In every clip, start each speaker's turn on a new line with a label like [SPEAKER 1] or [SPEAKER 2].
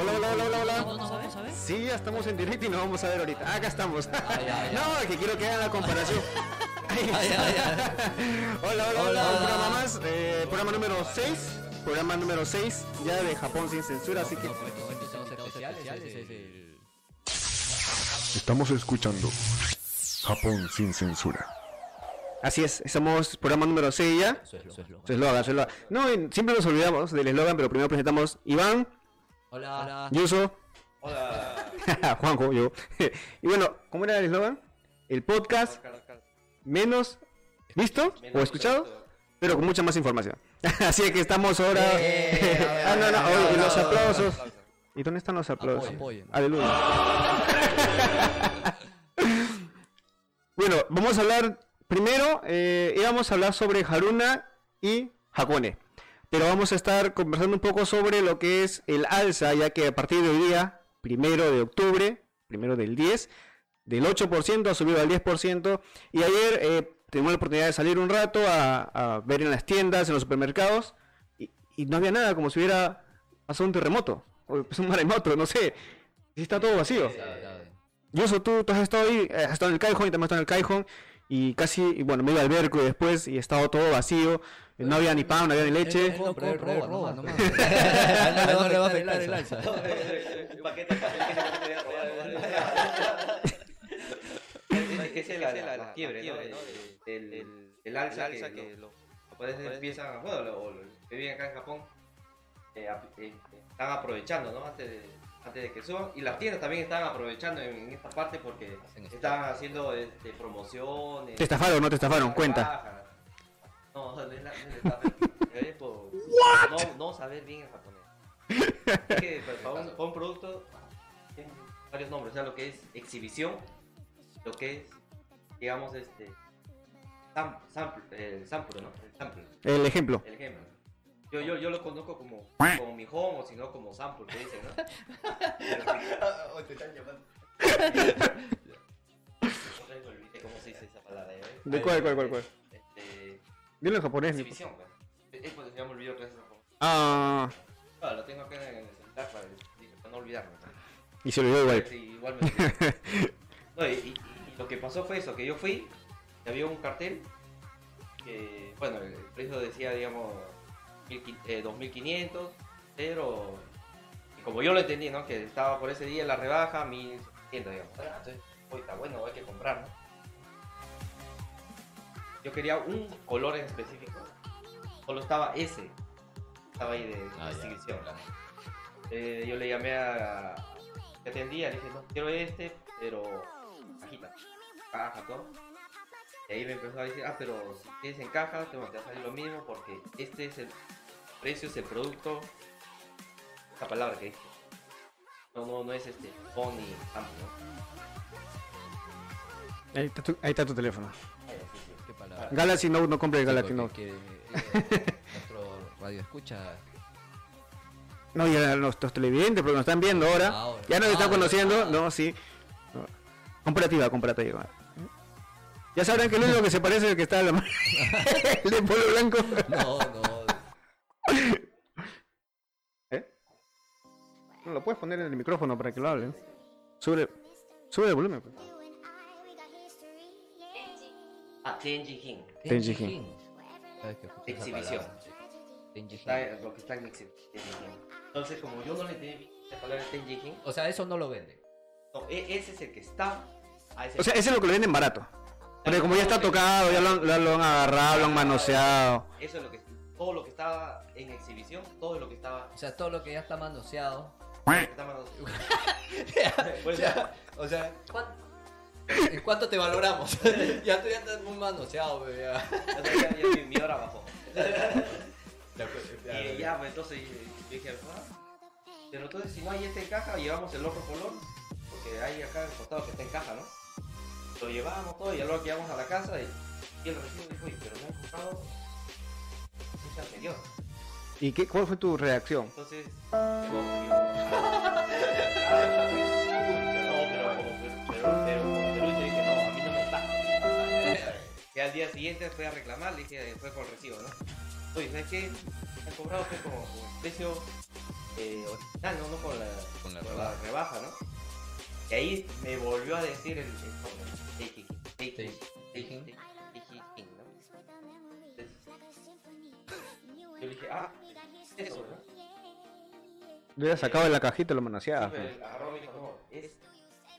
[SPEAKER 1] Hola, hola, hola, hola,
[SPEAKER 2] ¿No
[SPEAKER 1] hola.
[SPEAKER 2] nos vamos a ver?
[SPEAKER 1] Sí, ya estamos en directo y nos vamos a ver ahorita. Acá estamos. No, que quiero que hagan la comparación.
[SPEAKER 3] ay, ay,
[SPEAKER 1] Hola, hola, hola.
[SPEAKER 3] Hola.
[SPEAKER 1] Un programa más. eh, programa número 6. Programa número 6, ya de Japón sin censura, así que...
[SPEAKER 4] Estamos escuchando Japón sin censura.
[SPEAKER 1] Así es, estamos programa número 6 ya. Su eslogan, su eslogan. No, en- siempre nos olvidamos del eslogan, pero primero presentamos Iván,
[SPEAKER 3] Hola, hola.
[SPEAKER 1] Yuso. Hola. Juanjo, yo. y bueno, ¿cómo era el eslogan? El podcast menos visto o escuchado, pero con mucha más información. Así que estamos ahora. ah, no, no, oye, los aplausos. ¿Y dónde están los aplausos?
[SPEAKER 3] Apoyen.
[SPEAKER 1] Aleluya. bueno, vamos a hablar. Primero, eh, íbamos a hablar sobre Haruna y Hakone. Pero vamos a estar conversando un poco sobre lo que es el alza, ya que a partir de hoy día, primero de octubre, primero del 10, del 8% ha subido al 10%. Y ayer eh, tuvimos la oportunidad de salir un rato a, a ver en las tiendas, en los supermercados, y, y no había nada, como si hubiera pasado un terremoto, o pasó un maremoto, no sé. Y está todo vacío. Y eso tú, tú has estado ahí, eh, has estado en el Caijón y también has estado en el Caijón. Y casi, y bueno, me iba al Berco y después y estaba todo vacío. No había ni pan, no había ni leche.
[SPEAKER 3] Eh, No, pero él roba, roba, no mames. A él no le va a afectar el alza.
[SPEAKER 5] Es que es la, la, la quiebre, ¿no? De- del, del, alza, que, los japoneses empiezan, bueno, lo- o los que viven acá en Japón, eh, ap- eh, eh, están aprovechando, ¿no? Antes de, antes de que suban. Y las tiendas también están aprovechando en, en esta parte porque
[SPEAKER 3] Hacen esto.
[SPEAKER 5] están haciendo este, promociones.
[SPEAKER 1] ¿Te estafaron o no te estafaron?
[SPEAKER 5] rebajas.
[SPEAKER 1] Cuenta.
[SPEAKER 5] No, no es la- no es estafa. Es por no, no saber bien el japonés. Es que pues, para, un, para un producto tiene varios nombres, o sea, lo que es exhibición, lo que es, digamos, este, sam- sample, el sample, ¿no? El sample,
[SPEAKER 1] El ejemplo.
[SPEAKER 5] el ejemplo. Yo, yo, yo lo conozco como, como mi home o si no como sample, que dicen, ¿no? Otra vez me olvidé ¿Cómo se dice esa palabra? ¿eh?
[SPEAKER 1] ¿De cuál, cuál, cuál, cuál?
[SPEAKER 5] Este,
[SPEAKER 1] Dilo en japonés, Nico.
[SPEAKER 5] exhibición, pues. Es porque se me olvidó que es eso.
[SPEAKER 1] Ah,
[SPEAKER 5] No, lo tengo acá en el celular para, para no olvidarme. ¿no?
[SPEAKER 1] y se olvidó igual.
[SPEAKER 5] Sí, igual me olvidé. No, y, y- y lo que pasó fue eso, que yo fui, y había un cartel que, bueno, el el precio decía, digamos, mil qui- eh, 2.500, pero y como yo lo entendí, ¿no? Que estaba por ese día la rebaja, 1.100, digamos. Ah, Entonces, hoy está bueno, hay que comprar, ¿no? Yo quería un color en específico, solo estaba ese, estaba ahí de
[SPEAKER 3] Ah, ya.
[SPEAKER 5] exhibición. Eh, yo le llamé a que atendía, le dije, no, quiero este, pero cajita, caja, todo. Y ahí me empezó a decir, ah, pero si tienes en caja, te va te va a salir lo mismo porque este es el precio, es el producto, esa palabra que dije. No, no, no es este, phone ni amplio.
[SPEAKER 1] Ahí está tu, ahí está tu teléfono.
[SPEAKER 3] Qué palabra.
[SPEAKER 1] Galaxy Note, no compre el Galaxy Note.
[SPEAKER 3] Que- que- Nuestro radio escucha.
[SPEAKER 1] No, y a nuestros televidentes, porque nos están viendo ahora.
[SPEAKER 3] Ahora.
[SPEAKER 1] Ya nos están
[SPEAKER 3] Ahora.
[SPEAKER 1] conociendo. No, sí. No. Comparativa, comparativa. Ya sabrán que el único que se parece es el que está en la mano. el de polo blanco.
[SPEAKER 3] No, no.
[SPEAKER 1] No, lo puedes poner en el micrófono para que lo hablen. Sube, sube el volumen. pues.
[SPEAKER 5] Ah, Tenji Hin,
[SPEAKER 1] Tenji Hin.
[SPEAKER 3] Sabes que escucha esa
[SPEAKER 5] exhibición.
[SPEAKER 3] palabra. Tenji Hin.
[SPEAKER 5] Está, lo que está en exhi- Tenji Hin. Entonces, como yo no le entendí bien la palabra Tenji Hin,
[SPEAKER 3] O sea, eso no lo vende.
[SPEAKER 5] no, e- ese es el que está. a ese
[SPEAKER 1] O sea,
[SPEAKER 5] precio.
[SPEAKER 1] ese es lo que lo venden barato. Porque como ya está tocado, ya lo, han- ya lo han agarrado, lo han manoseado.
[SPEAKER 5] Eso es lo que, todo lo que estaba en exhibición, todo lo que estaba
[SPEAKER 3] O sea, todo lo que ya está manoseado.
[SPEAKER 5] Está mal.
[SPEAKER 3] O sea, o sea, ¿cuán- ¿en cuánto te valoramos? ya tú ya estás muy manoseado, bebé. Ya.
[SPEAKER 5] Ya sabía, ya mi- mi hora bajó.
[SPEAKER 3] Ya, pues, ya,
[SPEAKER 5] Y
[SPEAKER 3] bebé.
[SPEAKER 5] ya, pues entonces yo dije, ah, pero entonces si no hay este en caja, llevamos el otro color, porque hay acá el costado que está en caja, ¿no? Lo llevamos todo y luego llegamos a la casa y, y el recibo dijo, "Oye, pero no he comprado el fecha anterior.
[SPEAKER 1] ¿Y qué, cuál fue tu reacción?
[SPEAKER 5] Entonces, llegó conmigo. Ah, No, pero como Perú, pero, pero como Perú, yo dije, no, a mí no me está. Y al día siguiente fue a reclamar, le dije, fue con recibo, ¿no? Oye, ¿sabes qué? Me han cobrado pues, como, como precio eh, original, no, no con la,
[SPEAKER 2] Con la
[SPEAKER 5] con
[SPEAKER 2] rebaja.
[SPEAKER 5] la rebaja, ¿no? Y ahí me volvió a decir el, el nombre, Taking King, Taking King, Taking King, Taking King, ¿no? Entonces, Yo le dije, ah, es eso, ¿no?
[SPEAKER 1] Lo hubiera sacado de la cajita y lo manaseaba.
[SPEAKER 5] Siempre el agarró y me dijo, no, es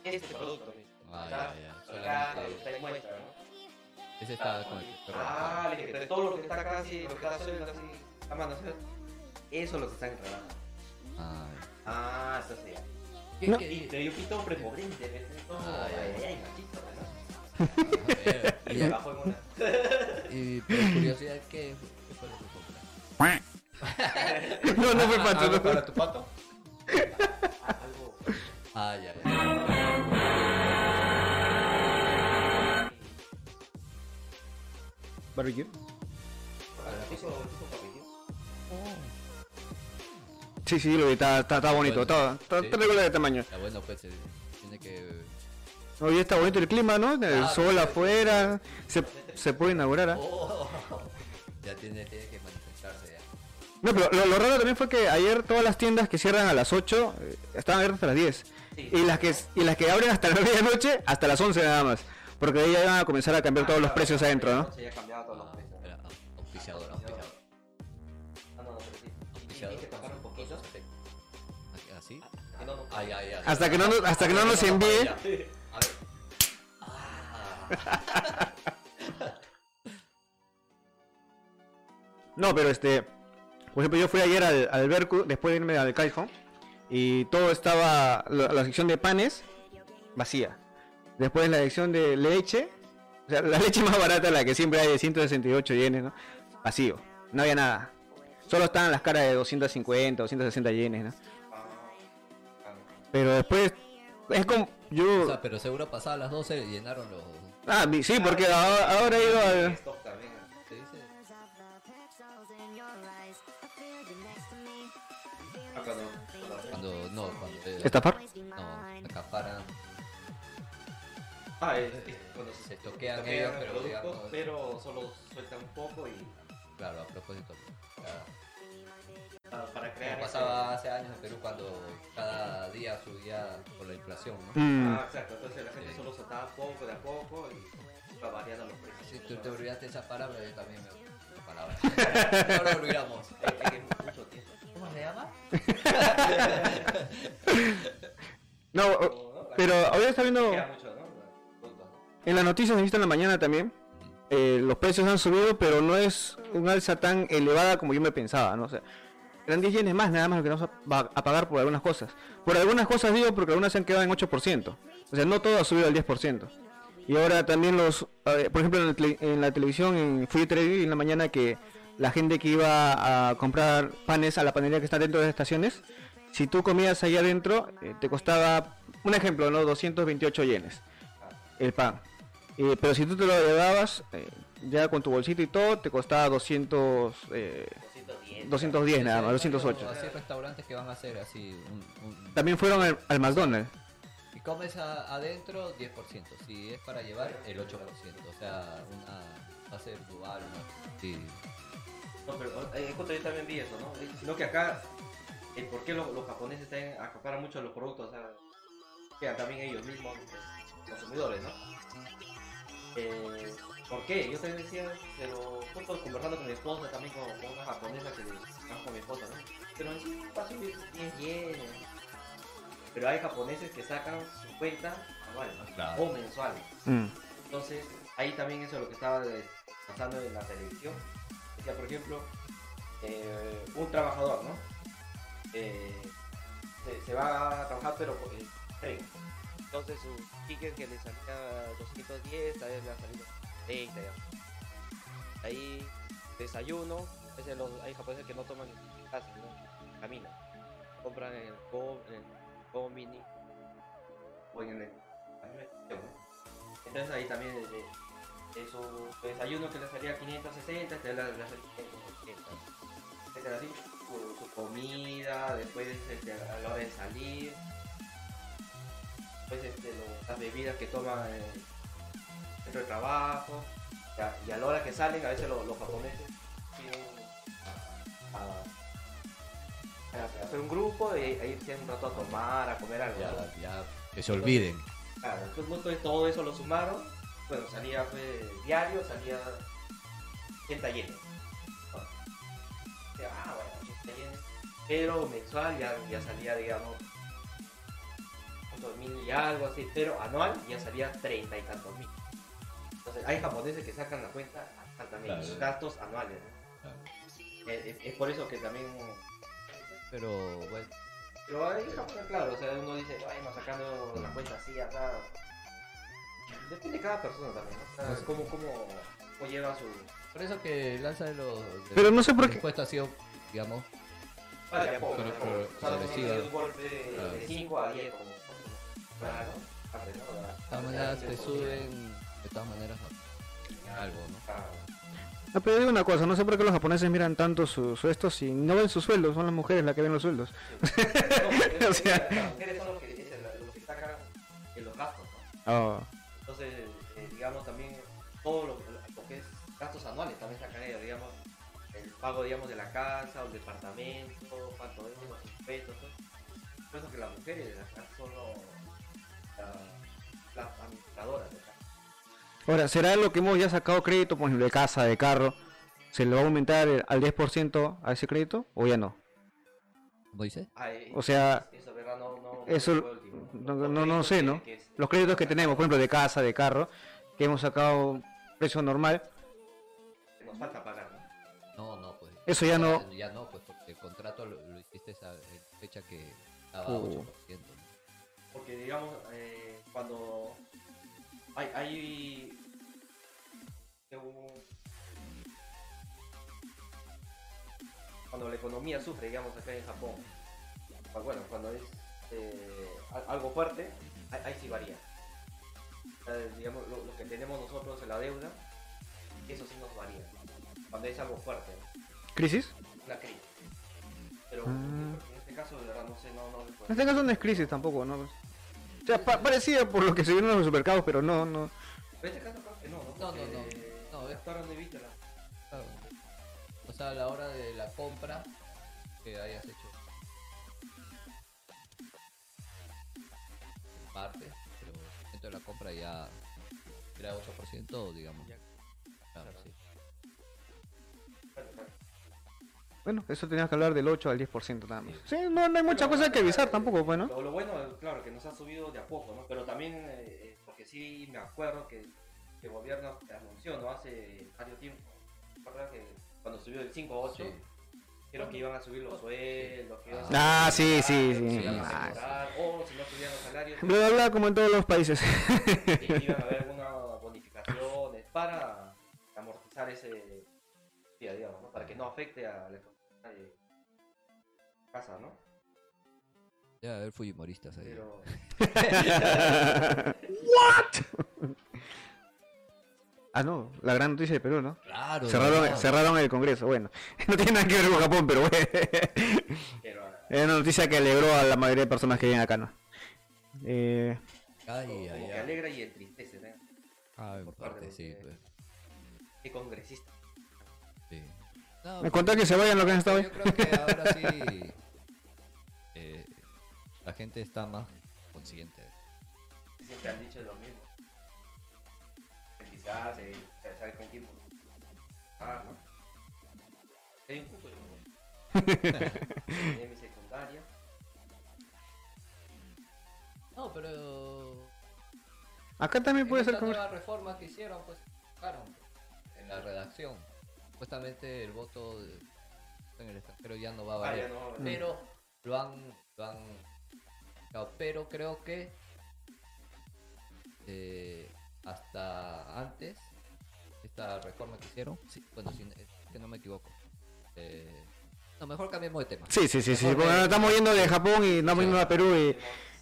[SPEAKER 5] este producto. me dijo.
[SPEAKER 2] Ah,
[SPEAKER 5] Acá-
[SPEAKER 2] ya, ya,
[SPEAKER 5] Acá
[SPEAKER 2] solamente-
[SPEAKER 5] está en muestra, ¿no?
[SPEAKER 2] Ese está con el que-
[SPEAKER 5] Ah, le dije, pero todo lo que está acá, así, lo que está suelto, así, está manoseado, eso es lo que está en rebaja.
[SPEAKER 2] Ah,
[SPEAKER 5] Ah, eso sí.
[SPEAKER 2] ¿Qué,
[SPEAKER 1] No.
[SPEAKER 2] qué
[SPEAKER 5] Y
[SPEAKER 2] dices?
[SPEAKER 5] te dio pito prepotente, ¿ves? No,
[SPEAKER 2] Ay, ay.
[SPEAKER 5] ay, ay, machito, ¿no?
[SPEAKER 2] Ah,
[SPEAKER 5] Y le bajó en una.
[SPEAKER 2] Y por curiosidad, ¿qué, qué fue lo que compraste?
[SPEAKER 1] No, no fue pato,
[SPEAKER 3] ¿Algo
[SPEAKER 1] no fue.
[SPEAKER 3] para tu pato?
[SPEAKER 5] Algo.
[SPEAKER 2] Ah, ya, ya.
[SPEAKER 1] ¿Barbecue?
[SPEAKER 5] Hizo- hizo papelillo.
[SPEAKER 1] Sí, sí, lo vi, está, está, está bonito, está, está,
[SPEAKER 2] Sí.
[SPEAKER 1] está regular de tamaño.
[SPEAKER 2] Está bueno, pues, eh, tiene que...
[SPEAKER 1] Hoy está bonito el clima, ¿no? El
[SPEAKER 2] Ah,
[SPEAKER 1] sol afuera, se, se puede inaugurar. ¿ah?
[SPEAKER 2] Oh, ya tiene, tiene que manifestarse ya.
[SPEAKER 1] No, pero lo, lo raro también fue que ayer todas las tiendas que cierran a las 8 eh, estaban abiertas hasta las 10.
[SPEAKER 5] Sí.
[SPEAKER 1] Y las que y las que abren hasta la medianoche, hasta las 11 nada más. Porque ahí ya van a comenzar a cambiar todos los precios adentro, ¿no?
[SPEAKER 5] Sí, ya cambiado todos los
[SPEAKER 2] Ah,
[SPEAKER 5] precios.
[SPEAKER 2] espera,
[SPEAKER 5] ¿no?
[SPEAKER 2] ah, auspiciador, auspiciador.
[SPEAKER 5] Ah, no, no, pero sí. Y- y
[SPEAKER 2] Auspiciador.
[SPEAKER 5] que bajaron un poquito.
[SPEAKER 2] Ah, ¿Así?
[SPEAKER 5] que no, no.
[SPEAKER 2] Ah, ya, ya.
[SPEAKER 1] Hasta que no nos- hasta que no nos envíe.
[SPEAKER 2] Ya. A ver. Ah,
[SPEAKER 1] No, pero este. Por ejemplo, yo fui ayer al, al Berku, después de irme al Callejón. Y todo estaba. La, la sección de panes, vacía. Después la sección de leche. O sea, la leche más barata, la que siempre hay de 168 yenes, ¿no? Vacío. No había nada. Solo estaban las caras de 250, 260 yenes, ¿no?
[SPEAKER 5] Ah,
[SPEAKER 1] Pero después. Es como.
[SPEAKER 2] o
[SPEAKER 1] Yo.
[SPEAKER 2] sea, pero seguro pasaba a las 12 llenaron los.
[SPEAKER 1] Ah, mi- sí, porque ahora, ahora he ido al.
[SPEAKER 5] Stock también, ¿eh? ¿no?
[SPEAKER 2] ¿Qué dice?
[SPEAKER 5] Ah, cuando- cuando-
[SPEAKER 2] Cuando. No, cuando. eh,
[SPEAKER 1] ¿Estafar?
[SPEAKER 2] No, acaparan.
[SPEAKER 5] Ah, es- es cuando
[SPEAKER 2] Se
[SPEAKER 5] se
[SPEAKER 2] toquean
[SPEAKER 5] toquean
[SPEAKER 2] ellos,
[SPEAKER 5] el
[SPEAKER 2] pero
[SPEAKER 5] producto,
[SPEAKER 2] digamos-
[SPEAKER 5] pero solo sueltan un poco y
[SPEAKER 2] Claro, a propósito. claro.
[SPEAKER 5] ah, para crear. este
[SPEAKER 2] Como
[SPEAKER 5] ese-
[SPEAKER 2] pasaba hace años en Perú cuando cada día subía por la inflación, ¿no?
[SPEAKER 1] Mm,
[SPEAKER 5] Ah, exacto. Entonces la gente solo soltaba poco de a poco y iba variando los precios.
[SPEAKER 2] Si tú te olvidaste esa palabra, yo también me. esa Palabra. No lo olvidamos.
[SPEAKER 5] Eh, eh, que mucho tiempo.
[SPEAKER 2] ¿Cómo se llama?
[SPEAKER 1] no, o-
[SPEAKER 5] ¿no? La
[SPEAKER 1] pero ahora está viendo.
[SPEAKER 5] Queda mucho, ¿no? Los productos, ¿no?
[SPEAKER 1] En las noticias he visto en la mañana también. eh, los precios han subido, pero no es una alza tan elevada como yo me pensaba, ¿no? O sea, eran 10 yenes más nada más lo que vamos a, va- a pagar por algunas cosas. Por algunas cosas digo porque algunas se han quedado en 8%. O sea, no todo ha subido al 10%. Y ahora también los, eh, por ejemplo, en la, tele- en la televisión, en Free Trade, en la mañana que la gente que iba a comprar panes a la panadería que está dentro de las estaciones, si tú comías allá adentro, eh, te costaba, un ejemplo, ¿no? 228 yenes el pan. Eh, pero si tú te lo llevabas eh, ya con tu bolsito y todo, te costaba 200, eh,
[SPEAKER 5] 210.
[SPEAKER 1] 210 nada más,
[SPEAKER 2] Así hay
[SPEAKER 1] 208.
[SPEAKER 2] varios- Así restaurantes que van a hacer así. Un, un-
[SPEAKER 1] También fueron al, al McDonald's.
[SPEAKER 2] Si comes a- adentro, 10%. Si es para llevar, el 8%. O sea, una, va a ser dual. ¿no? Sí.
[SPEAKER 5] No, pero eh, justo yo también vi eso, ¿no? Eh, Sino que acá, el por qué lo- los japoneses están acaparan mucho los productos, o sea, que también ellos mismos, los consumidores, ¿no? Eh, ¿Por qué? Yo también decía, pero justo conversando con mi esposa, también con, con una japonesa que trabaja con mi esposa, ¿no? Pero en sí va a subir 10 yenes. Pero hay japoneses que sacan su cuenta anual, ¿no?
[SPEAKER 2] Claro.
[SPEAKER 5] O mensual.
[SPEAKER 1] Mm.
[SPEAKER 5] Entonces, ahí también eso es lo que estaba de- pasando en la televisión. O sea, por ejemplo, eh, un trabajador, ¿no? Eh, se, se va a trabajar, pero por el tren. Entonces, su ticket que le salía 210, a él le ha salido 30 ya. Ahí, desayuno. a veces los- hay japoneses que no toman casa, ¿no? Caminan. Compran en el Go, en el Go Mini. O en el. Entonces ahí también desde eso, desayuno que le salía 560, este le le salía 580. Etcétera, así. Su, su comida, después este, a la hora de salir. Después este, lo- las bebidas que toman en el centro de trabajo. Y a, y a la hora que salen, a veces lo- los japoneses tienen a, a- a ah, hacer un grupo y a irse un rato a tomar, a comer algo. ¿no?
[SPEAKER 3] Ya, ya, que se olviden.
[SPEAKER 5] Claro, entonces justo de todo eso lo sumaron. Bueno, salía pues, diario, salía 80 yenes. Bueno, dije, ah, bueno, 80 yenes. Pero mensual ya, ya salía, digamos, 2.000 mil y algo así. Pero anual ya salía 30 y tantos mil. Entonces hay japoneses que sacan la cuenta hasta también
[SPEAKER 3] Claro.
[SPEAKER 5] gastos anuales. ¿no?
[SPEAKER 3] Claro.
[SPEAKER 5] Es, es- es por eso que también...
[SPEAKER 2] Pero bueno,
[SPEAKER 5] Pero ahí, claro, o sea, uno dice, ay, no sacando la cuenta así, acá. Depende de cada persona también, ¿no? O sea, cómo, cómo, cómo lleva su.
[SPEAKER 2] por eso que el alza de los. de-
[SPEAKER 1] Pero no sé por
[SPEAKER 2] el
[SPEAKER 1] qué-
[SPEAKER 2] impuesto ha sido, digamos,
[SPEAKER 5] Vale, a poco,
[SPEAKER 2] pero-
[SPEAKER 5] de a poco.
[SPEAKER 2] pero-
[SPEAKER 5] O sea, pues, no
[SPEAKER 2] pero
[SPEAKER 5] no
[SPEAKER 2] sí,
[SPEAKER 5] es
[SPEAKER 2] ¿no?
[SPEAKER 5] un golpe de-
[SPEAKER 2] Claro.
[SPEAKER 5] de 5 a 10, como. Claro. Apretó, ¿verdad?
[SPEAKER 2] de todas maneras te
[SPEAKER 5] Sí,
[SPEAKER 2] suben, de todas maneras, a- algo, ¿no?
[SPEAKER 5] claro.
[SPEAKER 1] Ah, pero digo una cosa, no sé por qué los japoneses miran tanto sus su estos y no ven sus sueldos, son las mujeres las que ven los sueldos.
[SPEAKER 5] No,
[SPEAKER 1] O sea-
[SPEAKER 5] las mujeres son los que, es el- los que sacan en los gastos, ¿no?
[SPEAKER 1] Ah,
[SPEAKER 5] Entonces, eh, digamos, también todo lo, lo que es gastos anuales también sacan ellos, digamos, el pago, digamos, de la casa o el departamento, cuánto es, los impuestos, todo. Por eso que las mujeres acá son lo- la- las administradoras de acá.
[SPEAKER 1] Ahora, ¿será lo que hemos ya sacado crédito, por ejemplo, de casa, de carro? ¿Se le va a aumentar el- al 10% a ese crédito o ya no?
[SPEAKER 2] ¿Cómo dice?
[SPEAKER 5] Ah, eh,
[SPEAKER 1] O sea,
[SPEAKER 5] eso, ¿verdad? No, no,
[SPEAKER 1] eso-
[SPEAKER 5] no, fue último.
[SPEAKER 1] no-
[SPEAKER 5] Los
[SPEAKER 1] no- no sé,
[SPEAKER 5] créditos
[SPEAKER 1] ¿no?
[SPEAKER 5] que- que es-
[SPEAKER 1] Los créditos que tenemos, por ejemplo, de casa, de carro, que hemos sacado precio normal,
[SPEAKER 5] que Nos falta pagar,
[SPEAKER 2] No,
[SPEAKER 5] ¿no?
[SPEAKER 2] no, pues.
[SPEAKER 1] eso ya no...
[SPEAKER 2] Ya no, pues, porque el contrato lo, lo hiciste a en fecha que estaba
[SPEAKER 1] Oh.
[SPEAKER 2] 8%. ¿no?
[SPEAKER 5] Porque digamos, eh, cuando hay, hay según- cuando la economía sufre, digamos, acá en Japón, pues bueno, cuando es eh, al- algo fuerte, ahí, ahí sí varía. O sea, digamos, lo, lo que tenemos nosotros en la deuda, eso sí nos varía. Cuando es algo fuerte,
[SPEAKER 1] ¿Crisis?
[SPEAKER 5] una crisis. Pero
[SPEAKER 1] Ah.
[SPEAKER 5] en este caso, de verdad, no sé, no, no
[SPEAKER 1] En este caso no es crisis tampoco, ¿no? O sea, pa- parecía por lo que se vieron en los supermercados, pero no, no.
[SPEAKER 5] Pero este caso creo que no, ¿no?
[SPEAKER 2] No, no, no. No, es-
[SPEAKER 5] Hasta ahora no he visto la...
[SPEAKER 2] Claro. O sea, a la hora de la compra que hayas hecho parte, pero dentro de la compra ya era 8%, digamos. Claro, sí.
[SPEAKER 1] Bueno, eso tenías que hablar del 8 al 10% nada más. Sí, no, no hay mucha cosa que avisar tampoco, pues, ¿no?
[SPEAKER 5] Lo, lo bueno, claro, que nos ha subido de a poco, ¿no? Pero también, eh, eh, porque sí me acuerdo que, que el gobierno anunció, ¿no? Hace varios tiempo, ¿verdad? Que cuando subió del 5 a 8,
[SPEAKER 2] Sí.
[SPEAKER 5] creo que iban a subir los sueldos, que iban
[SPEAKER 1] Ah,
[SPEAKER 5] a
[SPEAKER 1] sí,
[SPEAKER 5] subir
[SPEAKER 1] sí,
[SPEAKER 5] los salarios,
[SPEAKER 1] sí.
[SPEAKER 5] que iban a
[SPEAKER 2] Ah,
[SPEAKER 5] mejorar, o si no subían los salarios,
[SPEAKER 1] Bla, bla, bla, como en todos los países.
[SPEAKER 5] que iban a haber algunas bonificaciones para amortizar ese día, digamos, ¿no? Para que no afecte a la economía de casa, ¿no?
[SPEAKER 2] Debe haber Fujimoristas ahí.
[SPEAKER 5] Pero...
[SPEAKER 1] ah, no, la gran noticia de Perú, ¿no?
[SPEAKER 2] Claro.
[SPEAKER 1] Cerraron,
[SPEAKER 2] no.
[SPEAKER 1] cerraron el Congreso, bueno. No tiene nada que ver con Japón, pero bueno.
[SPEAKER 5] Pero, ah,
[SPEAKER 1] Es una noticia que alegró a la mayoría de personas que vienen acá, ¿no? Eh,
[SPEAKER 2] Ay,
[SPEAKER 5] como
[SPEAKER 2] ay,
[SPEAKER 5] que
[SPEAKER 2] ay.
[SPEAKER 5] alegra y entristece, ¿no?
[SPEAKER 2] Ah, en
[SPEAKER 5] por parte
[SPEAKER 2] parte,
[SPEAKER 5] de
[SPEAKER 2] sí,
[SPEAKER 5] ustedes.
[SPEAKER 2] pues.
[SPEAKER 5] Qué congresista.
[SPEAKER 2] Sí. No,
[SPEAKER 1] me
[SPEAKER 2] pero-
[SPEAKER 1] contó que se vayan los que han estado hoy.
[SPEAKER 2] Yo creo que ahora sí eh, la gente está más consciente.
[SPEAKER 5] Siempre han dicho lo mismo. Que Quizás se, se sabe con tiempo. Ah, ¿no? Hay un cuco, yo. Tenía mi secundaria.
[SPEAKER 2] No, pero
[SPEAKER 1] Acá también puede
[SPEAKER 2] En
[SPEAKER 1] ser
[SPEAKER 2] esta
[SPEAKER 1] Congreso.
[SPEAKER 2] nueva reforma que hicieron, pues, sacaron pues, en la redacción. Justamente el voto de- en el extranjero ya no va a
[SPEAKER 5] Ah, ya
[SPEAKER 2] valer.
[SPEAKER 5] no.
[SPEAKER 2] Pero lo han, lo han claro, pero creo que eh, hasta antes esta reforma que hicieron, sí, bueno, si, es que no me equivoco. Eh, no, mejor cambiemos de tema.
[SPEAKER 1] Sí, sí, sí, sí.
[SPEAKER 2] Mejor
[SPEAKER 1] Bueno,
[SPEAKER 2] de-
[SPEAKER 1] estamos yendo de Japón y estamos
[SPEAKER 2] Sí.
[SPEAKER 1] yendo a Perú y,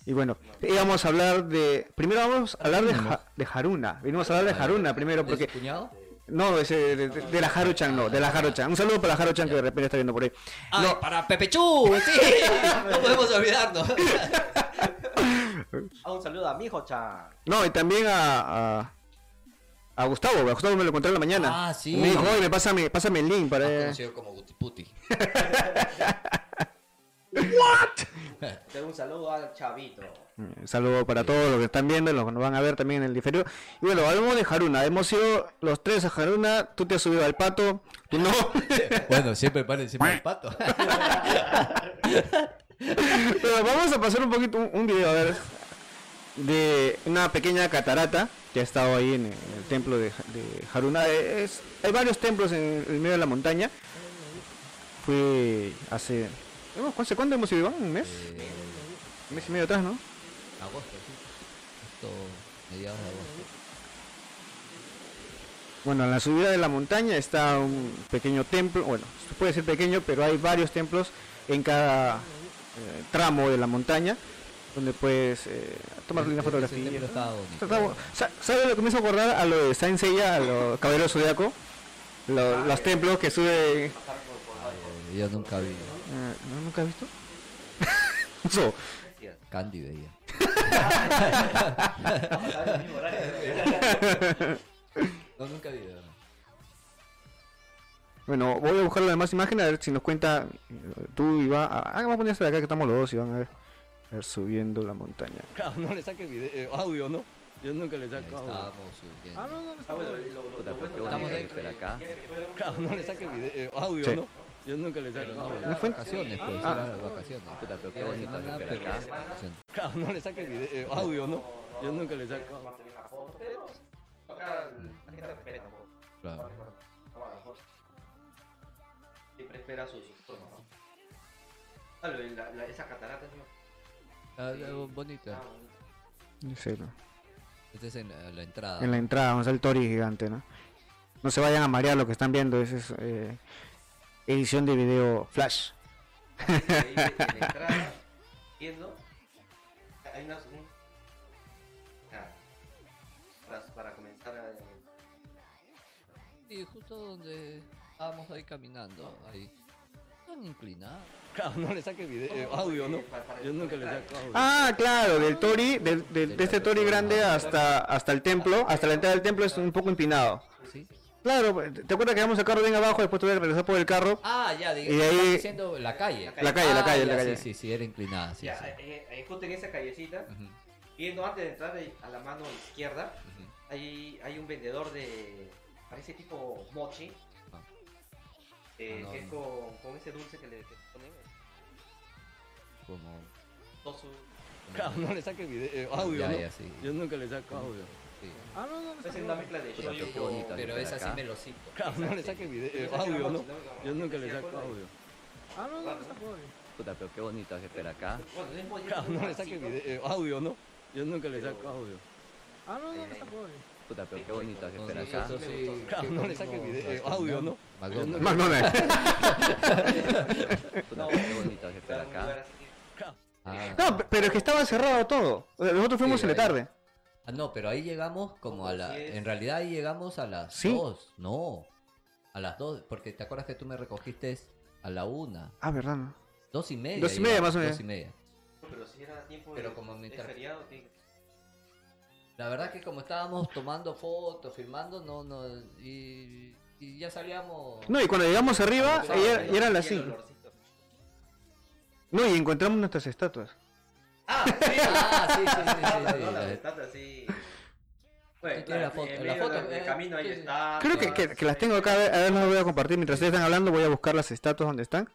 [SPEAKER 1] y bueno, íbamos a hablar de... Primero vamos a hablar de, Ja- de Haruna. Vinimos a hablar de Haruna primero
[SPEAKER 2] ¿De su
[SPEAKER 1] porque...
[SPEAKER 2] cuñado?
[SPEAKER 1] No, ese de, de- de la Haruchan, no, de la Haruchan. Un saludo para la Haruchan que de repente está viendo por ahí.
[SPEAKER 2] Ah,
[SPEAKER 1] No.
[SPEAKER 2] para Pepe Chu, sí, no podemos olvidarnos.
[SPEAKER 5] Ah, un saludo a mi hijo, chan.
[SPEAKER 1] No, y también a, a, a Gustavo, a Gustavo me lo encontré en la mañana.
[SPEAKER 2] Ah, sí. Ah,
[SPEAKER 1] Me dijo, oye, pásame, pásame el link para...
[SPEAKER 2] Conocido como Guti Puti.
[SPEAKER 5] Tengo un saludo al chavito.
[SPEAKER 1] Un Mm, saludo para todos los que están viendo, los que nos van a ver también en el diferido. Y bueno, hablamos de Haruna. Hemos ido los tres a Haruna. Tú te has subido al pato, tú no.
[SPEAKER 3] Bueno, siempre para encima del pato.
[SPEAKER 1] Pero vamos a pasar un poquito, un, un video, a ver, de una pequeña catarata que ha estado ahí en el, en el templo de, Ja- de Haruna. Eh, es- hay varios templos en el medio de la montaña. Fue hace... ¿hemos- ¿Hace cuánto hemos ido? ¿Un mes?
[SPEAKER 2] Eh,
[SPEAKER 1] Un mes y medio atrás, ¿no?
[SPEAKER 2] agosto, sí. Esto, mediados de agosto.
[SPEAKER 1] Bueno, en la subida de la montaña está un pequeño templo, bueno, se puede ser pequeño, pero hay varios templos en cada eh, tramo de la montaña, donde puedes eh, tomar
[SPEAKER 2] Ese-
[SPEAKER 1] una
[SPEAKER 2] ese
[SPEAKER 1] fotografía.
[SPEAKER 2] templo estaba bonito.
[SPEAKER 1] Está- está bu- Sa- ¿Sabes lo que me hizo acordar a lo de Saint Seiya, a los Caballeros Zodiaco? Lo- los templos que sube... Ah, eh,
[SPEAKER 2] Eh, yo nunca vi.
[SPEAKER 1] ¿no? ¿Nunca has visto? Eso.
[SPEAKER 2] Candy veía.
[SPEAKER 3] No, nunca vi. ¿no?
[SPEAKER 1] Bueno, voy a buscar la demás imagen a ver si nos cuenta eh, tú, Iván. Ah, vamos a ponerse de acá que estamos los dos, Iván, a ver. A ver, subiendo la montaña.
[SPEAKER 6] Claro, no le saque video, audio, ¿no? Yo nunca le saco audio.
[SPEAKER 2] Estábamos subiendo.
[SPEAKER 5] Estamos
[SPEAKER 2] Estamos
[SPEAKER 5] dentro.
[SPEAKER 2] dentro de acá.
[SPEAKER 6] Claro, no le saque video, audio,
[SPEAKER 1] Sí.
[SPEAKER 6] ¿no? Yo nunca le saco audio.
[SPEAKER 1] ¿No fue?
[SPEAKER 2] Vacaciones, pues,
[SPEAKER 1] Ah.
[SPEAKER 2] eran las vacaciones. pero qué bonito
[SPEAKER 6] Claro, no le saque video, audio, ¿no? Yo nunca le saco audio.
[SPEAKER 5] Acá la gente respeta, ¿no?
[SPEAKER 2] Claro.
[SPEAKER 5] Siempre espera sus tomas. ¿no? Ah, lo de la- la- esa catarata es
[SPEAKER 2] Ah, ah, bonita.
[SPEAKER 1] Sí, no.
[SPEAKER 2] Esta es en eh, la entrada.
[SPEAKER 1] En la entrada, donde está el Tori gigante, ¿no? No se vayan a marear lo que están viendo, esa es eh, edición de video flash.
[SPEAKER 5] ahí de- de la entrada, viendo, hay unas- un- ah, para, para comenzar a...
[SPEAKER 2] Y justo donde estábamos ahí caminando, ahí. Tan inclinada.
[SPEAKER 6] Claro, no le saque video, audio, ¿no?
[SPEAKER 5] Para- para
[SPEAKER 6] Yo nunca le
[SPEAKER 5] comentar.
[SPEAKER 6] saco audio.
[SPEAKER 1] Ah, claro, del Tori, del- del- de, este Tori grande hasta, hasta el templo, hasta la entrada del templo es un poco empinado.
[SPEAKER 2] ¿Sí?
[SPEAKER 1] Claro, pues, ¿te acuerdas que vamos a carro bien abajo, después tuve que regresar por el carro?
[SPEAKER 2] Ah, ya,
[SPEAKER 1] Y
[SPEAKER 2] digamos.
[SPEAKER 1] de ahí-
[SPEAKER 2] estás diciendo la calle.
[SPEAKER 1] La calle, la
[SPEAKER 2] Ah,
[SPEAKER 1] calle, la
[SPEAKER 2] ya,
[SPEAKER 1] calle.
[SPEAKER 2] Sí, sí, sí, era inclinada. Sí,
[SPEAKER 5] Ya,
[SPEAKER 2] sí.
[SPEAKER 5] eh, eh, justo en esa callecita,
[SPEAKER 2] Ujú,
[SPEAKER 5] viendo antes de entrar ahí a la mano izquierda,
[SPEAKER 2] ujú.
[SPEAKER 5] hay, hay un vendedor de. parece tipo mochi.
[SPEAKER 2] Ah.
[SPEAKER 5] eh,
[SPEAKER 2] Ah, no,
[SPEAKER 5] que es
[SPEAKER 2] no.
[SPEAKER 5] con, con ese dulce que le que ponen. eh,
[SPEAKER 2] Como.
[SPEAKER 5] todo su-
[SPEAKER 6] Claro, no le saque video, audio,
[SPEAKER 2] Ya,
[SPEAKER 6] ¿no?
[SPEAKER 2] ya, sí.
[SPEAKER 6] Yo nunca le saco audio.
[SPEAKER 2] sí.
[SPEAKER 5] Es una mezcla de
[SPEAKER 2] Puta,
[SPEAKER 5] shoyu
[SPEAKER 2] qué
[SPEAKER 5] con-
[SPEAKER 2] bonita,
[SPEAKER 5] pero
[SPEAKER 2] mira,
[SPEAKER 5] esa
[SPEAKER 2] acá.
[SPEAKER 5] sí me lo cito.
[SPEAKER 6] Claro, no le saque video, audio, ¿no? Yo nunca le saco audio.
[SPEAKER 3] Puta, pero qué bonito es esperar acá.
[SPEAKER 5] Bueno, es mochi.
[SPEAKER 6] Claro, Ah, no le saque video, audio, ¿no? Yo nunca le saco audio.
[SPEAKER 3] Puta, pero qué bonito es esperar
[SPEAKER 2] Entonces,
[SPEAKER 3] acá.
[SPEAKER 2] eso sí,
[SPEAKER 6] Claro,
[SPEAKER 2] que
[SPEAKER 6] no le
[SPEAKER 2] comimos
[SPEAKER 6] saque video,
[SPEAKER 2] bastante,
[SPEAKER 6] audio, ¿no?
[SPEAKER 2] McDonald's.
[SPEAKER 1] McDonald's.
[SPEAKER 3] Puta, pero qué bonito es esperar acá.
[SPEAKER 2] Ah,
[SPEAKER 1] No, p- pero es que estaba cerrado todo. O sea, nosotros fuimos
[SPEAKER 2] Sí,
[SPEAKER 1] en la
[SPEAKER 2] ahí.
[SPEAKER 1] tarde.
[SPEAKER 2] Ah, no, pero ahí llegamos como a la...
[SPEAKER 5] Diez.
[SPEAKER 2] En realidad ahí llegamos a las
[SPEAKER 1] Sí.
[SPEAKER 2] 2, no. A las 2, porque te acuerdas que tú me recogiste a la 1,
[SPEAKER 1] Ah, verdad, ¿no?
[SPEAKER 2] 2 y media.
[SPEAKER 1] Dos y media,
[SPEAKER 2] llegamos,
[SPEAKER 1] más o menos.
[SPEAKER 2] Dos y media.
[SPEAKER 5] Pero si era tiempo
[SPEAKER 2] Pero
[SPEAKER 5] de-
[SPEAKER 2] como me
[SPEAKER 5] de
[SPEAKER 2] inter-
[SPEAKER 5] feriado, tiene que-
[SPEAKER 2] La verdad que como estábamos tomando fotos, filmando, no, no... Y, y ya salíamos...
[SPEAKER 1] No, y cuando llegamos
[SPEAKER 6] Ah,
[SPEAKER 1] arriba,
[SPEAKER 5] Sábado,
[SPEAKER 1] y era- y eran
[SPEAKER 5] el
[SPEAKER 1] las 5.
[SPEAKER 5] olorcito.
[SPEAKER 1] No, y encontramos nuestras estatuas.
[SPEAKER 5] Ah,
[SPEAKER 2] Sí, ah, sí, sí, sí, sí,
[SPEAKER 5] Ah,
[SPEAKER 2] sí,
[SPEAKER 5] no, la
[SPEAKER 2] la-
[SPEAKER 5] estatuas así.
[SPEAKER 2] Tú tienes la foto,
[SPEAKER 5] en
[SPEAKER 2] la
[SPEAKER 5] medio
[SPEAKER 2] foto,
[SPEAKER 5] del
[SPEAKER 2] eh,
[SPEAKER 5] camino ahí
[SPEAKER 2] sí.
[SPEAKER 5] está.
[SPEAKER 1] Creo que, que- que las tengo acá, a ver, a ver, las voy a compartir. Mientras ustedes están hablando, voy a buscar las estatuas donde están.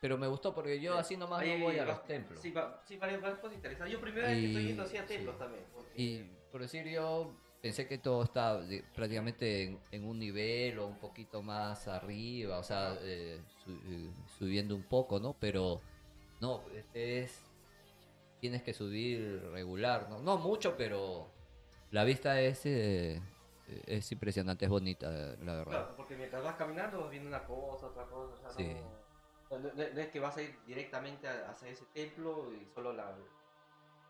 [SPEAKER 2] Pero me gustó porque yo así nomás
[SPEAKER 5] Ahí
[SPEAKER 2] no voy a
[SPEAKER 5] va-
[SPEAKER 2] los templos.
[SPEAKER 5] Sí, va- sí, varias varias cosas interesantes. Yo primera vez que estoy
[SPEAKER 2] Y-
[SPEAKER 5] yendo así a
[SPEAKER 2] sí.
[SPEAKER 5] templos también. porque-
[SPEAKER 2] Y por decir yo, pensé que todo estaba de- prácticamente en, en un nivel o un poquito más arriba, o sea, eh, su- eh, subiendo un poco, ¿no? Pero no, este es... Tienes que subir regular, ¿no? No mucho, pero la vista es, eh, es impresionante, es bonita, la verdad.
[SPEAKER 5] Claro, porque mientras vas caminando vas viendo una cosa, otra cosa. O sea,
[SPEAKER 2] Sí.
[SPEAKER 5] no, no- no- no es que vas a ir directamente a- hacia ese templo y solo la,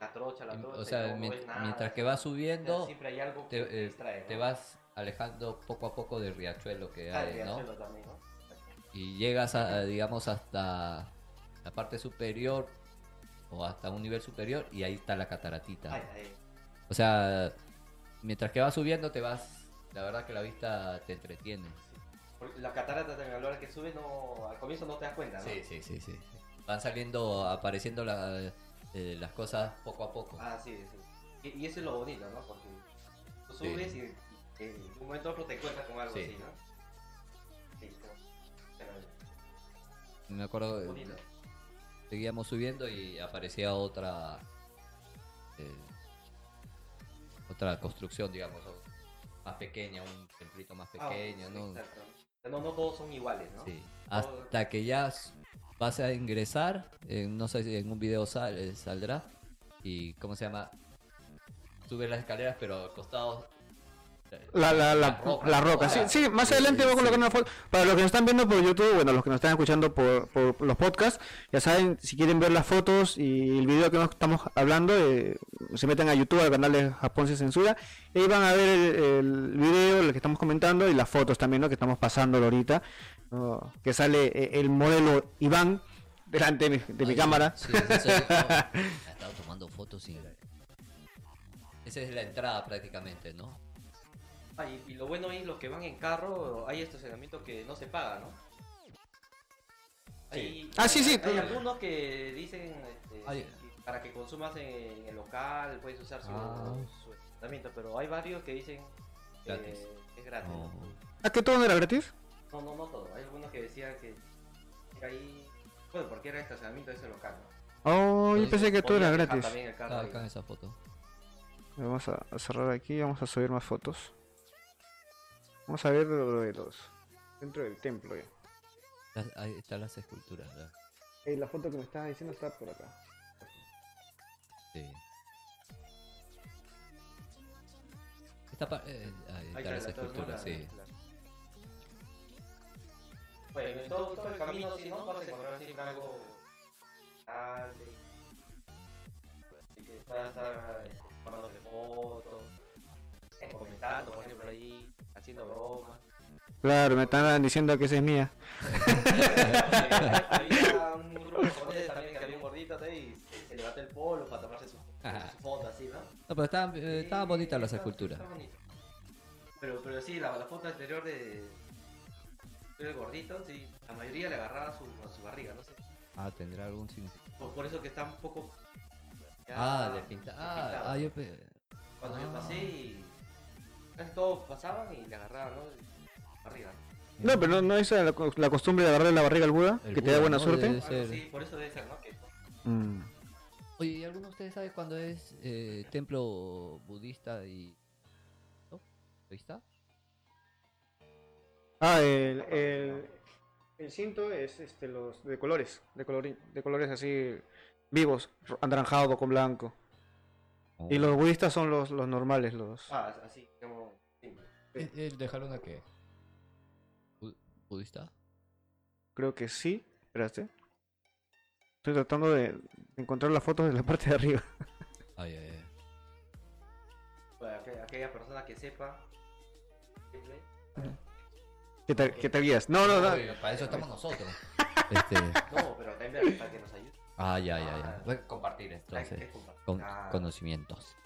[SPEAKER 5] la trocha, la
[SPEAKER 2] Im-
[SPEAKER 5] trocha.
[SPEAKER 2] O
[SPEAKER 5] y
[SPEAKER 2] sea,
[SPEAKER 5] no
[SPEAKER 2] mien-
[SPEAKER 5] este ves nada,
[SPEAKER 2] mientras que
[SPEAKER 5] o sea,
[SPEAKER 2] vas subiendo,
[SPEAKER 5] siempre hay algo que te
[SPEAKER 2] te, eh,
[SPEAKER 5] distrae. ¿no?
[SPEAKER 2] te vas alejando poco a poco del riachuelo que
[SPEAKER 5] Ah,
[SPEAKER 2] hay,
[SPEAKER 5] el
[SPEAKER 2] ¿no?
[SPEAKER 5] riachuelo también, ¿no?
[SPEAKER 2] Y llegas, a, digamos, hasta la parte superior o hasta un nivel superior y ahí está la
[SPEAKER 5] Ay,
[SPEAKER 2] cataratita.
[SPEAKER 5] ay.
[SPEAKER 2] O sea, mientras que vas subiendo te vas, la verdad que la vista te entretiene.
[SPEAKER 5] Porque la catarata también, a la hora que subes, no, al comienzo no te das cuenta, ¿no?
[SPEAKER 2] sí, sí, sí. van saliendo, apareciendo la- eh, las cosas poco a poco.
[SPEAKER 5] Ah, sí, sí. Y, y eso es lo bonito, ¿no? Porque tú
[SPEAKER 2] Sí.
[SPEAKER 5] subes y, y en un momento u otro te encuentras con algo
[SPEAKER 2] Sí.
[SPEAKER 5] así, ¿no? Sí, como- pero
[SPEAKER 2] Me acuerdo, eh,
[SPEAKER 5] bonito.
[SPEAKER 2] seguíamos subiendo y aparecía otra eh, otra construcción, digamos, o- más pequeña, un templito más
[SPEAKER 5] Ah,
[SPEAKER 2] pequeño,
[SPEAKER 5] sí,
[SPEAKER 2] ¿no?
[SPEAKER 5] exacto. No, no todos son iguales, ¿no?
[SPEAKER 2] Sí. Hasta que ya s- vas a ingresar, eh, no sé si en un video sal- eh, saldrá, y ¿cómo se llama? Sube las escaleras, pero costados.
[SPEAKER 1] La, la, la,
[SPEAKER 2] La roca.
[SPEAKER 1] la roca. Sí,
[SPEAKER 2] Ah,
[SPEAKER 1] sí, más
[SPEAKER 2] sí,
[SPEAKER 1] adelante voy a colocar
[SPEAKER 2] sí.
[SPEAKER 1] una foto. Para los que nos están viendo por YouTube, bueno, los que nos están escuchando por, por los podcasts, ya saben, si quieren ver las fotos y el video que nos estamos hablando, eh, se meten a YouTube, al canal de Japón Sin Censura, y ahí van a ver el, el video, lo que estamos comentando, y las fotos también, ¿no? Que estamos pasando ahorita, ¿no? que sale eh, el modelo Iván delante de mi, de mi
[SPEAKER 2] Ay,
[SPEAKER 1] cámara.
[SPEAKER 2] sí, sí, soy yo. Me ha estado tomando fotos y. Esa es la entrada prácticamente, ¿no?
[SPEAKER 5] Ah, y, y lo bueno es los que van en carro, hay estacionamiento que no se paga, ¿no? Hay-
[SPEAKER 1] Ah, sí, sí,
[SPEAKER 5] Hay
[SPEAKER 1] tú-
[SPEAKER 5] algunos que dicen este,
[SPEAKER 2] Ay.
[SPEAKER 5] que para que consumas en el local, puedes usar su,
[SPEAKER 2] Ah.
[SPEAKER 5] su estacionamiento, pero hay varios que dicen que
[SPEAKER 2] Gratis.
[SPEAKER 5] es gratis.
[SPEAKER 1] Oh.
[SPEAKER 2] No.
[SPEAKER 1] ¿A qué todo no era gratis?
[SPEAKER 5] No, no, no todo. Hay algunos que decían que era ahí, bueno, porque era estacionamiento de ese local, ¿no?
[SPEAKER 1] Oh, yo
[SPEAKER 2] Podía-
[SPEAKER 1] pensé que todo era
[SPEAKER 5] Podías dejar
[SPEAKER 1] gratis.
[SPEAKER 5] También el carro
[SPEAKER 2] Ah,
[SPEAKER 5] ahí.
[SPEAKER 2] acá en esa foto.
[SPEAKER 1] Vamos a a cerrar aquí, vamos a subir más fotos. Vamos a ver lo lo de los. Dentro del templo ya.
[SPEAKER 2] Las- Ahí están las esculturas, ¿verdad?
[SPEAKER 1] Eh, la foto que me estabas diciendo está por acá.
[SPEAKER 2] Sí. Esta pa- eh, ahí
[SPEAKER 5] Ahí
[SPEAKER 2] están las
[SPEAKER 5] está, la
[SPEAKER 2] esculturas,
[SPEAKER 5] torre,
[SPEAKER 2] sí.
[SPEAKER 5] claro. Bueno, en todo, todo el camino, si no, vas a encontrar siempre algo. grande, y que puedas estar eh, tomándote fotos, eh, comentando, por ejemplo, ahí, haciendo bromas.
[SPEAKER 1] Claro, me estaban diciendo que esa es mía.
[SPEAKER 5] había un grupo de japoneses también que había un gordito ahí y se- se levantó el polo para tomarse su,
[SPEAKER 2] Ajá.
[SPEAKER 5] su foto así, ¿no?
[SPEAKER 2] No, pero estaban, eh, estaban
[SPEAKER 5] Sí,
[SPEAKER 2] bonitas las
[SPEAKER 5] está-
[SPEAKER 2] esculturas.
[SPEAKER 5] está bonito. Pero, pero sí, la, la foto anterior de. del gordito, sí. La mayoría le agarraba a su, a su barriga, no sé.
[SPEAKER 2] Ah, tendrá algún significado.
[SPEAKER 5] Por, por eso que está un poco. ya
[SPEAKER 2] Ah, de pintar. Ah,
[SPEAKER 5] pintado.
[SPEAKER 2] ah, yo pe-
[SPEAKER 5] Cuando yo
[SPEAKER 2] ah.
[SPEAKER 5] pasé y. casi todos pasaban y le agarraban, ¿no? Barriga.
[SPEAKER 1] No, pero no, no es la, co- la costumbre de agarrarle la barriga al Buda,
[SPEAKER 2] El
[SPEAKER 1] que te da
[SPEAKER 2] Buda,
[SPEAKER 1] buena
[SPEAKER 2] ¿no?
[SPEAKER 1] suerte.
[SPEAKER 2] De- Puede
[SPEAKER 5] Algo
[SPEAKER 2] ser.
[SPEAKER 5] así, por eso debe ser, ¿no? Que
[SPEAKER 1] Mm.
[SPEAKER 2] Oye, ¿y alguno de ustedes sabe cuándo es eh, templo budista y. ¿No? ¿Budista?
[SPEAKER 1] Ah, el, el, el cinto es este, los de colores, de, colori- de colores así vivos, ro- anaranjado con blanco.
[SPEAKER 2] Oh.
[SPEAKER 1] Y los budistas son los, los normales, los...
[SPEAKER 5] Ah, así, como. simple.
[SPEAKER 2] ¿El, el de Haruna qué? Eh, Bu- ¿Budista?
[SPEAKER 1] Creo que sí. Esperaste. Estoy tratando de encontrar las fotos de la parte de arriba.
[SPEAKER 2] Ay, ay, ay.
[SPEAKER 5] Para pues, aqu- aquella persona que sepa. simple.
[SPEAKER 1] Que te, que te guías. No, no, no.
[SPEAKER 2] Oye, para eso estamos nosotros. Este,
[SPEAKER 5] No, pero también para que nos ayude.
[SPEAKER 2] ah, ya, ya, ya. Voy a Compartir Ah. entonces. Con, conocimientos.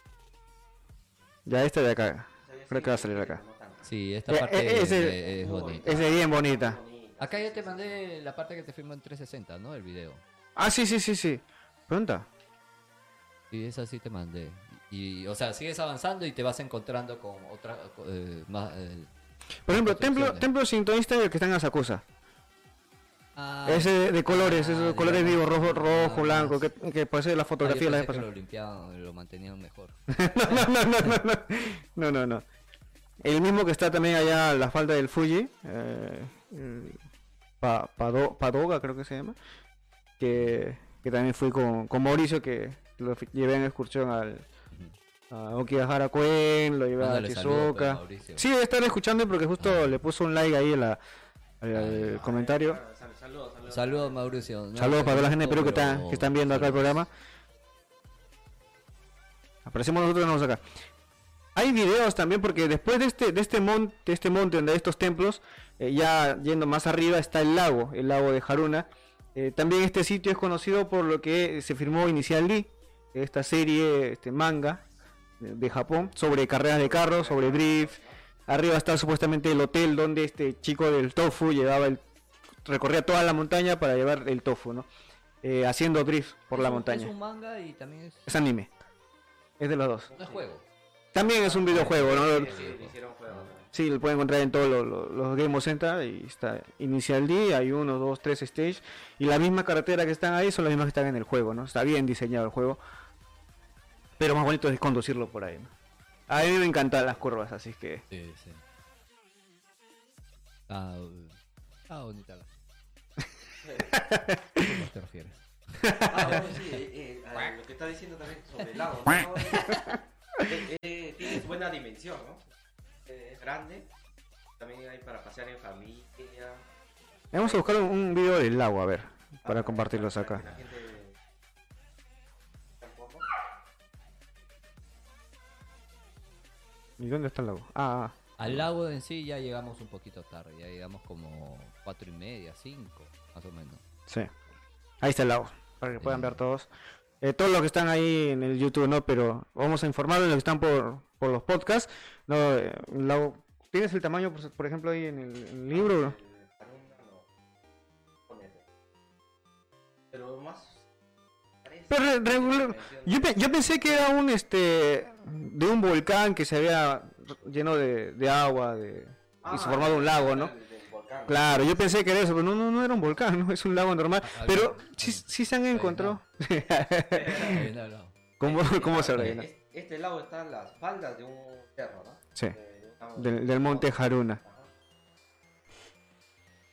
[SPEAKER 1] Ya esta de acá. Creo que va a salir acá.
[SPEAKER 2] Sí, esta
[SPEAKER 1] Eh,
[SPEAKER 2] parte
[SPEAKER 1] eh,
[SPEAKER 2] es,
[SPEAKER 1] ese- eh,
[SPEAKER 2] es bonita.
[SPEAKER 1] Es de bien bonita.
[SPEAKER 2] Acá ya te mandé la parte que te firmó en 360, ¿no? El video.
[SPEAKER 1] Ah, sí, sí, sí, sí. Pronta.
[SPEAKER 2] Sí, esa sí te mandé. Y, o sea, sigues avanzando y te vas encontrando con otra. con, eh, más, eh,
[SPEAKER 1] Por ejemplo,
[SPEAKER 2] Construcciones.
[SPEAKER 1] templo, templo sintonista del que están en Asakusa.
[SPEAKER 2] ah,
[SPEAKER 1] Ese de, de colores,
[SPEAKER 2] ah,
[SPEAKER 1] esos
[SPEAKER 2] digamos,
[SPEAKER 1] colores vivos, rojo,
[SPEAKER 2] ah,
[SPEAKER 1] rojo, blanco, que, que parece la
[SPEAKER 2] ah, yo
[SPEAKER 1] fotografía de la vez
[SPEAKER 2] pensé que
[SPEAKER 1] pasada.
[SPEAKER 2] lo limpiaban, lo mantenían mejor.
[SPEAKER 1] No, no, no, no, no. No, no, no. El mismo que está también allá a la falda del Fuji. eh, eh, Pa- Pado- Padoga, creo que se llama. Que, que también fui con, con Mauricio, que lo fi- llevé en excursión al. A Okigahara Kuen, lo llevé a
[SPEAKER 2] Mándale saludos, pues,
[SPEAKER 1] Shizuoka.
[SPEAKER 2] Mauricio.
[SPEAKER 1] Sí, debe estar escuchando porque justo le puso un like ahí a la- al, al comentario.
[SPEAKER 5] Saludos, saludos.
[SPEAKER 2] Saludos, Mauricio. No,
[SPEAKER 1] Saludos para toda la gente de Perú que,
[SPEAKER 2] pero-
[SPEAKER 1] está, que están viendo acá el programa. Aparecemos nosotros y nos vamos acá. Hay videos también porque después de este, de este monte, de este monte donde hay estos templos, eh, ya yendo más arriba está el lago, el lago de Haruna. Eh, también este sitio es conocido por lo que se firmó Inicial D, esta serie, este manga de, de Japón, sobre carreras de carros, sobre drift. Arriba está supuestamente el hotel donde este chico del tofu llevaba el recorría toda la montaña para llevar el tofu, ¿no? eh, haciendo drift por la
[SPEAKER 2] Es un-
[SPEAKER 1] montaña.
[SPEAKER 2] Es un manga y también es.
[SPEAKER 1] Es anime. Es de los dos.
[SPEAKER 2] No es juego.
[SPEAKER 1] También es un videojuego, ¿no?
[SPEAKER 5] Sí, le hicieron juego. ¿no?
[SPEAKER 1] Sí, lo pueden encontrar en todos los, los- los Game of Center. Y está Inicial D, hay uno, dos, tres stage. Y la misma carretera que están ahí son las mismas que están en el juego, ¿no? Está bien diseñado el juego. Pero más bonito es conducirlo por ahí, ¿no? A mí me encantan las curvas, así que...
[SPEAKER 2] Sí, sí. Ah, eh, ah, bonita la. ¿A qué te refieres?
[SPEAKER 5] Ah, bueno, sí, eh, eh, a lo que está diciendo también sobre el lago. ¿no? Eh, eh, tiene buena dimensión, ¿no? Eh, es grande. También hay para pasear en familia.
[SPEAKER 1] Vamos a buscar un, un video del lago, a ver. Para compartirlos
[SPEAKER 5] para que
[SPEAKER 1] acá.
[SPEAKER 5] la gente- Tampoco.
[SPEAKER 1] ¿Y dónde está el lago? Ah, ah.
[SPEAKER 2] Al lago en sí ya llegamos un poquito tarde, ya llegamos como cuatro y media, cinco, más o menos.
[SPEAKER 1] Sí. Ahí está el lago, para que puedan ver todos. Eh, todos los que están ahí en el YouTube, ¿no? Pero vamos a informar de los que están por, por los podcasts. No, Eh, el lago- ¿Tienes el tamaño, pues, por, por ejemplo, ahí en el, en el libro? bro?
[SPEAKER 5] Eh, Haruna, no. Ponete. Pero más. parece-
[SPEAKER 1] Pero re- regular-
[SPEAKER 5] dimensión.
[SPEAKER 1] Yo, pe- yo pensé que era un, este, de un volcán que se había lleno de, de agua de, y se
[SPEAKER 5] Ah,
[SPEAKER 1] formado un lago, ¿no?
[SPEAKER 5] del- del volcán.
[SPEAKER 1] Claro, yo pensé que era eso, pero no, no, no era un volcán, ¿no? Es un lago normal.
[SPEAKER 2] Ah,
[SPEAKER 1] Pero
[SPEAKER 2] bien.
[SPEAKER 1] sí, sí se han
[SPEAKER 2] Ahí
[SPEAKER 1] encontrado.
[SPEAKER 2] Ahí en el lago.
[SPEAKER 1] ¿Cómo, cómo se
[SPEAKER 5] Eh,
[SPEAKER 1] rellena?
[SPEAKER 5] es- Este lago está en las faldas de un cerro, ¿no?
[SPEAKER 1] Sí.
[SPEAKER 5] De- de una-
[SPEAKER 1] Del, del monte Haruna.
[SPEAKER 5] Ajá.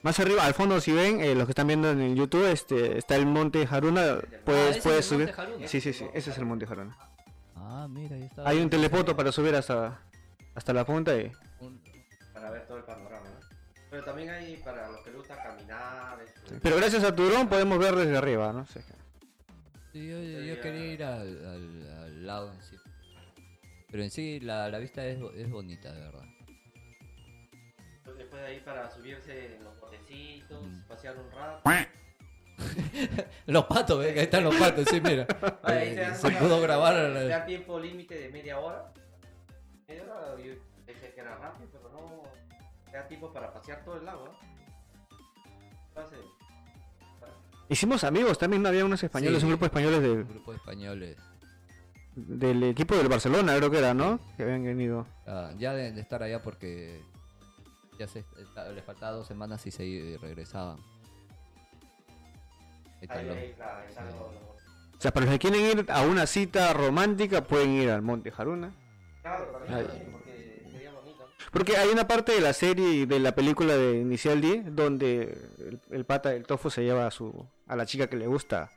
[SPEAKER 1] Más arriba, al fondo, si ven, eh, los que están viendo en el YouTube, este, está el monte Haruna. Puedes,
[SPEAKER 2] Ah, ese
[SPEAKER 1] puedes
[SPEAKER 2] es el Monte
[SPEAKER 1] subir.
[SPEAKER 2] Haruna. Oh.
[SPEAKER 1] Sí, sí, sí, ese es el monte Haruna.
[SPEAKER 2] Ah, mira, ahí está.
[SPEAKER 1] Hay un telepoto para subir hasta, hasta la punta y.
[SPEAKER 2] Un-
[SPEAKER 5] Para ver todo el panorama, ¿no? Pero también hay para los que le gusta caminar. este,
[SPEAKER 1] Pero gracias a tu dron podemos ver desde arriba, ¿no? Sí.
[SPEAKER 2] Sí, yo, yo- yo quería ir al, al- al lago en sí. Pero en sí la, la vista es, bo- es bonita, de verdad.
[SPEAKER 5] Después de ahí para subirse en los botecitos,
[SPEAKER 2] Mm.
[SPEAKER 5] pasear un rato.
[SPEAKER 2] Los patos, ¿eh? ahí están los patos, sí, mira.
[SPEAKER 5] Ahí
[SPEAKER 2] Eh,
[SPEAKER 5] se dan
[SPEAKER 2] se
[SPEAKER 5] cuenta
[SPEAKER 2] pudo
[SPEAKER 5] que
[SPEAKER 2] grabar.
[SPEAKER 5] Te
[SPEAKER 2] eh,
[SPEAKER 5] dan tiempo límite de media hora. Media hora, yo pensé que era rápido, pero no. Te da tiempo para pasear todo el lago. ¿no? Hace-
[SPEAKER 1] Hicimos amigos, también había unos españoles,
[SPEAKER 2] Sí.
[SPEAKER 1] un grupo de españoles
[SPEAKER 2] Un
[SPEAKER 1] de-
[SPEAKER 2] grupo de españoles.
[SPEAKER 1] del equipo del Barcelona, creo que era, ¿no? Que habían venido.
[SPEAKER 2] Ah, ya de, de estar allá porque ya se está- les faltaba dos semanas y se i- regresaban. Ahí están
[SPEAKER 5] ahí-
[SPEAKER 2] los-
[SPEAKER 5] ahí está, ahí están los- los-
[SPEAKER 1] O sea, para los que quieren ir a una cita romántica, pueden ir al monte Haruna.
[SPEAKER 5] Claro,
[SPEAKER 1] Ahí.
[SPEAKER 5] también, también, porque sería bonito.
[SPEAKER 1] Porque hay una parte de la serie y de la película de Inicial D donde el, el pata del tofu se lleva a su a la chica que le gusta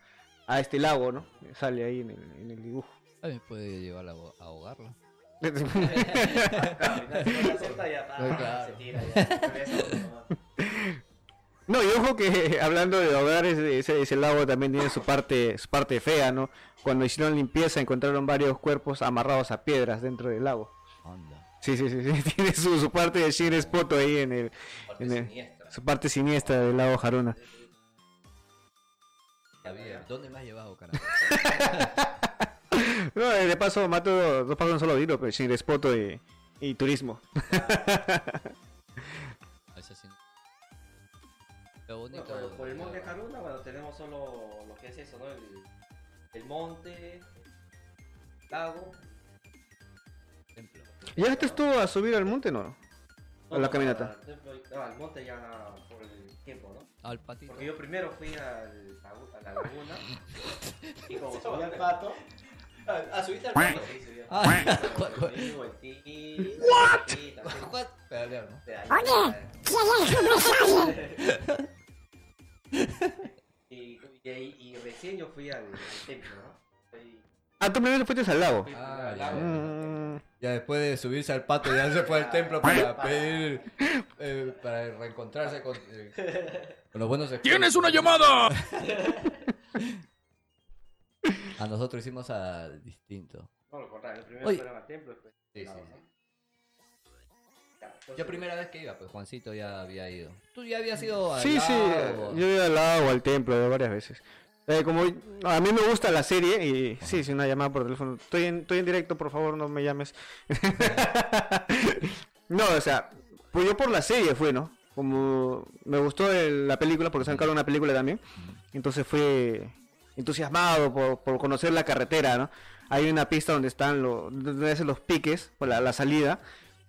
[SPEAKER 1] a este lago, ¿no? Sale ahí en el, en el dibujo.
[SPEAKER 2] También puede llevarla a bo- a ahogarla.
[SPEAKER 5] Claro, si no la suelta, ya, ah,
[SPEAKER 2] Claro.
[SPEAKER 5] se tira, ya, regresa, ¿no?
[SPEAKER 1] no, y ojo que hablando de hogar, ese, ese- ese lago también tiene su parte, su parte fea, ¿no? Cuando hicieron limpieza encontraron varios cuerpos amarrados a piedras dentro del lago.
[SPEAKER 2] Anda.
[SPEAKER 1] Sí, sí, sí, sí, tiene su, su parte de Shin Spoto ahí en el,
[SPEAKER 5] Parte
[SPEAKER 1] en el-
[SPEAKER 5] siniestra.
[SPEAKER 1] su parte siniestra del lago Jaruna.
[SPEAKER 2] Javier, ¿dónde me has llevado, carajo?
[SPEAKER 1] No, eh, de paso mato dos, dos pasos en un solo tiro, pero sin despoto y, y turismo.
[SPEAKER 2] A veces sí. Lo
[SPEAKER 5] Bueno,
[SPEAKER 2] bonito.
[SPEAKER 5] por, por el
[SPEAKER 2] de-
[SPEAKER 5] monte Haruna, bueno, tenemos solo lo que es eso, ¿no? El, el monte, el lago.
[SPEAKER 2] templo.
[SPEAKER 1] ¿Llegaste tú a subir al monte, no?
[SPEAKER 5] No,
[SPEAKER 1] A la
[SPEAKER 5] no,
[SPEAKER 1] caminata.
[SPEAKER 5] al templo y- No, al monte ya por el tiempo, ¿no?
[SPEAKER 2] Al patito.
[SPEAKER 5] Porque yo primero fui al, lagu- a la laguna y como subí al pato.
[SPEAKER 3] Ah, subiste al
[SPEAKER 5] sí, subí al pato,
[SPEAKER 2] Ah,
[SPEAKER 5] pero
[SPEAKER 2] ¿cuál- cuál?
[SPEAKER 5] me di vueltita, vueltita,
[SPEAKER 2] ¿Cuál? Pedalear, ¿no?
[SPEAKER 5] de ahí, Y, y, ahí- y recién yo fui al, al templo, ¿no? Y-
[SPEAKER 1] Ah, tú primero fuiste al lago.
[SPEAKER 5] fui
[SPEAKER 2] Ah,
[SPEAKER 5] primero al
[SPEAKER 2] ya.
[SPEAKER 5] lago,
[SPEAKER 1] Mm,
[SPEAKER 2] Ya después de subirse al pato, ya se fue al templo para pedir. eh, para reencontrarse con, eh, con los buenos ¡Tienes una llamada! a nosotros hicimos a distinto.
[SPEAKER 5] No, lo contrario, primero
[SPEAKER 2] Oye.
[SPEAKER 5] fueron al templo, después.
[SPEAKER 2] Sí, sí,
[SPEAKER 5] al
[SPEAKER 2] sí.
[SPEAKER 5] lago, ¿no? Ya, entonces-
[SPEAKER 2] Yo primera vez que iba, pues Juancito ya había ido. Tú ya habías ido al
[SPEAKER 1] Sí, sí,
[SPEAKER 2] lago?
[SPEAKER 1] yo he ido al lago, al templo, eh, varias veces. Eh, como a mí me gusta la serie y sí, sí, una llamada por teléfono. Estoy en, estoy en directo, por favor, no me llames. no, o sea, pues yo por la serie fue, ¿no? Como me gustó el- la película, porque sacaron una película también. Entonces fue entusiasmado por, por conocer la carretera, ¿no? Hay una pista donde están los, donde hacen los piques, por la, la salida.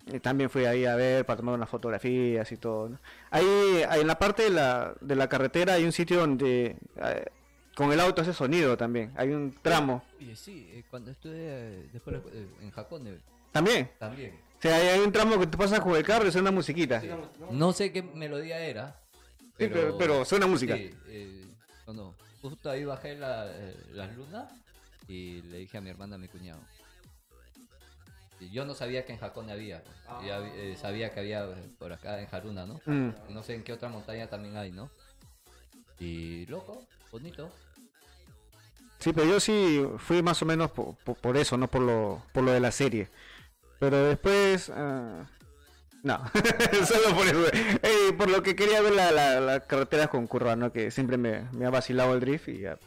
[SPEAKER 1] Y también fui ahí a ver para tomar unas fotografías y todo. ¿no? Ahí, ahí en la parte de la, de la carretera hay un sitio donde eh, con el auto hace sonido también. Hay un tramo.
[SPEAKER 2] Oye, sí, eh, cuando estuve eh, después eh, en Jacone
[SPEAKER 1] También.
[SPEAKER 2] también.
[SPEAKER 1] O sea, hay, hay un tramo que te pasas con el carro y suena musiquita. Sí,
[SPEAKER 2] No sé qué melodía era.
[SPEAKER 1] pero, pero suena música.
[SPEAKER 2] Sí, eh, no, no. Justo ahí bajé la- eh, las lunas y le dije a mi hermana, a mi cuñado. Y Yo no sabía que en Jacón había. pues. Ya, eh, sabía que había eh, por acá en Jaruna, ¿no?
[SPEAKER 1] Mm.
[SPEAKER 2] No sé en qué otra montaña también hay, ¿no? Y loco, bonito.
[SPEAKER 1] Sí, pero yo sí fui más o menos po- po- por, eso, no por lo, por lo de la serie. Pero después... ah, no, solo por eso. Eh, por lo que quería ver la- la- las carreteras con curva, ¿no? Que siempre me, me ha vacilado el drift y ya.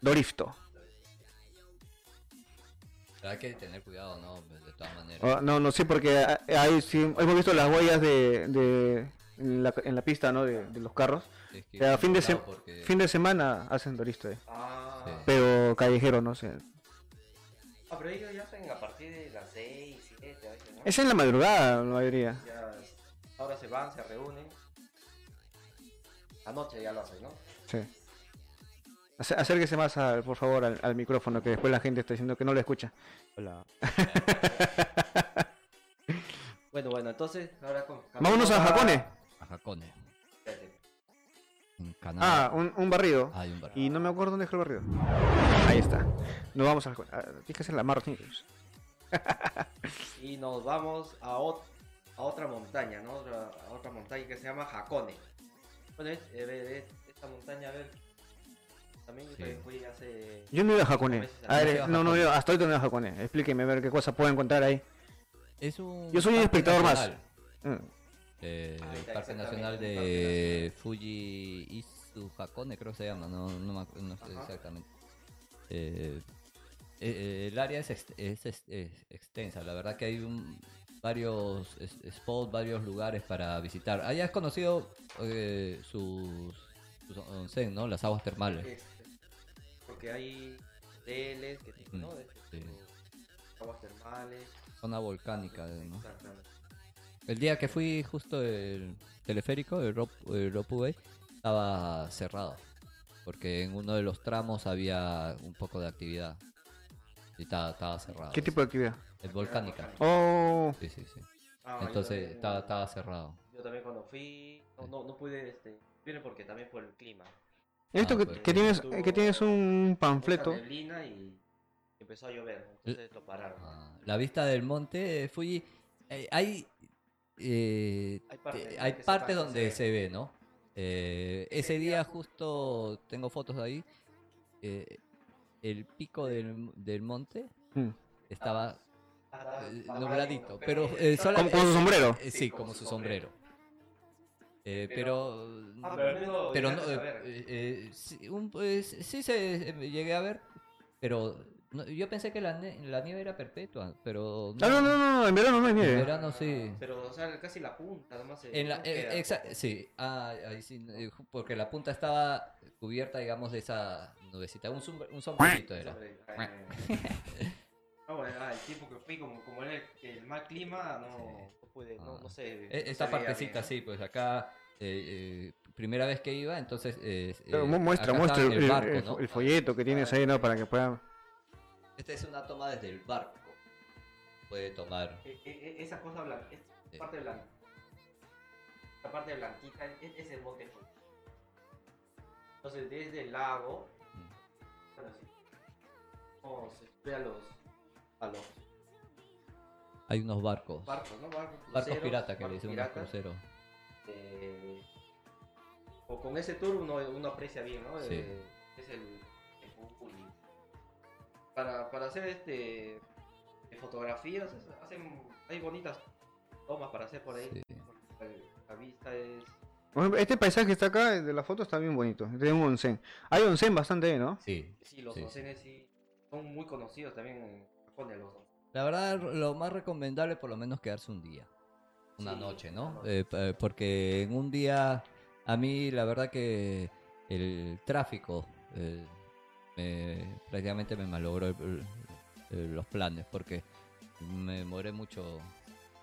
[SPEAKER 1] Dorifto.
[SPEAKER 2] Pero hay que tener cuidado, ¿no? De todas maneras.
[SPEAKER 1] Ah, no, no sé, porque ah, ahí sí hemos visto las huellas de, de- en, la, en la pista, ¿no? De, de los carros.
[SPEAKER 2] Es que
[SPEAKER 1] O sea, Ah, eh, fin, de
[SPEAKER 2] cuidado
[SPEAKER 1] sem-
[SPEAKER 2] porque-
[SPEAKER 1] fin de semana hacen dorifto, eh.
[SPEAKER 5] Ah,
[SPEAKER 2] Sí.
[SPEAKER 1] pero callejero, no sé.
[SPEAKER 5] ah, pero ellos ya hacen a partir de las 6, 7 a veces, ¿no?
[SPEAKER 1] Es en la madrugada, la mayoría.
[SPEAKER 5] Ya, ahora se van, se reúnen. Anoche ya lo hacen, ¿no?
[SPEAKER 1] Sí. Ac- Acérquese más, al- por favor, al, al micrófono, que después la gente está diciendo que no lo escucha.
[SPEAKER 7] Hola.
[SPEAKER 5] Bueno, bueno, entonces. Ahora con- Ah,
[SPEAKER 1] Vámonos a Japone.
[SPEAKER 2] A Jacone.
[SPEAKER 5] Espérate.
[SPEAKER 2] En
[SPEAKER 1] Ah,
[SPEAKER 2] Canadá.
[SPEAKER 1] un, un barrido.
[SPEAKER 2] Hay un bar.
[SPEAKER 1] Y no me acuerdo dónde dejé el barrido. Ahí está. Nos vamos a Japón. Ah, Tienes que hacer la marcha.
[SPEAKER 5] Y nos vamos a, ot- a otra montaña, ¿no? Otra- a otra montaña que se llama Hakone. Bueno, es- eh, ve- ve- esta montaña, a ver. También yo
[SPEAKER 2] Sí.
[SPEAKER 5] también fui hace.
[SPEAKER 1] Yo no iba a Hakone. A ver,
[SPEAKER 2] No
[SPEAKER 1] eh,
[SPEAKER 2] iba a
[SPEAKER 1] no, no
[SPEAKER 2] Hakone.
[SPEAKER 1] iba, hasta ahorita no iba a Hakone. Explíqueme a ver qué cosa puedo encontrar ahí.
[SPEAKER 2] Es un
[SPEAKER 1] Yo soy un
[SPEAKER 2] parque
[SPEAKER 1] espectador más.
[SPEAKER 2] nacional.
[SPEAKER 1] Mm.
[SPEAKER 2] Eh,
[SPEAKER 5] Ah, ahí
[SPEAKER 2] el
[SPEAKER 5] está,
[SPEAKER 2] Parque Nacional
[SPEAKER 5] exactamente,
[SPEAKER 2] de Fuji Izu Hakone, creo que se llama, no, no, me acu- no sé
[SPEAKER 5] Ajá.
[SPEAKER 2] exactamente. Eh, eh, eh, el área es, ex- es, es- es extensa, la verdad que hay un- varios es- spots, varios lugares para visitar. Allá es conocido eh, sus, sus onsen, ¿no? Las aguas termales.
[SPEAKER 5] que- Porque hay hoteles que tienen, ¿no? De- este
[SPEAKER 2] Sí.
[SPEAKER 5] Aguas termales.
[SPEAKER 2] Zona volcánica, ¿no?
[SPEAKER 5] Exactamente.
[SPEAKER 2] El día que fui justo el teleférico, el, Rop, el Ropway, estaba cerrado. Porque en uno de los tramos había un poco de actividad. Y estaba, estaba cerrado.
[SPEAKER 1] ¿Qué tipo de actividad?
[SPEAKER 2] Es volcánica.
[SPEAKER 1] Oh,
[SPEAKER 2] Sí, sí, sí.
[SPEAKER 5] Ah, yo
[SPEAKER 2] Entonces eh,
[SPEAKER 5] también-
[SPEAKER 2] estaba, estaba cerrado.
[SPEAKER 5] Yo también cuando fui, no, no, no pude, este, viene porque también por el clima.
[SPEAKER 1] esto
[SPEAKER 2] Ah,
[SPEAKER 1] que,
[SPEAKER 2] pues.
[SPEAKER 1] que tienes eh, que tienes un panfleto.
[SPEAKER 5] Mucha neblina y empezó a llover, entonces lo pararon.
[SPEAKER 2] Ah, la vista del monte eh, Fuji. eh, hay eh,
[SPEAKER 5] Hay partes,
[SPEAKER 2] te-
[SPEAKER 5] ¿no?
[SPEAKER 2] hay
[SPEAKER 5] que se
[SPEAKER 2] partes
[SPEAKER 5] pasan,
[SPEAKER 2] donde
[SPEAKER 5] se
[SPEAKER 2] se ve, ¿no? Eh, ese día justo tengo fotos de ahí. eh, el pico del, del monte
[SPEAKER 1] Mm.
[SPEAKER 2] estaba
[SPEAKER 5] Ah, está-
[SPEAKER 2] eh,
[SPEAKER 5] está
[SPEAKER 2] nubladito,
[SPEAKER 5] paradito,
[SPEAKER 2] pero
[SPEAKER 5] eh,
[SPEAKER 2] eh, sola-
[SPEAKER 1] Como con su
[SPEAKER 5] Ah,
[SPEAKER 1] sombrero.
[SPEAKER 2] eh, sí, como su sombrero. Eh, pero
[SPEAKER 5] Ah, pero al menos
[SPEAKER 2] mm, pero no,
[SPEAKER 5] llegaste a
[SPEAKER 2] eh,
[SPEAKER 5] ver.
[SPEAKER 2] eh, eh, sí, un- eh, sí se eh, llegué a ver, pero no, yo pensé que la, ne- la nieve era perpetua, pero
[SPEAKER 1] Ah, no, no, no, no, en verano no hay
[SPEAKER 2] En
[SPEAKER 1] nieve.
[SPEAKER 2] verano sí.
[SPEAKER 5] Pero, o sea, casi la punta, nomás. se-
[SPEAKER 2] En la,
[SPEAKER 5] no
[SPEAKER 2] eh,
[SPEAKER 5] queda.
[SPEAKER 2] exa- sí, ah, ahí sí, eh, ju- porque la punta estaba cubierta, digamos, de esa nubecita, un, sombre- un sombrerito era.
[SPEAKER 5] Sobre- eh, No, bueno, ah, el tiempo que fui, como, como era el, el mal clima, no,
[SPEAKER 2] Sí.
[SPEAKER 5] no pude, no,
[SPEAKER 2] Ah.
[SPEAKER 5] no sé.
[SPEAKER 2] E- Esta partecita, sí, pues acá, eh, eh, primera vez que iba, entonces... eh,
[SPEAKER 1] Pero
[SPEAKER 2] eh,
[SPEAKER 1] mu- muestra,
[SPEAKER 2] acá
[SPEAKER 1] muestra
[SPEAKER 2] estaba
[SPEAKER 1] el,
[SPEAKER 2] el barco,
[SPEAKER 1] el-
[SPEAKER 2] ¿no?
[SPEAKER 1] el folleto que tienes ahí, ¿no? Para que puedan...
[SPEAKER 2] Esta es una toma desde el barco. Puede tomar.
[SPEAKER 5] e, esa cosa blanca, esta
[SPEAKER 2] Sí.
[SPEAKER 5] parte blanca. La parte blanquita es, es el monte. Fuji. Entonces, desde el lago,
[SPEAKER 2] Mm.
[SPEAKER 5] bueno, sí. No, se ve a los, a los
[SPEAKER 2] Hay unos barcos.
[SPEAKER 5] barcos, ¿no? Barcos,
[SPEAKER 2] Barcos
[SPEAKER 5] cruceros,
[SPEAKER 2] pirata que le
[SPEAKER 5] barcos
[SPEAKER 2] dicen unos
[SPEAKER 5] piratas.
[SPEAKER 2] cruceros.
[SPEAKER 5] eh, o con ese tour uno, uno aprecia bien, ¿no?
[SPEAKER 2] Sí.
[SPEAKER 5] Eh, es el, el Fuji. Para, para hacer este de fotografías es- hacen, hay bonitas tomas para hacer por ahí.
[SPEAKER 2] Sí.
[SPEAKER 5] Eh, La vista es
[SPEAKER 1] Por ejemplo, Este paisaje que está acá, el de la foto, está bien bonito. Tiene un onsen. Hay onsen bastante, ahí, ¿no?
[SPEAKER 2] Sí.
[SPEAKER 5] sí, los
[SPEAKER 2] Sí, sí.
[SPEAKER 5] oncenes sí son muy conocidos también en Japón de los oncenes.
[SPEAKER 2] La verdad, lo más recomendable por lo menos quedarse un día. Una
[SPEAKER 5] Sí,
[SPEAKER 2] noche,
[SPEAKER 5] una
[SPEAKER 2] ¿no?
[SPEAKER 5] noche.
[SPEAKER 2] Eh, pa- porque en un día, a mí la verdad que el tráfico eh, me- prácticamente me malogró el- el- los planes porque me demoré mucho,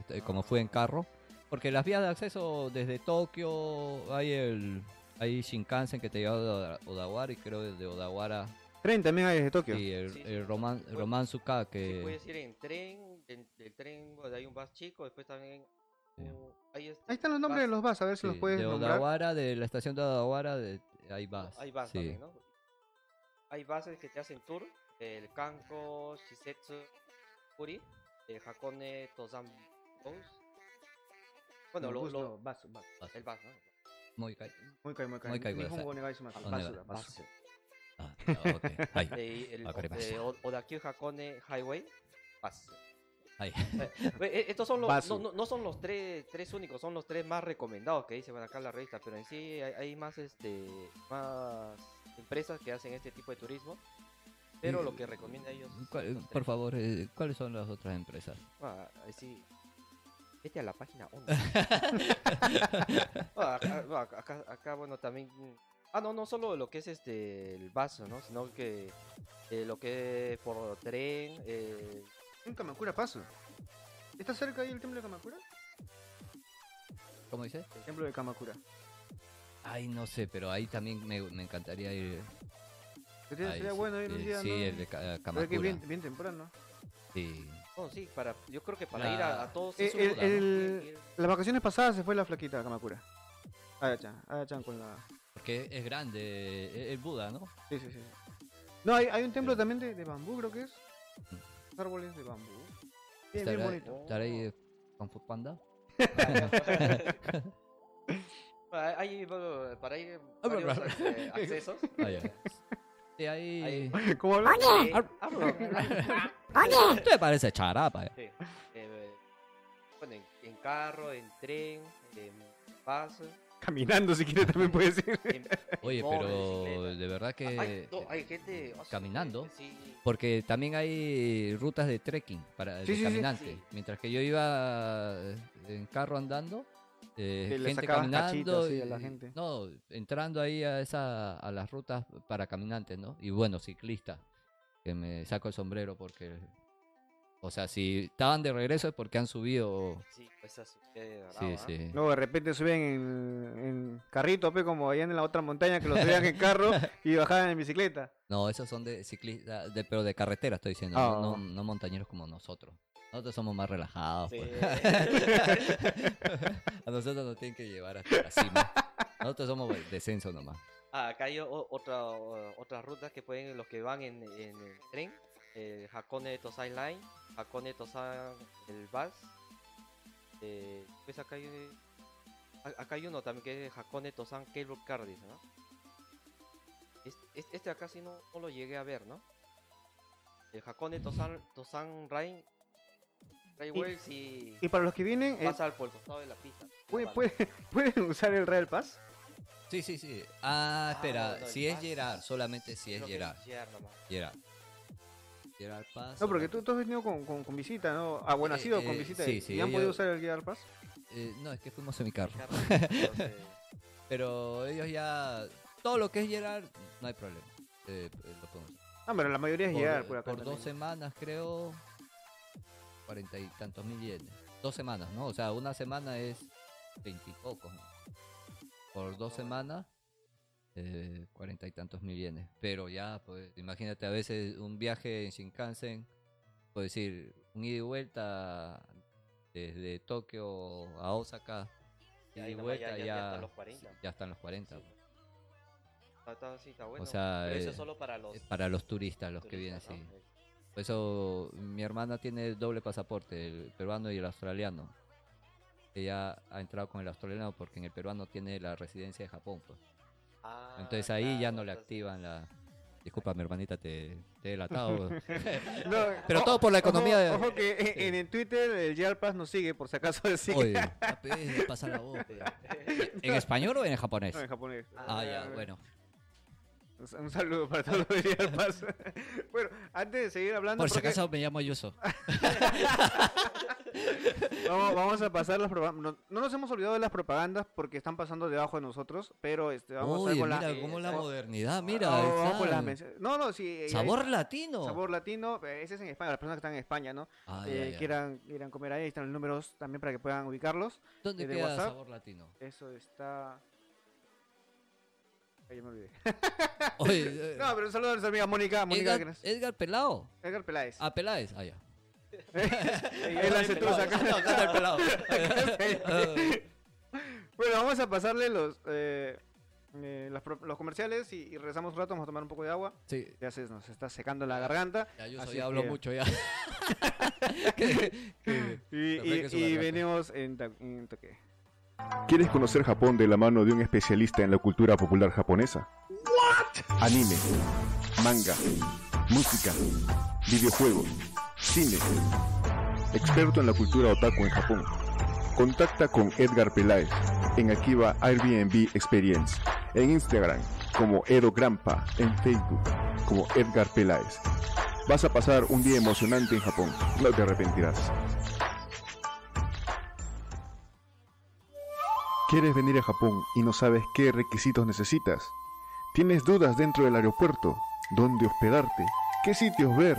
[SPEAKER 2] eh, como fue en carro, porque las vías de acceso desde Tokio hay el hay Shinkansen que te lleva a Oda- Odawara y creo desde Odawara
[SPEAKER 1] Tren también hay desde Tokio.
[SPEAKER 2] y el,
[SPEAKER 5] Sí, sí.
[SPEAKER 2] el Roman, Romansuka
[SPEAKER 5] Sí,
[SPEAKER 2] que
[SPEAKER 5] puedes ir en tren, del, del tren, bueno, hay un bus chico, después también...
[SPEAKER 2] Sí.
[SPEAKER 5] uh, hay este
[SPEAKER 1] Ahí están los nombres de
[SPEAKER 5] bus-
[SPEAKER 1] los vas, a ver si
[SPEAKER 2] sí,
[SPEAKER 1] los puedes
[SPEAKER 2] de
[SPEAKER 1] nombrar.
[SPEAKER 2] Odawara, de la estación de Odawara, de, ahí vas.
[SPEAKER 5] Hay bus
[SPEAKER 2] sí.
[SPEAKER 5] también, ¿no? Hay buses que te hacen tour, el Kanko, Shisetsu, Kuri, el Hakone, Tozan, Bus. Bueno, lo, lo-
[SPEAKER 1] Basu, basu.
[SPEAKER 5] el bus, ¿no?
[SPEAKER 2] Muy ca-
[SPEAKER 1] Muy cae, muy cae.
[SPEAKER 2] Muy cae,
[SPEAKER 1] Nihongo
[SPEAKER 2] Kurosaki.
[SPEAKER 1] onegaishimasu.
[SPEAKER 2] Ah,
[SPEAKER 1] Basu,
[SPEAKER 2] nega-
[SPEAKER 1] basu.
[SPEAKER 2] Ah, ah, ok. Ahí,
[SPEAKER 5] De, el,
[SPEAKER 2] Ah,
[SPEAKER 5] o-
[SPEAKER 2] caramba.
[SPEAKER 5] de O- Odakyu Hakone Highway, bus.
[SPEAKER 2] ahí.
[SPEAKER 5] Ve, e- Estos son los,
[SPEAKER 1] Vaso.
[SPEAKER 5] no, no- no son los tres, tres únicos, son los tres más recomendados que dice bueno, acá la revista, pero en sí hay, hay más este más empresas que hacen este tipo de turismo. Pero lo que recomienda ellos,
[SPEAKER 2] Mm. ¿Cuál-
[SPEAKER 5] los
[SPEAKER 2] por
[SPEAKER 5] tres.
[SPEAKER 2] favor, eh, ¿cuáles son las otras empresas?
[SPEAKER 5] Ah, ahí sí. Vete a la página 11. Ah, acá, bueno, acá- acá- acá, bueno, también. Ah, no, no solo lo que es este el vaso, ¿no? Sino que eh, lo que es por tren, eh,
[SPEAKER 1] ¿En Kamakura paso? ¿Está cerca ahí el templo de Kamakura?
[SPEAKER 2] ¿Cómo dices?
[SPEAKER 1] El templo de Kamakura.
[SPEAKER 2] Ay, no sé, pero ahí también me, me encantaría ir.
[SPEAKER 1] Sería,
[SPEAKER 2] Ahí
[SPEAKER 1] sería
[SPEAKER 2] sí,
[SPEAKER 1] bueno ir un
[SPEAKER 2] eh,
[SPEAKER 1] día,
[SPEAKER 2] Sí,
[SPEAKER 1] ¿no?
[SPEAKER 2] el de Ka-
[SPEAKER 1] Pero que
[SPEAKER 2] Kamakura.
[SPEAKER 1] bien, bien temprano.
[SPEAKER 2] Sí.
[SPEAKER 5] No, sí, para, yo creo que para
[SPEAKER 2] La-
[SPEAKER 5] ir a, a todos
[SPEAKER 1] Eh,
[SPEAKER 5] es un
[SPEAKER 1] el-
[SPEAKER 5] lugar, ¿no?
[SPEAKER 1] el-
[SPEAKER 5] Ir- ir-
[SPEAKER 1] Las vacaciones pasadas se fue la flaquita a Kamakura. Ayachan, Ayachan con la...
[SPEAKER 2] Porque es grande eh, el Buda, ¿no?
[SPEAKER 1] Sí, sí, sí. No, hay, hay un templo también de, de bambú, creo que es. Árboles de bambú. Bien, bien
[SPEAKER 2] Mm. Estará-
[SPEAKER 1] bonito.
[SPEAKER 2] estará ahí eh, con Food Panda.
[SPEAKER 5] Ah, Hay, bueno, para ir
[SPEAKER 2] Ah,
[SPEAKER 5] varios,
[SPEAKER 2] bla, bla.
[SPEAKER 5] este, accesos.
[SPEAKER 2] Ah, ya. Sí, ahí.
[SPEAKER 5] Ahí-
[SPEAKER 1] ¿Cómo hablas?
[SPEAKER 5] Eh, ah, bla, bla, bla.
[SPEAKER 2] Te parece charapa. eh.
[SPEAKER 5] Sí, eh, bueno, en, en carro, en tren, en paso,
[SPEAKER 1] Caminando, si quieres, también puedes ir.
[SPEAKER 5] en,
[SPEAKER 2] Oye,
[SPEAKER 5] en moto, en
[SPEAKER 2] pero
[SPEAKER 5] bicicleta.
[SPEAKER 2] de verdad que. eh,
[SPEAKER 5] Ah, hay, no, hay gente ah, sí,
[SPEAKER 2] caminando.
[SPEAKER 5] Sí,
[SPEAKER 2] Porque también hay rutas de trekking para
[SPEAKER 1] Sí,
[SPEAKER 2] de
[SPEAKER 1] sí, sí.
[SPEAKER 2] caminante.
[SPEAKER 5] Sí.
[SPEAKER 2] Mientras que yo iba eh, en carro andando, eh,
[SPEAKER 1] Que le
[SPEAKER 2] gente
[SPEAKER 1] sacabas
[SPEAKER 2] caminando,
[SPEAKER 1] cachitos, sí, a la
[SPEAKER 2] y-
[SPEAKER 1] gente.
[SPEAKER 2] no, entrando ahí a esa a las rutas para caminantes, ¿no? Y bueno, ciclistas, que me saco el sombrero porque o sea, si estaban de regreso es porque han subido.
[SPEAKER 5] sí, pues así, eh, bravo,
[SPEAKER 2] Sí,
[SPEAKER 5] ¿ah?
[SPEAKER 2] sí.
[SPEAKER 1] Luego de repente suben en, en carrito, pe, como allá en la otra montaña que los subían en carro y bajaban en bicicleta.
[SPEAKER 2] No, esos son de ciclistas, de, pero de carretera estoy diciendo,
[SPEAKER 1] Ah.
[SPEAKER 2] no, no, no montañeros como nosotros. Nosotros somos más relajados.
[SPEAKER 5] Sí.
[SPEAKER 2] pues. A nosotros nos tienen que llevar hasta la cima. Nosotros somos de- descenso nomás.
[SPEAKER 5] Ah, acá hay o- otra, o- otras rutas que pueden los que van en, en el tren. El Hakone Tosai Line, Hakone Tosai el bus. Eh, pues acá hay, a- acá hay uno también que es Hakone Tosan Cable Cardis, ¿no? Es- es- Este, acá sí no, no lo llegué a ver, ¿no? El Hakone Tosan, Tosan Rain. Railway sí
[SPEAKER 1] Y para los que vienen, eh,
[SPEAKER 5] pasa por el costado de la pista.
[SPEAKER 1] ¿pueden, pueden- pueden usar el Real Pass?
[SPEAKER 2] Sí, sí, sí. Ah, espera.
[SPEAKER 5] no, no,
[SPEAKER 2] si
[SPEAKER 5] el
[SPEAKER 2] es
[SPEAKER 5] Paz-
[SPEAKER 2] Gerard, solamente si es
[SPEAKER 5] Creo que
[SPEAKER 2] Gerard.
[SPEAKER 5] Gerard nomás.
[SPEAKER 2] Gerard. Gerard Paz.
[SPEAKER 1] No, porque tú, tú has venido con, con- con visita, ¿no? Ah, bueno, has
[SPEAKER 2] Eh,
[SPEAKER 1] ido
[SPEAKER 2] eh,
[SPEAKER 1] con visita.
[SPEAKER 2] sí,
[SPEAKER 1] ¿Y
[SPEAKER 2] sí,
[SPEAKER 1] han
[SPEAKER 2] yo-
[SPEAKER 1] podido usar el Real Pass?
[SPEAKER 2] Eh, no, es que fuimos en mi carro.
[SPEAKER 5] Gerard, entonces-
[SPEAKER 2] Pero ellos ya. Todo lo que es Gerard, no hay problema. Eh, eh, lo podemos-
[SPEAKER 1] Ah, pero la mayoría es llegar
[SPEAKER 2] por,
[SPEAKER 1] por acá.
[SPEAKER 2] por dos
[SPEAKER 1] también.
[SPEAKER 2] semanas, creo. Cuarenta y tantos mil yenes. Dos semanas, ¿no? O sea, una semana es veintipocos. ¿no?
[SPEAKER 1] Ah,
[SPEAKER 2] Por dos semanas, eh, cuarenta y tantos mil yenes. Pero ya, pues, imagínate a veces un viaje en Shinkansen, por decir, un ida y vuelta desde Tokio a Osaka.
[SPEAKER 5] Ya,
[SPEAKER 2] ida
[SPEAKER 5] ahí
[SPEAKER 2] y
[SPEAKER 5] nomás
[SPEAKER 2] vuelta ya,
[SPEAKER 5] ya- ya- ya están los 40.
[SPEAKER 2] ya están los 40.
[SPEAKER 5] Sí. Está, está- sí, está bueno.
[SPEAKER 2] sea,
[SPEAKER 5] pero eso
[SPEAKER 2] eh,
[SPEAKER 5] es solo para los
[SPEAKER 2] eh, Para los turistas, los que vienen
[SPEAKER 5] turistas,
[SPEAKER 2] así.
[SPEAKER 5] ¿no? Eh,
[SPEAKER 2] Por eso Pues, oh, mi hermana tiene el doble pasaporte, el peruano y el australiano. Ella ha entrado con el australiano porque en el peruano tiene la residencia de Japón. pues.
[SPEAKER 5] ah,
[SPEAKER 2] Entonces ahí ya
[SPEAKER 5] claro,
[SPEAKER 2] no le
[SPEAKER 5] entonces-
[SPEAKER 2] activan la... Disculpa, mi hermanita, te, te he delatado.
[SPEAKER 1] No,
[SPEAKER 2] Pero
[SPEAKER 1] o-
[SPEAKER 2] todo por la economía de...
[SPEAKER 1] Ojo, ojo que en, en el Twitter el Real Pass nos sigue, por si acaso. Así que-
[SPEAKER 2] Oye, ya, pues, pasa la voz. pues. ¿En español o en japonés?
[SPEAKER 1] No, en japonés.
[SPEAKER 2] Ah, ya, bueno.
[SPEAKER 1] Un sa- Un saludo para todos los de Real Pass. bueno, antes de seguir hablando.
[SPEAKER 2] Por si
[SPEAKER 1] porque-
[SPEAKER 2] acaso me llamo Yuso.
[SPEAKER 1] Vamos, vamos a pasar las propagandas. No, no nos hemos olvidado de las propagandas porque están pasando debajo de nosotros, pero este, vamos a
[SPEAKER 2] Oye,
[SPEAKER 1] ver con
[SPEAKER 2] mira,
[SPEAKER 1] la...
[SPEAKER 2] cómo
[SPEAKER 1] eh,
[SPEAKER 2] la
[SPEAKER 1] vamos-
[SPEAKER 2] modernidad, mira.
[SPEAKER 1] vamos- vamos
[SPEAKER 2] ¿sabes?
[SPEAKER 1] con las menciones. No, no, sí. eh,
[SPEAKER 2] sabor
[SPEAKER 1] eh,
[SPEAKER 2] latino.
[SPEAKER 1] Sabor latino, eh, ese es en España, las personas que están en España, ¿no?
[SPEAKER 2] Ah,
[SPEAKER 1] Eh,
[SPEAKER 2] ya, ya.
[SPEAKER 1] Quieran, quieran comer ahí, están los números también para que puedan ubicarlos.
[SPEAKER 2] ¿Dónde
[SPEAKER 1] de
[SPEAKER 2] queda
[SPEAKER 1] WhatsApp?
[SPEAKER 2] sabor latino?
[SPEAKER 1] Eso está... Ahí me olvidé.
[SPEAKER 2] Oye, eh,
[SPEAKER 1] No, pero un saludo a nuestra amiga Mónica, Mónica,
[SPEAKER 2] Edgar,
[SPEAKER 1] que nos-
[SPEAKER 2] Edgar Pelado.
[SPEAKER 1] Edgar Peláez.
[SPEAKER 2] Ah, Peláez, ah, ya.
[SPEAKER 1] Ahí la centros acá.
[SPEAKER 2] No, acá está el Pelado.
[SPEAKER 1] Bueno, vamos a pasarle los eh, eh, las pro- los comerciales y, y regresamos un rato, vamos a tomar un poco de agua.
[SPEAKER 2] sí,
[SPEAKER 1] Ya se nos está secando la garganta.
[SPEAKER 2] ya yo
[SPEAKER 1] así
[SPEAKER 2] soy, hablo
[SPEAKER 1] que-
[SPEAKER 2] mucho ya. Que- que-
[SPEAKER 1] Y,
[SPEAKER 2] La
[SPEAKER 1] y-
[SPEAKER 2] verdad que es
[SPEAKER 1] y
[SPEAKER 2] una garganta.
[SPEAKER 1] venimos en, ta- en toque.
[SPEAKER 4] ¿Quieres conocer Japón de la mano de un especialista en la cultura popular japonesa? Anime, manga, música, videojuegos, cine. Experto en la cultura otaku en Japón. Contacta con Edgar Peláez en Akiba Airbnb Experience, en Instagram como Edo Grampa, en Facebook como Edgar Peláez. Vas a pasar un día emocionante en Japón, no te arrepentirás. ¿Quieres venir a Japón y no sabes qué requisitos necesitas? ¿Tienes dudas dentro del aeropuerto? ¿Dónde hospedarte? ¿Qué sitios ver?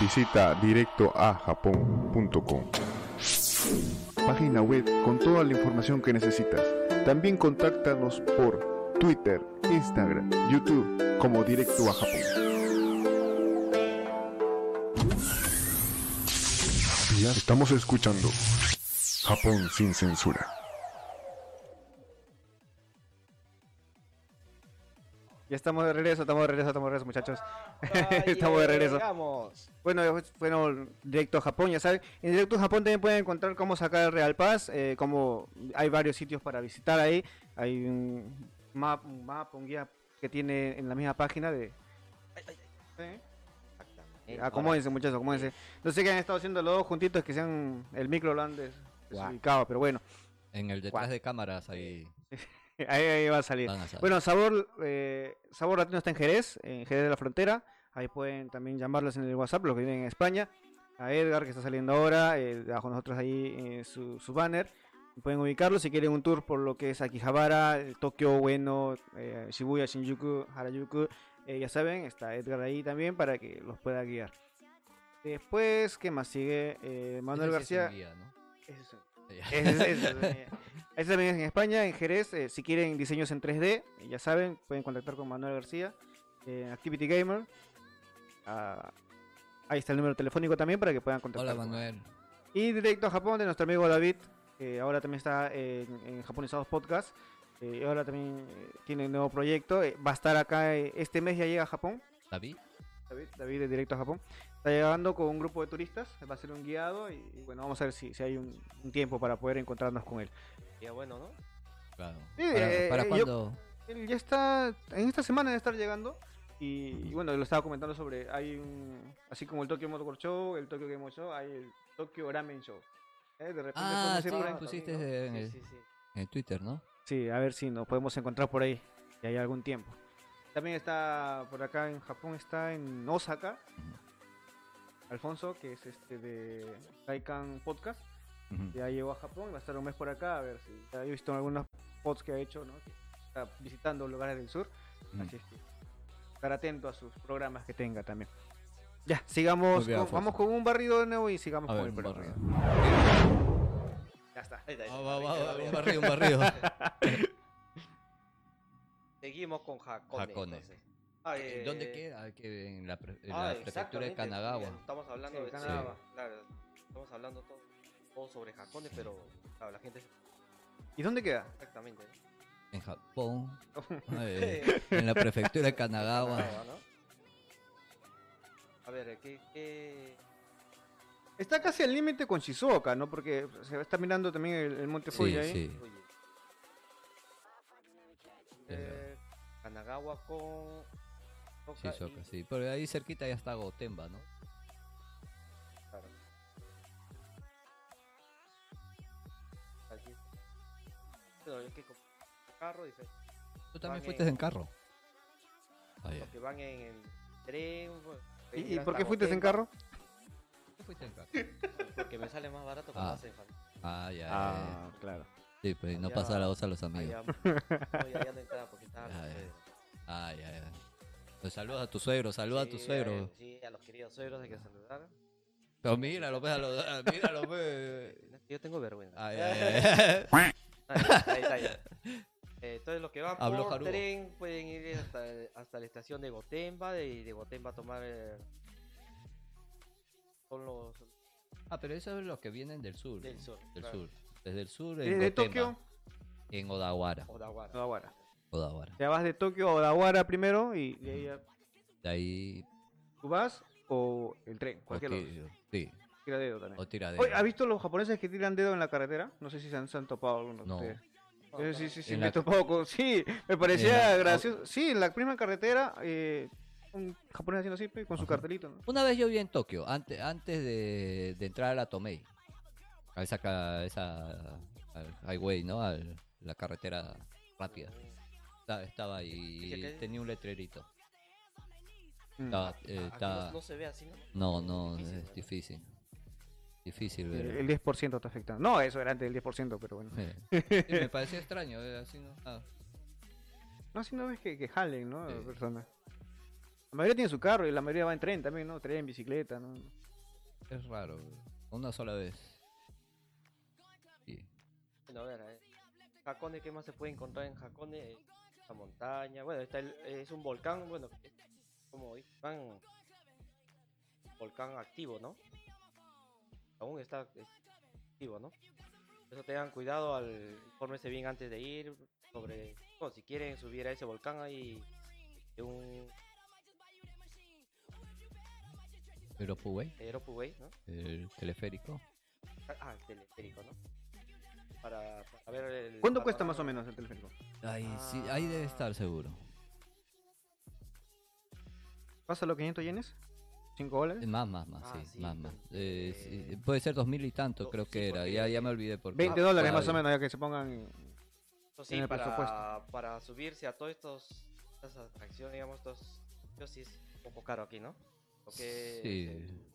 [SPEAKER 4] Visita directoajapón.com Página web con toda la información que necesitas. También contáctanos por Twitter, Instagram, YouTube como Directo a Japón. Ya estamos escuchando Japón sin censura.
[SPEAKER 1] Ya estamos de regreso, estamos de regreso, estamos de regreso, muchachos.
[SPEAKER 5] Ah,
[SPEAKER 1] estamos de regreso.
[SPEAKER 6] Llegamos.
[SPEAKER 1] Bueno, eh, bueno, directo a Japón, ya saben. En directo a Japón también pueden encontrar cómo sacar el Real Pass, eh, cómo hay varios sitios para visitar ahí. Hay un map, un mapa, un guía que tiene en la misma página de... Sí. Ah,
[SPEAKER 5] Eh, ahora,
[SPEAKER 1] Acomódense, muchachos, acomódense. No sé qué han estado haciendo los dos juntitos, que sean el micro lo han des- desubicado, pero bueno,
[SPEAKER 2] En el detrás de cámaras ahí
[SPEAKER 1] ahí, ahí va a salir.
[SPEAKER 2] van a saber.
[SPEAKER 1] Bueno, Sabor, eh, Sabor Latino está en Jerez, en Jerez de la Frontera. Ahí pueden también llamarlos en el WhatsApp, los que viven en España. A Edgar, que está saliendo ahora, eh, bajo nosotros ahí eh, su, su banner. Pueden ubicarlo si quieren un tour por lo que es Akihabara, el Tokio, Bueno, eh, Shibuya, Shinjuku, Harajuku. Eh, ya saben, está Edgar ahí también para que los pueda guiar. Después, ¿qué más sigue? Eh, Manuel
[SPEAKER 2] Ese sí es
[SPEAKER 1] García.
[SPEAKER 2] un guía, ¿no?
[SPEAKER 1] Ese es un-
[SPEAKER 2] Ya.
[SPEAKER 1] ese es- ese es, eh, ese también es en España, en Jerez. eh, si quieren diseños en 3D, eh, ya saben, pueden contactar con Manuel García, eh, Activity Gamer. Ah, ahí está el número telefónico también para que puedan contactar.
[SPEAKER 2] Hola
[SPEAKER 1] con-
[SPEAKER 2] Manuel.
[SPEAKER 1] Y directo a Japón de nuestro amigo David, que ahora también está en, en Japonizados Podcast. eh, y ahora también eh, tiene un nuevo proyecto. eh, va a estar acá eh, este mes, ya llega a Japón.
[SPEAKER 2] David.
[SPEAKER 1] David, David de Directo a Japón. Está llegando con un grupo de turistas, va a ser un guiado y, y bueno, vamos a ver si, si hay un, un tiempo para poder encontrarnos con él.
[SPEAKER 3] Ya bueno, ¿no?
[SPEAKER 2] Claro.
[SPEAKER 1] Sí,
[SPEAKER 2] ¿Para,
[SPEAKER 1] eh,
[SPEAKER 2] para
[SPEAKER 1] yo-
[SPEAKER 2] cuándo?
[SPEAKER 1] Él ya está, en esta semana debe estar llegando y, y bueno, lo estaba comentando sobre, hay un, así como el Tokyo Motor Show, el Tokyo Game Show, hay el Tokyo Ramen Show. Eh, De repente
[SPEAKER 2] Ah,
[SPEAKER 1] podemos
[SPEAKER 2] sí,
[SPEAKER 1] ir por ahí.
[SPEAKER 2] pusiste
[SPEAKER 1] Sí,
[SPEAKER 2] en, el, Ah,
[SPEAKER 3] Sí, sí, sí.
[SPEAKER 2] en el Twitter, ¿no?
[SPEAKER 1] Sí, a ver si nos podemos encontrar por ahí, si hay algún tiempo. También está por acá en Japón, está en Osaka. Alfonso, que es este de Taikan Podcast.
[SPEAKER 2] Ujú.
[SPEAKER 1] Ya llegó a Japón, va a estar un mes por acá, a ver si ya he visto algunos spots que ha hecho, ¿no? Que Está visitando lugares del sur,
[SPEAKER 2] Mm.
[SPEAKER 1] así es que estar atento a sus programas que tenga también. Ya, sigamos,
[SPEAKER 2] Muy bien,
[SPEAKER 1] con- vamos
[SPEAKER 2] Alfonso.
[SPEAKER 1] con un barrido de nuevo y sigamos
[SPEAKER 2] A
[SPEAKER 1] con el
[SPEAKER 2] ver, un
[SPEAKER 1] programa.
[SPEAKER 2] barrido.
[SPEAKER 1] Ya está.
[SPEAKER 5] ahí está, ahí
[SPEAKER 2] Ah,
[SPEAKER 5] está,
[SPEAKER 2] va,
[SPEAKER 5] ahí
[SPEAKER 2] va,
[SPEAKER 5] está,
[SPEAKER 2] va,
[SPEAKER 5] ahí
[SPEAKER 2] un
[SPEAKER 5] está.
[SPEAKER 2] barrido, un barrido.
[SPEAKER 5] Seguimos con Hakone.
[SPEAKER 2] Hakone.
[SPEAKER 5] entonces. Ah, eh,
[SPEAKER 2] ¿Dónde queda? Ah, que en la, pre- en
[SPEAKER 5] ah,
[SPEAKER 2] la prefectura de
[SPEAKER 5] exactamente,
[SPEAKER 2] Kanagawa.
[SPEAKER 5] Estamos hablando
[SPEAKER 1] Sí,
[SPEAKER 5] de
[SPEAKER 1] Kanagawa.
[SPEAKER 5] sí, claro, estamos hablando todo, todo sobre Hakone, pero claro, la gente
[SPEAKER 1] ¿Y dónde queda?
[SPEAKER 5] exactamente. ¿eh? ¿no?
[SPEAKER 2] En Japón. eh, en la prefectura de Kanagawa.
[SPEAKER 5] Kanagawa, ¿no? A ver, eh, ¿qué, qué...
[SPEAKER 1] Está casi al límite con Shizuoka, ¿no? Porque se está mirando también el, el monte Fuji
[SPEAKER 2] Sí,
[SPEAKER 1] ahí.
[SPEAKER 2] sí.
[SPEAKER 5] Oye. Eh, Kanagawa con...
[SPEAKER 2] Sí,
[SPEAKER 5] Toca y-
[SPEAKER 2] Shoka, sí. Pero ahí cerquita ya está Gotemba, ¿no?
[SPEAKER 5] claro. Aquí. Pero es que con carro dice...
[SPEAKER 2] Tú también
[SPEAKER 5] Van
[SPEAKER 2] fuiste
[SPEAKER 5] en-
[SPEAKER 2] en carro. Ah, ya.
[SPEAKER 5] Los que van en el tren. pues,
[SPEAKER 1] ¿Y, y
[SPEAKER 5] llegan
[SPEAKER 1] por qué
[SPEAKER 5] hasta
[SPEAKER 1] fuiste en
[SPEAKER 5] Gotemba.
[SPEAKER 1] carro?
[SPEAKER 2] fuiste en caja?
[SPEAKER 5] Porque me sale más barato cuando
[SPEAKER 2] Ah.
[SPEAKER 5] hace falta.
[SPEAKER 2] Ah, ya. ya, ya.
[SPEAKER 1] Ah, claro.
[SPEAKER 2] Sí, pues no
[SPEAKER 5] Ya.
[SPEAKER 2] pasa la voz a los
[SPEAKER 5] Ah,
[SPEAKER 2] amigos.
[SPEAKER 5] ya, no, ya, ya no entraba porque estaba.
[SPEAKER 2] Ah,
[SPEAKER 5] los
[SPEAKER 2] ya.
[SPEAKER 5] suegros.
[SPEAKER 2] Ah, ya, ya. Pues saludos a tu suegro, saludos a tu
[SPEAKER 5] Sí,
[SPEAKER 2] suegro. Ah.
[SPEAKER 5] Sí, a los queridos suegros hay que saludar.
[SPEAKER 2] Pero míralo, pues, a los- a- míralo, pues. Ah,
[SPEAKER 5] Yo tengo vergüenza.
[SPEAKER 2] Ay, ay, ay.
[SPEAKER 5] Ahí, está, ahí, está, ahí está. Eh, Entonces los que van
[SPEAKER 2] Habló
[SPEAKER 5] por
[SPEAKER 2] Jarugo.
[SPEAKER 5] tren pueden ir hasta, hasta la estación de Gotemba de- y de Gotemba tomar eh, con los
[SPEAKER 2] Ah, pero eso es los que vienen del sur.
[SPEAKER 5] Del
[SPEAKER 2] ¿no?
[SPEAKER 5] sur,
[SPEAKER 2] Del
[SPEAKER 5] claro.
[SPEAKER 2] sur. Desde el sur. en
[SPEAKER 1] Desde
[SPEAKER 2] Gotema,
[SPEAKER 1] Tokio,
[SPEAKER 2] En Odawara.
[SPEAKER 5] Odawara.
[SPEAKER 1] Odawara.
[SPEAKER 2] Odawara.
[SPEAKER 1] Ya vas de Tokio a Odawara primero y de ahí ya
[SPEAKER 2] De ahí.
[SPEAKER 1] tú vas o el tren, cualquier
[SPEAKER 2] o
[SPEAKER 1] lado.
[SPEAKER 2] ti- Sí,
[SPEAKER 1] Tira dedo también.
[SPEAKER 2] o tiradero.
[SPEAKER 1] Oye, ¿has visto los japoneses que tiran dedo en la carretera? No sé si se han, se han topado algunos
[SPEAKER 2] No.
[SPEAKER 1] de ustedes. Yo sí, sí, sí,
[SPEAKER 2] En
[SPEAKER 1] me he
[SPEAKER 2] la-
[SPEAKER 1] topado con... Sí, me parecía
[SPEAKER 2] En la-
[SPEAKER 1] gracioso. Sí, en la misma carretera, eh, un japonés haciendo así, pues, con su
[SPEAKER 2] Ajá.
[SPEAKER 1] cartelito, ¿no?
[SPEAKER 2] Una vez yo vi en Tokio, antes, antes de, de entrar a la Tomei, a esa, ca- esa al highway, ¿no? A la carretera rápida. Esta-
[SPEAKER 5] Ah,
[SPEAKER 2] Estaba ahí
[SPEAKER 5] ¿Y qué Ah,
[SPEAKER 2] y
[SPEAKER 5] calle?
[SPEAKER 2] tenía un letrerito.
[SPEAKER 1] Mm.
[SPEAKER 2] Estaba, eh,
[SPEAKER 5] Ah,
[SPEAKER 2] estaba-
[SPEAKER 5] no, no se ve así, ¿no?
[SPEAKER 2] No, no,
[SPEAKER 5] Difícil,
[SPEAKER 2] es
[SPEAKER 5] ¿verdad?
[SPEAKER 2] difícil. Difícil
[SPEAKER 1] El,
[SPEAKER 2] ver.
[SPEAKER 1] el 10% está afectado. No, eso era antes del 10%, pero bueno.
[SPEAKER 2] Sí, me parecía extraño, eh, así no. ah.
[SPEAKER 1] No, si no ves que, que jalen, ¿no?
[SPEAKER 2] Sí.
[SPEAKER 1] Personas. La mayoría tiene su carro y la mayoría va en tren también, ¿no? Tren, bicicleta, ¿no?
[SPEAKER 2] Es raro, güey. una sola vez. Sí.
[SPEAKER 5] Bueno, a ver, eh. Hakone, ¿qué más se puede encontrar en Hakone? Eh, La montaña, bueno, está el- es un volcán, bueno, que- como volcán, volcán activo, ¿no? Aún está eh, activo, ¿no? Eso tengan cuidado al infórmense bien antes de ir sobre, bueno, si quieren subir a ese volcán hay un
[SPEAKER 2] Pero pues, güey,
[SPEAKER 5] aeropuway, ¿no?
[SPEAKER 2] el teleférico.
[SPEAKER 5] Ah, el teleférico, ¿no? Para, para ver el
[SPEAKER 1] ¿Cuánto cuesta más
[SPEAKER 5] panorama.
[SPEAKER 1] o menos el teleférico?
[SPEAKER 2] Ahí, sí, ahí
[SPEAKER 5] Ah.
[SPEAKER 2] debe estar seguro.
[SPEAKER 1] ¿Pasa los 500 yenes? ¿5 dólares?
[SPEAKER 2] Más, más, más,
[SPEAKER 5] Ah,
[SPEAKER 2] sí,
[SPEAKER 5] sí,
[SPEAKER 2] más, más.
[SPEAKER 5] pues,
[SPEAKER 2] Eh,
[SPEAKER 5] eh,
[SPEAKER 2] sí, puede ser dos mil y tanto,
[SPEAKER 5] do-
[SPEAKER 2] creo
[SPEAKER 5] sí,
[SPEAKER 2] que era.
[SPEAKER 5] porque-
[SPEAKER 2] Ya, ya me olvidé por
[SPEAKER 1] 20
[SPEAKER 5] Ah,
[SPEAKER 1] dólares más
[SPEAKER 5] todavía.
[SPEAKER 1] o menos, ya que se pongan...
[SPEAKER 5] Eso sí,
[SPEAKER 1] en el
[SPEAKER 5] para,
[SPEAKER 1] presupuesto.
[SPEAKER 5] para subirse a todos estos estas atracciones, digamos, estos yo sí es un poco caro aquí, ¿no? Lo que es
[SPEAKER 2] Sí.
[SPEAKER 5] el-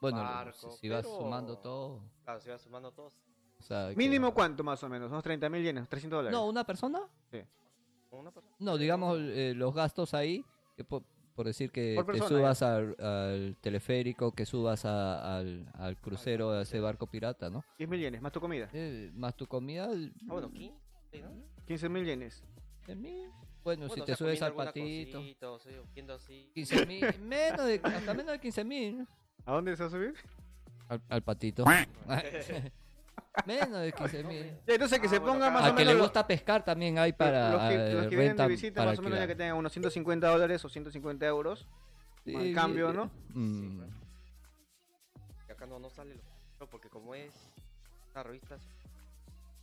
[SPEAKER 2] Bueno,
[SPEAKER 5] barco,
[SPEAKER 2] si, si vas
[SPEAKER 5] pero-
[SPEAKER 2] sumando todo.
[SPEAKER 5] claro, se va sumando todos.
[SPEAKER 2] o sea, que-
[SPEAKER 1] ¿Mínimo cuánto más o menos? ¿Unos 30 mil yenes? ¿300 dólares?
[SPEAKER 2] No, una persona.
[SPEAKER 5] Una persona.
[SPEAKER 2] No, digamos eh, los gastos ahí, que po- por, decir que
[SPEAKER 1] Por
[SPEAKER 2] te
[SPEAKER 1] persona,
[SPEAKER 2] subas al, al teleférico, que subas a- al, al crucero, a ese barco pirata, ¿no?
[SPEAKER 1] 10 mil yenes, más tu comida.
[SPEAKER 2] Eh, más tu comida, el-
[SPEAKER 5] Ah, bueno, 15, sí, ¿no?
[SPEAKER 1] 15 mil yenes.
[SPEAKER 2] de mil. Bueno,
[SPEAKER 5] Bueno,
[SPEAKER 2] si
[SPEAKER 5] o
[SPEAKER 2] te
[SPEAKER 5] sea,
[SPEAKER 2] subes
[SPEAKER 5] comiendo
[SPEAKER 2] al
[SPEAKER 5] alguna
[SPEAKER 2] patito,
[SPEAKER 5] cosita, o sea, viendo así.
[SPEAKER 2] 15 mil, menos de, hasta menos de 15 mil.
[SPEAKER 1] ¿A dónde se va a subir?
[SPEAKER 2] Al, al patito. Ah. menos de 15 mil.
[SPEAKER 1] Ya, entonces que
[SPEAKER 5] Ah,
[SPEAKER 1] se
[SPEAKER 5] bueno,
[SPEAKER 1] ponga
[SPEAKER 5] acá-
[SPEAKER 1] más
[SPEAKER 2] Al
[SPEAKER 1] o
[SPEAKER 2] que
[SPEAKER 1] menos...
[SPEAKER 2] le
[SPEAKER 1] lo-
[SPEAKER 2] gusta pescar también hay para
[SPEAKER 1] los que, los
[SPEAKER 2] eh,
[SPEAKER 1] que vienen
[SPEAKER 2] renta
[SPEAKER 1] de visita,
[SPEAKER 2] para
[SPEAKER 1] más o menos ya que
[SPEAKER 2] alquilar.
[SPEAKER 1] tengan unos 150 dólares o 150 euros. tengan
[SPEAKER 2] Sí,
[SPEAKER 1] en cambio, ¿no? pues.
[SPEAKER 2] mm,
[SPEAKER 5] claro. que acá no, no sale lo no, porque como es una revista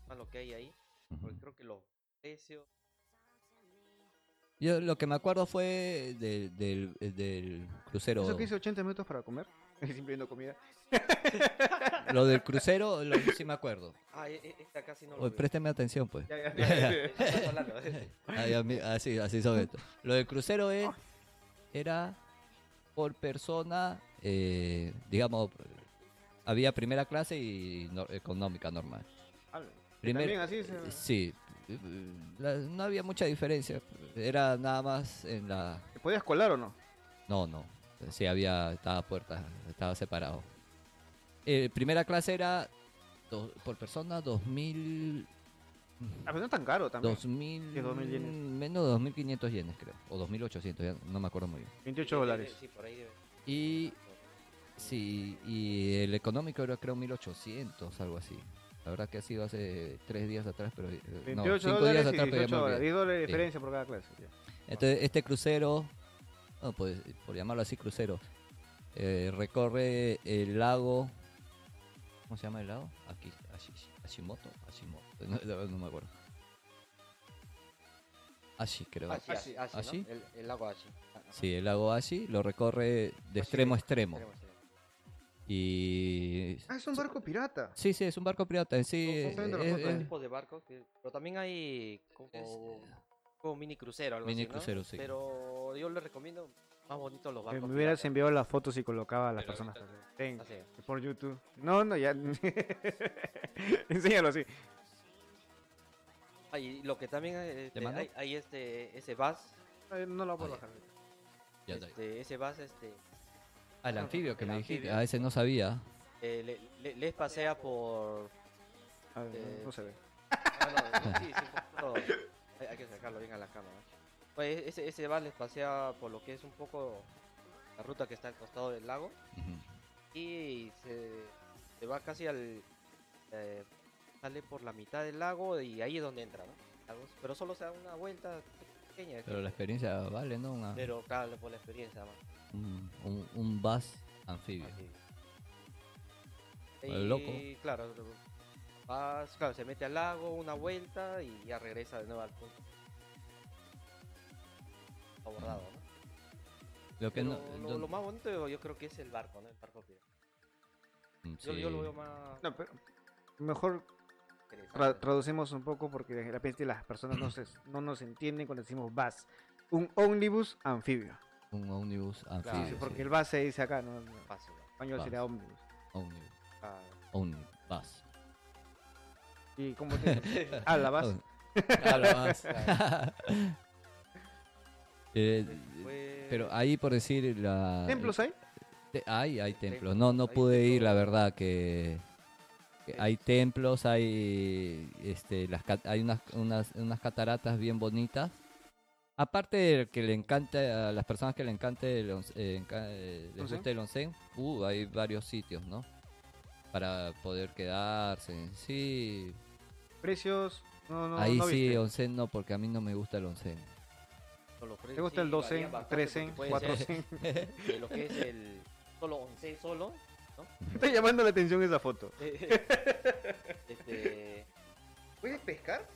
[SPEAKER 5] más lo que hay ahí, porque creo que los precios
[SPEAKER 2] Yo lo que me acuerdo fue del, del, del crucero.
[SPEAKER 1] Eso que hice 80 minutos para comer. Incluyendo comida.
[SPEAKER 2] Lo del crucero, lo, sí me acuerdo.
[SPEAKER 5] Ah, e- e- esta casi no lo
[SPEAKER 2] Oye,
[SPEAKER 5] veo.
[SPEAKER 2] présteme atención, pues.
[SPEAKER 1] Ya, ya,
[SPEAKER 5] Ya, ya, ya estás hablando.
[SPEAKER 2] Ay, a mí- así, así son esto. Lo del crucero es, era por persona, eh, digamos, había primera clase y no- económica normal. Primer-
[SPEAKER 1] También así se-
[SPEAKER 2] Sí, eh, la- no había mucha diferencia. Era nada más en la...
[SPEAKER 1] ¿Te podías colar o no?
[SPEAKER 2] No, no. Sí, había, estaba puerta, estaba separado. Eh, primera clase era do- por persona 2000,
[SPEAKER 1] A veces Ah, no es tan caro también.
[SPEAKER 2] 2000,
[SPEAKER 1] Sí, 2000 yenes.
[SPEAKER 2] menos de 2500 yenes, creo, o 2800, ya no me acuerdo muy bien.
[SPEAKER 1] 28 dólares.
[SPEAKER 5] Sí, por ahí debe.
[SPEAKER 2] Y sí, y el económico era creo 1800, algo así. La verdad que ha sido hace tres días atrás, pero eh, no,
[SPEAKER 1] 28
[SPEAKER 2] cinco
[SPEAKER 1] dólares
[SPEAKER 2] días
[SPEAKER 1] y
[SPEAKER 2] atrás, pero ya
[SPEAKER 1] 18
[SPEAKER 2] me
[SPEAKER 1] dólares.
[SPEAKER 2] olvidé.
[SPEAKER 1] 10 dólares de
[SPEAKER 2] Sí.
[SPEAKER 1] diferencia por cada clase. ya.
[SPEAKER 2] Entonces, este crucero, bueno, pues, por llamarlo así, crucero, eh, recorre el lago. ¿Cómo se llama el lago? Aquí, Ashi- Ashimoto. Ashimoto, no, no- no me acuerdo. Ashi, creo.
[SPEAKER 5] Así, así, así, ¿no?
[SPEAKER 2] ¿Así?
[SPEAKER 5] El, el lago así. Ah,
[SPEAKER 2] Sí, el lago Ashi lo recorre de extremo a extremo. Y.
[SPEAKER 1] Ah, es un barco pirata.
[SPEAKER 2] Sí, sí, es un barco pirata. En sí.
[SPEAKER 1] Son- son dentro de
[SPEAKER 2] Eh, es-
[SPEAKER 1] los
[SPEAKER 2] es-
[SPEAKER 1] botes.
[SPEAKER 5] tipos de barcos, que- pero también hay como,
[SPEAKER 2] Es- eh,
[SPEAKER 5] como mini crucero, algo
[SPEAKER 2] Mini
[SPEAKER 5] así, ¿no?
[SPEAKER 2] crucero, sí.
[SPEAKER 5] Pero yo les recomiendo más bonitos los
[SPEAKER 1] Que
[SPEAKER 5] barcos.
[SPEAKER 1] Eh, me hubieras
[SPEAKER 5] piratas.
[SPEAKER 1] enviado las fotos y colocaba a las
[SPEAKER 4] Pero
[SPEAKER 1] personas.
[SPEAKER 4] ahorita
[SPEAKER 1] Ten,
[SPEAKER 5] Así es.
[SPEAKER 1] por YouTube. No, no, ya. Enséñalo así.
[SPEAKER 5] Ah, y lo que también eh, este,
[SPEAKER 2] mando?
[SPEAKER 5] hay, hay este, ese bus,
[SPEAKER 1] No, No lo voy a
[SPEAKER 2] Ah, ya.
[SPEAKER 1] bajar.
[SPEAKER 2] Ya está ahí.
[SPEAKER 5] este, ese bus este,
[SPEAKER 2] Al anfibio que
[SPEAKER 5] El
[SPEAKER 2] me dijiste.
[SPEAKER 5] anfibio.
[SPEAKER 2] A ese no sabía.
[SPEAKER 5] eh, le- le- les pasea por...
[SPEAKER 1] A ver,
[SPEAKER 5] Eh,
[SPEAKER 1] no se ve.
[SPEAKER 5] Bueno, sí, sí, un poquito- hay, hay que sacarlo bien a la cámara. Pues ese, ese bus les pasea por lo que es un poco la ruta que está al costado del lago.
[SPEAKER 2] Ujú.
[SPEAKER 5] y se, se va casi al eh, sale por la mitad del lago y ahí es donde entra ¿no? Algo- pero solo se da una vuelta pequeña
[SPEAKER 2] Pero la experiencia vale, ¿no? Una-
[SPEAKER 5] pero, claro por la experiencia más
[SPEAKER 2] un, un, un bus anfibio. Como el loco.
[SPEAKER 5] y claro vas claro se mete al lago una vuelta y ya regresa de nuevo al punto abordado ¿no?
[SPEAKER 2] Lo que
[SPEAKER 5] Pero
[SPEAKER 2] no,
[SPEAKER 5] lo,
[SPEAKER 2] don-
[SPEAKER 5] lo más bonito yo, yo creo que es el barco ¿no? el barco pirata. yo,
[SPEAKER 2] mm,
[SPEAKER 5] yo
[SPEAKER 2] sí.
[SPEAKER 5] lo veo más
[SPEAKER 1] No, pero mejor
[SPEAKER 5] interesante.
[SPEAKER 1] tra- traducimos un poco porque de repente las personas no, se, no nos entienden cuando decimos bus. Un ómnibus anfibio.
[SPEAKER 2] Un ómnibus anfibio.
[SPEAKER 5] Claro,
[SPEAKER 1] Sí,
[SPEAKER 5] sí.
[SPEAKER 1] porque el bus se dice acá, ¿no? En
[SPEAKER 5] Fácil, ¿no?
[SPEAKER 1] español
[SPEAKER 2] Bus.
[SPEAKER 1] sería ómnibus.
[SPEAKER 2] Ómnibus.
[SPEAKER 5] Claro.
[SPEAKER 2] Ómnibus. Bus.
[SPEAKER 1] ¿Y cómo te Ah, la bus.
[SPEAKER 2] Ón- Ah, la bus. Eh,
[SPEAKER 5] Fue-
[SPEAKER 2] pero ahí por decir la...
[SPEAKER 1] ¿Templos hay?
[SPEAKER 2] Te- hay, hay templos.
[SPEAKER 5] templos,
[SPEAKER 2] No, no
[SPEAKER 5] hay
[SPEAKER 2] pude ir,
[SPEAKER 5] templos.
[SPEAKER 2] la verdad, que, que
[SPEAKER 5] Sí.
[SPEAKER 2] hay templos, hay este, las cat- hay unas, unas, unas cataratas bien bonitas. Aparte del que le encanta a las personas que le encante el ons- eh, enca- eh, les
[SPEAKER 1] Onsen.
[SPEAKER 2] gusta el onsen, uh, hay varios sitios, ¿no? Para poder quedarse. Sí,
[SPEAKER 1] Precios. No, no,
[SPEAKER 2] ahí
[SPEAKER 1] no
[SPEAKER 2] sí,
[SPEAKER 1] viste.
[SPEAKER 2] onsen no, porque a mí no me gusta el onsen.
[SPEAKER 5] Con los
[SPEAKER 1] ¿Te gusta el
[SPEAKER 5] precios sí, varían
[SPEAKER 1] 12,
[SPEAKER 5] bastante
[SPEAKER 1] 13,
[SPEAKER 5] porque puede ser
[SPEAKER 1] 14?
[SPEAKER 5] de lo que es el solo 11 solo.
[SPEAKER 1] Está llamando la atención esa foto.
[SPEAKER 5] este,
[SPEAKER 1] ¿Puedes pescar?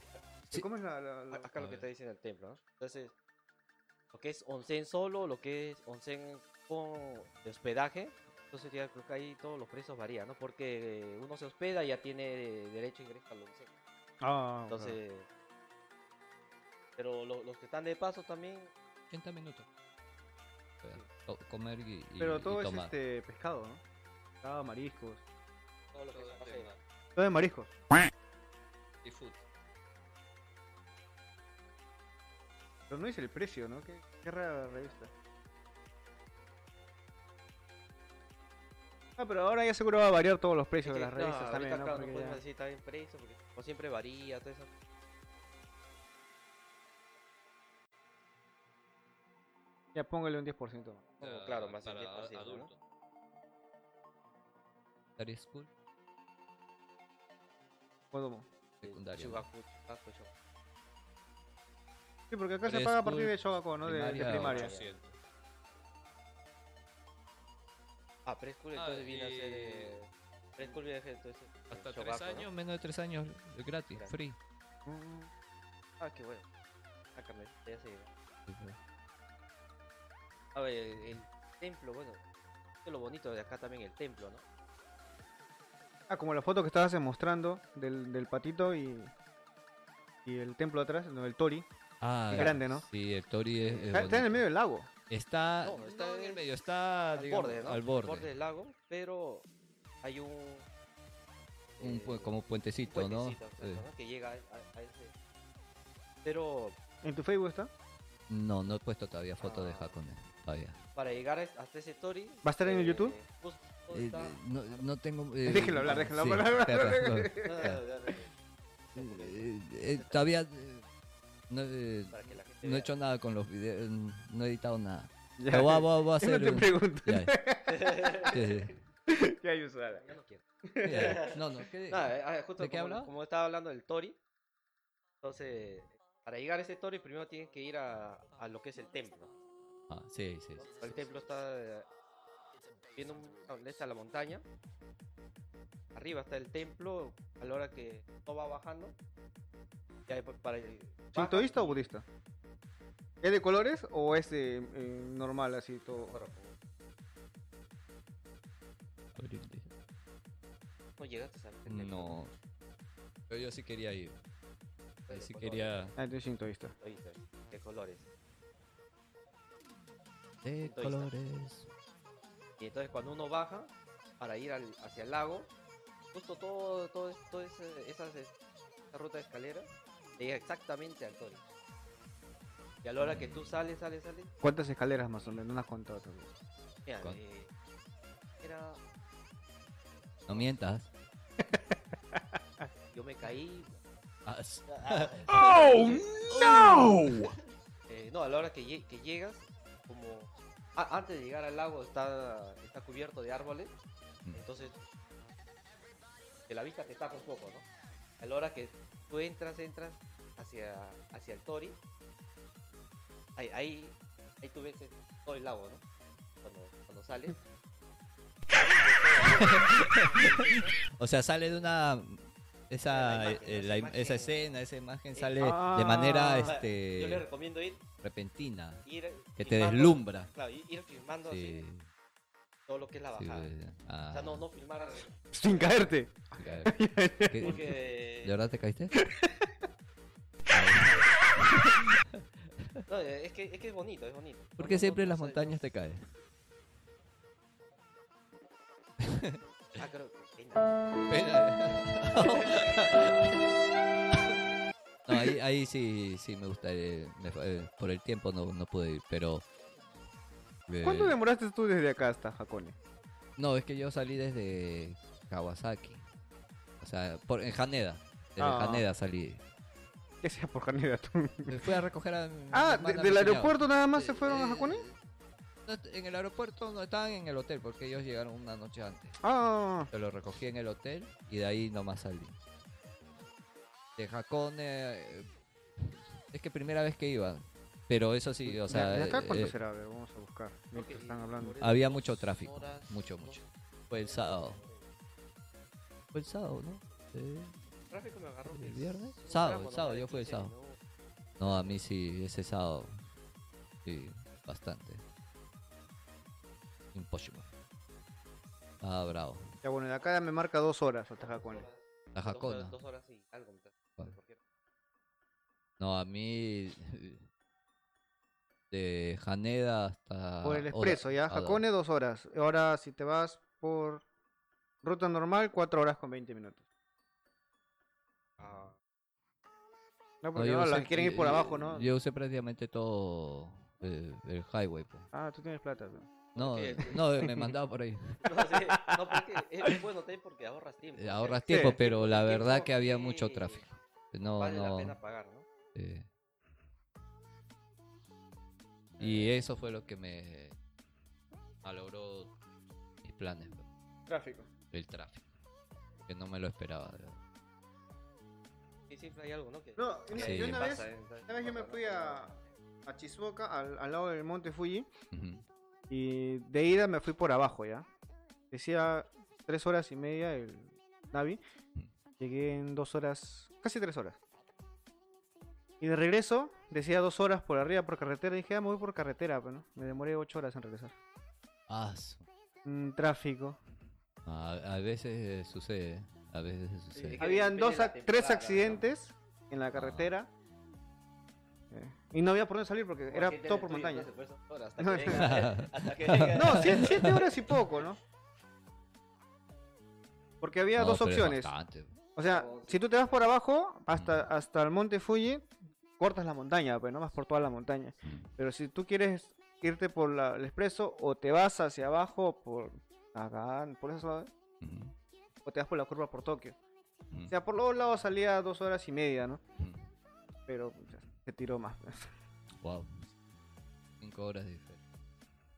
[SPEAKER 2] Sí.
[SPEAKER 1] ¿Cómo es la, la- la-
[SPEAKER 5] acá lo que está diciendo el templo, ¿no? Entonces, lo que es 11 solo, lo que es 11 con de hospedaje, entonces ya creo que ahí todos los precios varían, ¿no? Porque eh, uno se hospeda y ya tiene derecho a ingresar al 11.
[SPEAKER 1] Ah, claro.
[SPEAKER 5] Entonces, pero lo- los que están de paso también,
[SPEAKER 2] 80 minutos. Comer y, y-
[SPEAKER 1] Pero
[SPEAKER 2] y
[SPEAKER 1] todo es
[SPEAKER 2] tomar.
[SPEAKER 1] este pescado, ¿no? Pescado, mariscos.
[SPEAKER 5] todo lo que se pase,
[SPEAKER 1] Todo es mariscos.
[SPEAKER 4] Y food.
[SPEAKER 1] Pero no dice el precio, ¿no? Qué, qué rara la revista. Ah, pero ahora ya seguro va a variar todos los precios de
[SPEAKER 5] que-
[SPEAKER 1] las
[SPEAKER 5] no,
[SPEAKER 1] revistas
[SPEAKER 5] ahorita,
[SPEAKER 1] también, ¿no?
[SPEAKER 5] claro, no
[SPEAKER 1] Porque
[SPEAKER 5] podemos
[SPEAKER 1] ya-
[SPEAKER 5] decir también precio, porque como siempre varía, todo eso.
[SPEAKER 1] Ya póngale un 10% más.
[SPEAKER 5] Como, claro, más el
[SPEAKER 4] para
[SPEAKER 5] 10%, ¿no?
[SPEAKER 4] adulto.
[SPEAKER 2] Secondary school,
[SPEAKER 1] Kodomo.
[SPEAKER 2] secundaria, ¿no?
[SPEAKER 5] Chugaku, chugaku, chugaku.
[SPEAKER 1] Sí, porque acá se
[SPEAKER 2] Preschool,
[SPEAKER 1] paga a partir de Shogako, ¿no? De de
[SPEAKER 2] primaria,
[SPEAKER 1] primaria.
[SPEAKER 4] 800.
[SPEAKER 5] Ah, preschool
[SPEAKER 4] Ah,
[SPEAKER 5] entonces viene a ser.
[SPEAKER 4] y-
[SPEAKER 5] eh, Preschool viene a ser entonces. eh,
[SPEAKER 4] Hasta tres
[SPEAKER 5] Shogako, ¿no?
[SPEAKER 4] años.
[SPEAKER 2] menos de tres años eh, gratis,
[SPEAKER 5] Gratis.
[SPEAKER 2] free.
[SPEAKER 1] Mm.
[SPEAKER 5] Ah, qué bueno. Sácame, ya se A ver, el, el templo, bueno. esto es lo bonito de acá también, el templo, ¿no?
[SPEAKER 1] Ah, como la foto que estabas mostrando del, del patito y, y el templo atrás, no, el tori.
[SPEAKER 2] Ah,
[SPEAKER 1] Es grande, ¿no?
[SPEAKER 2] Sí, el Tori es, es
[SPEAKER 1] Está, está en el
[SPEAKER 2] bonito.
[SPEAKER 1] medio del lago.
[SPEAKER 2] Está,
[SPEAKER 5] No, está
[SPEAKER 2] no en el
[SPEAKER 5] en-
[SPEAKER 2] medio,
[SPEAKER 4] Ah,
[SPEAKER 2] está
[SPEAKER 5] Al
[SPEAKER 2] digamos,
[SPEAKER 5] borde, ¿no?
[SPEAKER 2] al borde.
[SPEAKER 5] del lago, pero hay un.
[SPEAKER 2] Un, pu-
[SPEAKER 5] eh,
[SPEAKER 2] como un
[SPEAKER 5] un
[SPEAKER 2] puentecito, ¿no?
[SPEAKER 5] puentecito, exacto,
[SPEAKER 2] Eh,
[SPEAKER 5] ¿no? Que llega a, a- a ese. Pero
[SPEAKER 1] ¿En tu Facebook está?
[SPEAKER 2] No, no he puesto todavía fotos de
[SPEAKER 5] Ah.
[SPEAKER 2] Hakone. Todavía.
[SPEAKER 5] para llegar a es- hasta ese Tori. ¿Va
[SPEAKER 1] a estar en el YouTube?
[SPEAKER 5] Justo
[SPEAKER 2] Eh,
[SPEAKER 5] está-
[SPEAKER 2] eh, no, no tengo. eh,
[SPEAKER 1] Déjenlo hablar, déjenlo
[SPEAKER 2] sí,
[SPEAKER 1] hablar.
[SPEAKER 2] espera, no,
[SPEAKER 5] No, no, no, no, no,
[SPEAKER 2] eh, eh, todavía eh, no, eh,
[SPEAKER 5] para que la gente
[SPEAKER 2] no he
[SPEAKER 5] vea.
[SPEAKER 2] hecho nada con los videos, eh, no he editado nada.
[SPEAKER 1] Ya.
[SPEAKER 2] Pero voy, a- voy a- voy a
[SPEAKER 1] Yo no
[SPEAKER 2] hacer.
[SPEAKER 1] te
[SPEAKER 2] un-
[SPEAKER 1] pregunto.
[SPEAKER 2] ya, ya. Sí, sí.
[SPEAKER 1] Ya, yo sola.
[SPEAKER 5] Ya no quiero.
[SPEAKER 2] Ya, No, no, ¿qué-
[SPEAKER 5] Nada, eh, ah, justo
[SPEAKER 2] ¿De qué
[SPEAKER 5] como,
[SPEAKER 2] hablaba?
[SPEAKER 5] como estaba hablando del Tori, entonces para llegar a ese Tori primero tienen que ir a, a lo que es el templo.
[SPEAKER 2] Ah, sí, sí.
[SPEAKER 5] ¿no?
[SPEAKER 2] sí.
[SPEAKER 5] El templo está eh, viendo un- donde está la montaña. Arriba está el templo, a la hora que no va bajando. Ya después para el, baja
[SPEAKER 1] ¿Sintoísta o
[SPEAKER 5] y-
[SPEAKER 1] budista? ¿Es de colores o es de, eh, normal así todo?
[SPEAKER 5] No llegaste al templo.
[SPEAKER 2] No. Pero yo sí quería ir. Yo
[SPEAKER 5] de
[SPEAKER 2] sí
[SPEAKER 5] colores,
[SPEAKER 2] quería.
[SPEAKER 1] Ah, entonces sintoísta.
[SPEAKER 5] oíste, De colores.
[SPEAKER 2] de
[SPEAKER 5] Punto de vista.
[SPEAKER 2] colores.
[SPEAKER 5] Y entonces cuando uno baja para ir al- hacia el lago, justo todo, todo, todo ese- esas, es- esa ruta de escalera llega exactamente al Tori. Y a la hora que tú sales, sales, sales,
[SPEAKER 1] ¿Cuántas escaleras más o menos? No las contado todavía.
[SPEAKER 5] mira,
[SPEAKER 2] Con-
[SPEAKER 5] eh, era-
[SPEAKER 2] No mientas.
[SPEAKER 5] yo me caí.
[SPEAKER 2] As-
[SPEAKER 4] ¡Oh, no!
[SPEAKER 5] eh, no, a la hora que, lle- que llegas, como a- antes de llegar al lago está, está cubierto de árboles,
[SPEAKER 2] Mm.
[SPEAKER 5] entonces que la vista te tapa un poco, ¿no? A la hora que tú entras, entras hacia, hacia el Tori, ahí, ahí, ahí tú ves todo el lago, ¿no? Cuando, cuando sales.
[SPEAKER 2] O sea, sale de una. Esa,
[SPEAKER 5] La imagen,
[SPEAKER 2] eh,
[SPEAKER 5] esa
[SPEAKER 2] la im-
[SPEAKER 5] imagen.
[SPEAKER 2] esa escena, esa imagen
[SPEAKER 5] Sí.
[SPEAKER 2] sale
[SPEAKER 1] Ah.
[SPEAKER 2] de manera
[SPEAKER 1] Ah,
[SPEAKER 5] Yo le
[SPEAKER 2] este,
[SPEAKER 5] recomiendo ir,
[SPEAKER 2] repentina,
[SPEAKER 5] ir
[SPEAKER 2] que te
[SPEAKER 5] filmando-
[SPEAKER 2] deslumbra.
[SPEAKER 5] Claro, ir ir filmando
[SPEAKER 2] Sí,
[SPEAKER 5] así todo lo que es la
[SPEAKER 2] sí,
[SPEAKER 5] bajada.
[SPEAKER 2] güey.
[SPEAKER 5] o
[SPEAKER 2] Ah,
[SPEAKER 5] sea, no, no filmar
[SPEAKER 1] Sin caerte.
[SPEAKER 2] ¿qué-
[SPEAKER 5] porque...
[SPEAKER 2] ¿De verdad te caíste?
[SPEAKER 5] No, eh, es que, es que es bonito, es bonito. No,
[SPEAKER 2] Porque
[SPEAKER 5] no,
[SPEAKER 2] siempre
[SPEAKER 5] no,
[SPEAKER 2] en las
[SPEAKER 5] no sé,
[SPEAKER 2] montañas te caes.
[SPEAKER 5] no- Ah, creo que- eh,
[SPEAKER 2] No, ahí, ahí sí, sí me gustaría. me fa- eh, por el tiempo no, no pude ir, pero. eh,
[SPEAKER 1] ¿Cuánto demoraste tú desde acá hasta Jacone?
[SPEAKER 2] No, es que yo salí desde Kawasaki. O sea, por, en Haneda. Desde
[SPEAKER 1] Ah.
[SPEAKER 2] Haneda salí.
[SPEAKER 1] ¿Qué sea por Canadá tú?
[SPEAKER 2] Me fui a recoger a. mi
[SPEAKER 1] Ah,
[SPEAKER 2] hermana,
[SPEAKER 1] de-
[SPEAKER 2] mi
[SPEAKER 1] ¿del
[SPEAKER 2] cuñado.
[SPEAKER 1] aeropuerto nada más se
[SPEAKER 2] Eh,
[SPEAKER 1] fueron a
[SPEAKER 2] eh,
[SPEAKER 1] Jacone?
[SPEAKER 2] no, en el aeropuerto no estaban en el hotel porque ellos llegaron una noche antes.
[SPEAKER 1] Ah,
[SPEAKER 2] Yo lo recogí en el hotel y de ahí nomás salí. De Jacone. eh, es que primera vez que iba. Pero eso sí, o
[SPEAKER 1] ¿de-
[SPEAKER 2] sea.
[SPEAKER 1] ¿de acá cuánto
[SPEAKER 2] eh,
[SPEAKER 1] será? A ver, vamos a buscar. Mientras
[SPEAKER 5] Ok.
[SPEAKER 1] están hablando.
[SPEAKER 2] Había mucho tráfico.
[SPEAKER 5] horas,
[SPEAKER 2] Mucho,
[SPEAKER 5] dos-
[SPEAKER 2] mucho. Fue el sábado. Fue el sábado, ¿no? Sí.
[SPEAKER 5] Tráfico me agarró.
[SPEAKER 2] ¿El
[SPEAKER 5] pues,
[SPEAKER 2] viernes?
[SPEAKER 5] un
[SPEAKER 2] Sábado,
[SPEAKER 5] tramo,
[SPEAKER 2] el
[SPEAKER 5] ¿no?
[SPEAKER 2] sábado,
[SPEAKER 5] de
[SPEAKER 2] yo fui el
[SPEAKER 5] 15
[SPEAKER 2] sábado.
[SPEAKER 5] minutos.
[SPEAKER 2] No, a mí sí, ese sábado. Sí, bastante. Imposible. Ah, bravo.
[SPEAKER 1] Ya bueno, de acá ya me marca dos horas hasta Jacone.
[SPEAKER 2] La
[SPEAKER 5] Dos horas-
[SPEAKER 2] Jacona.
[SPEAKER 5] Dos horas y algo. me tra-
[SPEAKER 2] Bueno.
[SPEAKER 5] porque-
[SPEAKER 2] No, a mí. De Janeda hasta.
[SPEAKER 1] Por el
[SPEAKER 2] Oda-
[SPEAKER 1] expreso, ya.
[SPEAKER 2] Oda.
[SPEAKER 1] Jacone, dos horas. Ahora, si te vas por ruta normal, cuatro horas con 20 minutos.
[SPEAKER 5] Ah,
[SPEAKER 1] No,
[SPEAKER 2] No,
[SPEAKER 1] porque
[SPEAKER 2] yo
[SPEAKER 1] no,
[SPEAKER 2] usé-
[SPEAKER 1] la- quieren ir por
[SPEAKER 2] yo-
[SPEAKER 1] abajo, ¿no?
[SPEAKER 2] Yo usé prácticamente todo eh, el highway. po.
[SPEAKER 1] Ah, tú tienes plata. ¿no?
[SPEAKER 2] No, eh,
[SPEAKER 5] qué?
[SPEAKER 2] no, me mandaba por ahí.
[SPEAKER 5] No, sí, no, porque es- es bueno también porque ahorras tiempo.
[SPEAKER 2] Eh,
[SPEAKER 5] ¿no?
[SPEAKER 2] Ahorras
[SPEAKER 5] Sí,
[SPEAKER 2] tiempo,
[SPEAKER 1] sí,
[SPEAKER 2] pero la
[SPEAKER 5] el
[SPEAKER 2] verdad
[SPEAKER 5] tiempo
[SPEAKER 2] que había
[SPEAKER 5] sí
[SPEAKER 2] mucho tráfico. Eh, No,
[SPEAKER 5] Vale la
[SPEAKER 2] no.
[SPEAKER 5] pena pagar, ¿no?
[SPEAKER 2] eh.
[SPEAKER 1] Eh.
[SPEAKER 2] Y eso fue lo que me malogró mis planes, pues,
[SPEAKER 1] Tráfico.
[SPEAKER 2] el tráfico. Que no me lo esperaba. de verdad.
[SPEAKER 5] Sí, siempre hay algo, ¿no? Que,
[SPEAKER 1] No,
[SPEAKER 5] que
[SPEAKER 1] mira,
[SPEAKER 2] Sí.
[SPEAKER 1] yo una vez,
[SPEAKER 5] pasa, ¿eh? Entonces,
[SPEAKER 1] una vez yo me
[SPEAKER 5] pasa,
[SPEAKER 1] fui
[SPEAKER 5] ¿no?
[SPEAKER 1] a, a Chizuoka, al, al lado del monte Fuji,
[SPEAKER 2] Ujú.
[SPEAKER 1] y de ida me fui por abajo ya. Decía tres horas y media el Navi,
[SPEAKER 2] Mm.
[SPEAKER 1] llegué en dos horas, casi tres horas. Y de regreso decía dos horas por arriba por carretera, dije, ah, me voy por carretera, pero no, me demoré ocho horas en regresar.
[SPEAKER 2] Ah, su-
[SPEAKER 1] Mm, tráfico.
[SPEAKER 2] a, a veces eh, sucede. A veces sucede.
[SPEAKER 5] que
[SPEAKER 1] Habían
[SPEAKER 5] depende
[SPEAKER 1] dos,
[SPEAKER 5] de la
[SPEAKER 1] ac- tres
[SPEAKER 5] temporada, Ah. ¿no?
[SPEAKER 1] accidentes en la carretera. Eh, Y no había por dónde salir porque
[SPEAKER 5] Como
[SPEAKER 1] era
[SPEAKER 5] aquí
[SPEAKER 1] todo
[SPEAKER 5] tienes
[SPEAKER 1] por
[SPEAKER 5] tú y
[SPEAKER 1] montaña.
[SPEAKER 5] entonces, pues, ahora, Hasta que venga. hasta que venga-
[SPEAKER 1] No, sie- siete, horas y poco, ¿no? Porque había
[SPEAKER 2] No,
[SPEAKER 1] dos
[SPEAKER 2] pero es
[SPEAKER 1] opciones.
[SPEAKER 2] bastante.
[SPEAKER 1] O sea, si tú te vas por abajo, hasta, hasta el monte Fuji, cortas la montaña, pero no vas por toda la montaña.
[SPEAKER 2] Mm.
[SPEAKER 1] Pero si tú quieres irte por la- el expreso, o te vas hacia abajo por acá, por eso,
[SPEAKER 2] Ujú.
[SPEAKER 1] o te vas por la curva por Tokio.
[SPEAKER 2] Ujú.
[SPEAKER 1] O sea, por los lados salía dos horas y media, ¿no?
[SPEAKER 2] Ujú.
[SPEAKER 1] Pero pucha, se tiró más. pues.
[SPEAKER 2] Wow. Cinco horas de diferencia.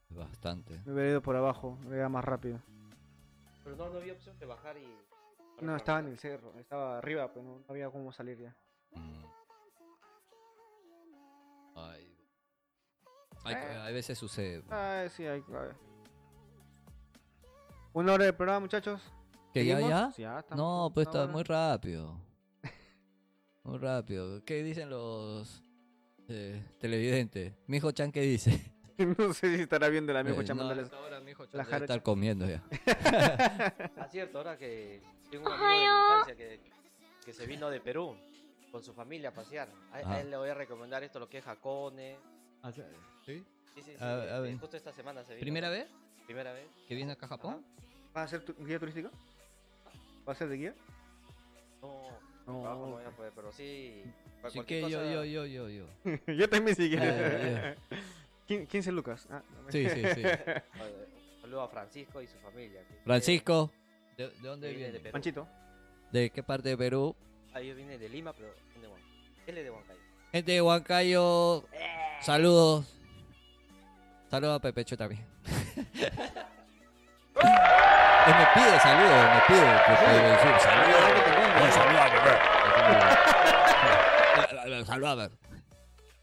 [SPEAKER 2] Bastante.
[SPEAKER 1] Me hubiera ido por abajo, me hubiera ido más rápido.
[SPEAKER 5] Pero no, no había opción de bajar y.
[SPEAKER 1] No, estaba en el cerro, estaba arriba, pero no, no había cómo salir ya.
[SPEAKER 2] Mm. Ay. Hay, a veces sucede.
[SPEAKER 1] Ah, sí, hay. a ver. Una hora de programa, muchachos.
[SPEAKER 2] ¿Que ya,
[SPEAKER 1] ¿Seguimos?
[SPEAKER 2] ya?
[SPEAKER 1] Sí, estamos
[SPEAKER 2] No,
[SPEAKER 1] con
[SPEAKER 2] pues
[SPEAKER 1] una
[SPEAKER 2] está
[SPEAKER 1] hora.
[SPEAKER 2] muy rápido. Muy rápido. ¿Qué dicen los eh, televidentes? Mi hijo Chan, ¿qué dice?
[SPEAKER 1] no sé si estará viendo la misma
[SPEAKER 2] Eh, no,
[SPEAKER 1] chamándoles.
[SPEAKER 2] hasta ahora mi hijo Chan
[SPEAKER 1] la
[SPEAKER 2] debe
[SPEAKER 1] jarocha.
[SPEAKER 2] estar comiendo ya.
[SPEAKER 5] Ah, cierto, ahora que tengo un amigo de la infancia que, que se vino de Perú con su familia a pasear. A, a
[SPEAKER 2] Ah.
[SPEAKER 5] él le voy a recomendar esto, lo que es Jacone,
[SPEAKER 2] ¿Sí?
[SPEAKER 5] Sí, sí, sí.
[SPEAKER 2] A- a
[SPEAKER 5] eh,
[SPEAKER 2] ver.
[SPEAKER 5] Justo esta semana se vino.
[SPEAKER 2] ¿Primera vez
[SPEAKER 5] Primera vez.
[SPEAKER 2] que viene acá a Japón?
[SPEAKER 1] ¿Va a ser tu- guía turística? ¿Va a ser de guía?
[SPEAKER 5] No,
[SPEAKER 1] No.
[SPEAKER 5] trabajo no voy a poder, pero sí. para
[SPEAKER 2] Así que
[SPEAKER 5] cualquier
[SPEAKER 2] yo,
[SPEAKER 5] cosa-
[SPEAKER 2] yo, yo, yo, yo.
[SPEAKER 1] yo también sí quiero.
[SPEAKER 2] Eh, Ya, ya,
[SPEAKER 1] ¿Quién, quién es el Lucas? Ah, no me-
[SPEAKER 2] Sí, sí, sí.
[SPEAKER 5] Oye, Un eh, saludo a Francisco y su familia. que-
[SPEAKER 2] Francisco. ¿De, de
[SPEAKER 5] que
[SPEAKER 2] dónde
[SPEAKER 5] viene de
[SPEAKER 2] viene?
[SPEAKER 5] Perú.
[SPEAKER 1] Panchito.
[SPEAKER 2] ¿De qué parte de Perú?
[SPEAKER 5] Ah, yo vine de Lima, pero son de Huancayo. Él es de Huancayo.
[SPEAKER 2] Gente de Huancayo, saludos. Saludos a Pepecho también. Él me pide saludos, me pide. que te voy a decir, Saludos. No, saludos a Pepe. No, no, no, Saludos a ver.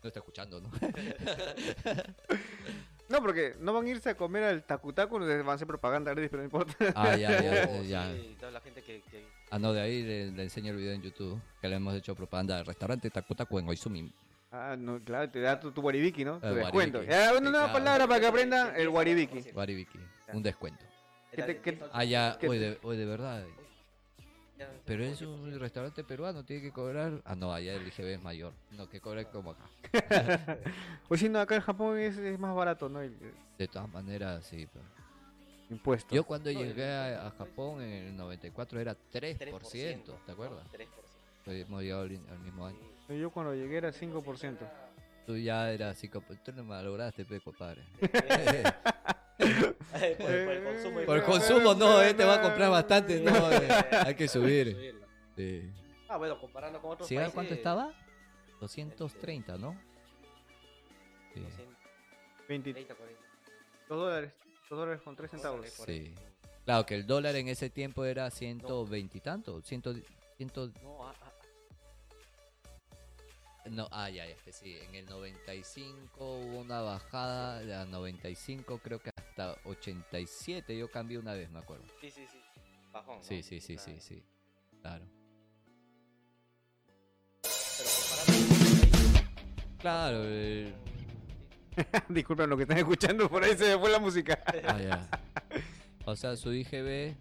[SPEAKER 2] No está escuchando, ¿no?
[SPEAKER 1] No, porque no van a irse a comer al Takutaku, les van a hacer propaganda gratis, pero no importa.
[SPEAKER 2] Ah, ya, ya,
[SPEAKER 5] Oh,
[SPEAKER 2] ya.
[SPEAKER 5] sí, toda la gente que, que-
[SPEAKER 2] Ah, no, de ahí le, le enseño el video en YouTube. Que le hemos hecho propaganda al restaurante Takutaku en Oizumi.
[SPEAKER 1] Ah, no, claro, te da tu, tu guaribiki, ¿no?
[SPEAKER 2] El
[SPEAKER 1] Tu descuento.
[SPEAKER 2] guaribiki.
[SPEAKER 1] Ya,
[SPEAKER 2] Sí,
[SPEAKER 1] una nueva
[SPEAKER 2] claro.
[SPEAKER 1] palabra para que aprendan el guaribiki.
[SPEAKER 2] Guaribiki. Un descuento.
[SPEAKER 1] ¿Qué te- qué-
[SPEAKER 2] Ah, ya,
[SPEAKER 1] ¿Qué
[SPEAKER 2] hoy
[SPEAKER 1] te-
[SPEAKER 2] de, hoy de verdad.
[SPEAKER 5] ya no sé
[SPEAKER 2] Pero
[SPEAKER 5] cómo
[SPEAKER 2] es
[SPEAKER 5] que-
[SPEAKER 2] un restaurante peruano, tiene que cobrar. Ah, no, allá el IGB es mayor. No, que cobrar como
[SPEAKER 5] Ah.
[SPEAKER 2] acá.
[SPEAKER 1] Pues si no, acá en Japón es, es más barato, ¿no? El, el
[SPEAKER 2] De todas maneras, sí. pero-
[SPEAKER 1] impuesto.
[SPEAKER 2] Yo cuando
[SPEAKER 5] No, el
[SPEAKER 2] llegué a, a
[SPEAKER 5] impuesto es-
[SPEAKER 2] Japón en el 94 era 3%, ¿te acuerdas?
[SPEAKER 5] Ah, 3%.
[SPEAKER 2] Hemos llegado al, al mismo año.
[SPEAKER 1] Yo cuando llegué era 5%.
[SPEAKER 2] Tú ya eras así, como- tú no me lograste, pe, compadre.
[SPEAKER 5] Eh, por, por el consumo. y
[SPEAKER 2] Por
[SPEAKER 1] Eh,
[SPEAKER 2] consumo, no,
[SPEAKER 1] eh,
[SPEAKER 2] eh, te va a comprar bastante, no, eh, hay que subir.
[SPEAKER 5] subirla.
[SPEAKER 2] Sí.
[SPEAKER 5] Ah, bueno, comparando con otros
[SPEAKER 2] ¿Cigarro
[SPEAKER 5] países. Este,
[SPEAKER 2] cuánto estaba? 230, ¿no? Sí.
[SPEAKER 1] 20,
[SPEAKER 5] 30, 40.
[SPEAKER 1] 2 dólares. 2 dólares con 3
[SPEAKER 5] Dólares,
[SPEAKER 1] centavos.
[SPEAKER 5] por ahí.
[SPEAKER 2] Sí. Claro que el dólar en ese tiempo era 120 y tanto, 100, 100
[SPEAKER 5] No, ah, ah,
[SPEAKER 2] No, ah, ya, ya, que sí. En el 95 hubo una bajada, de a 95 creo que hasta 87 yo cambié una vez, me acuerdo.
[SPEAKER 5] sí, sí, sí. Bajón. ¿no?
[SPEAKER 2] Sí, sí, sí,
[SPEAKER 5] Claro.
[SPEAKER 2] sí, sí. Claro.
[SPEAKER 5] Pero comparando con otros países,
[SPEAKER 2] Claro, eh, el-
[SPEAKER 1] Disculpen lo que están escuchando, por ahí se me fue la música.
[SPEAKER 2] ah, ya. O sea, su IGB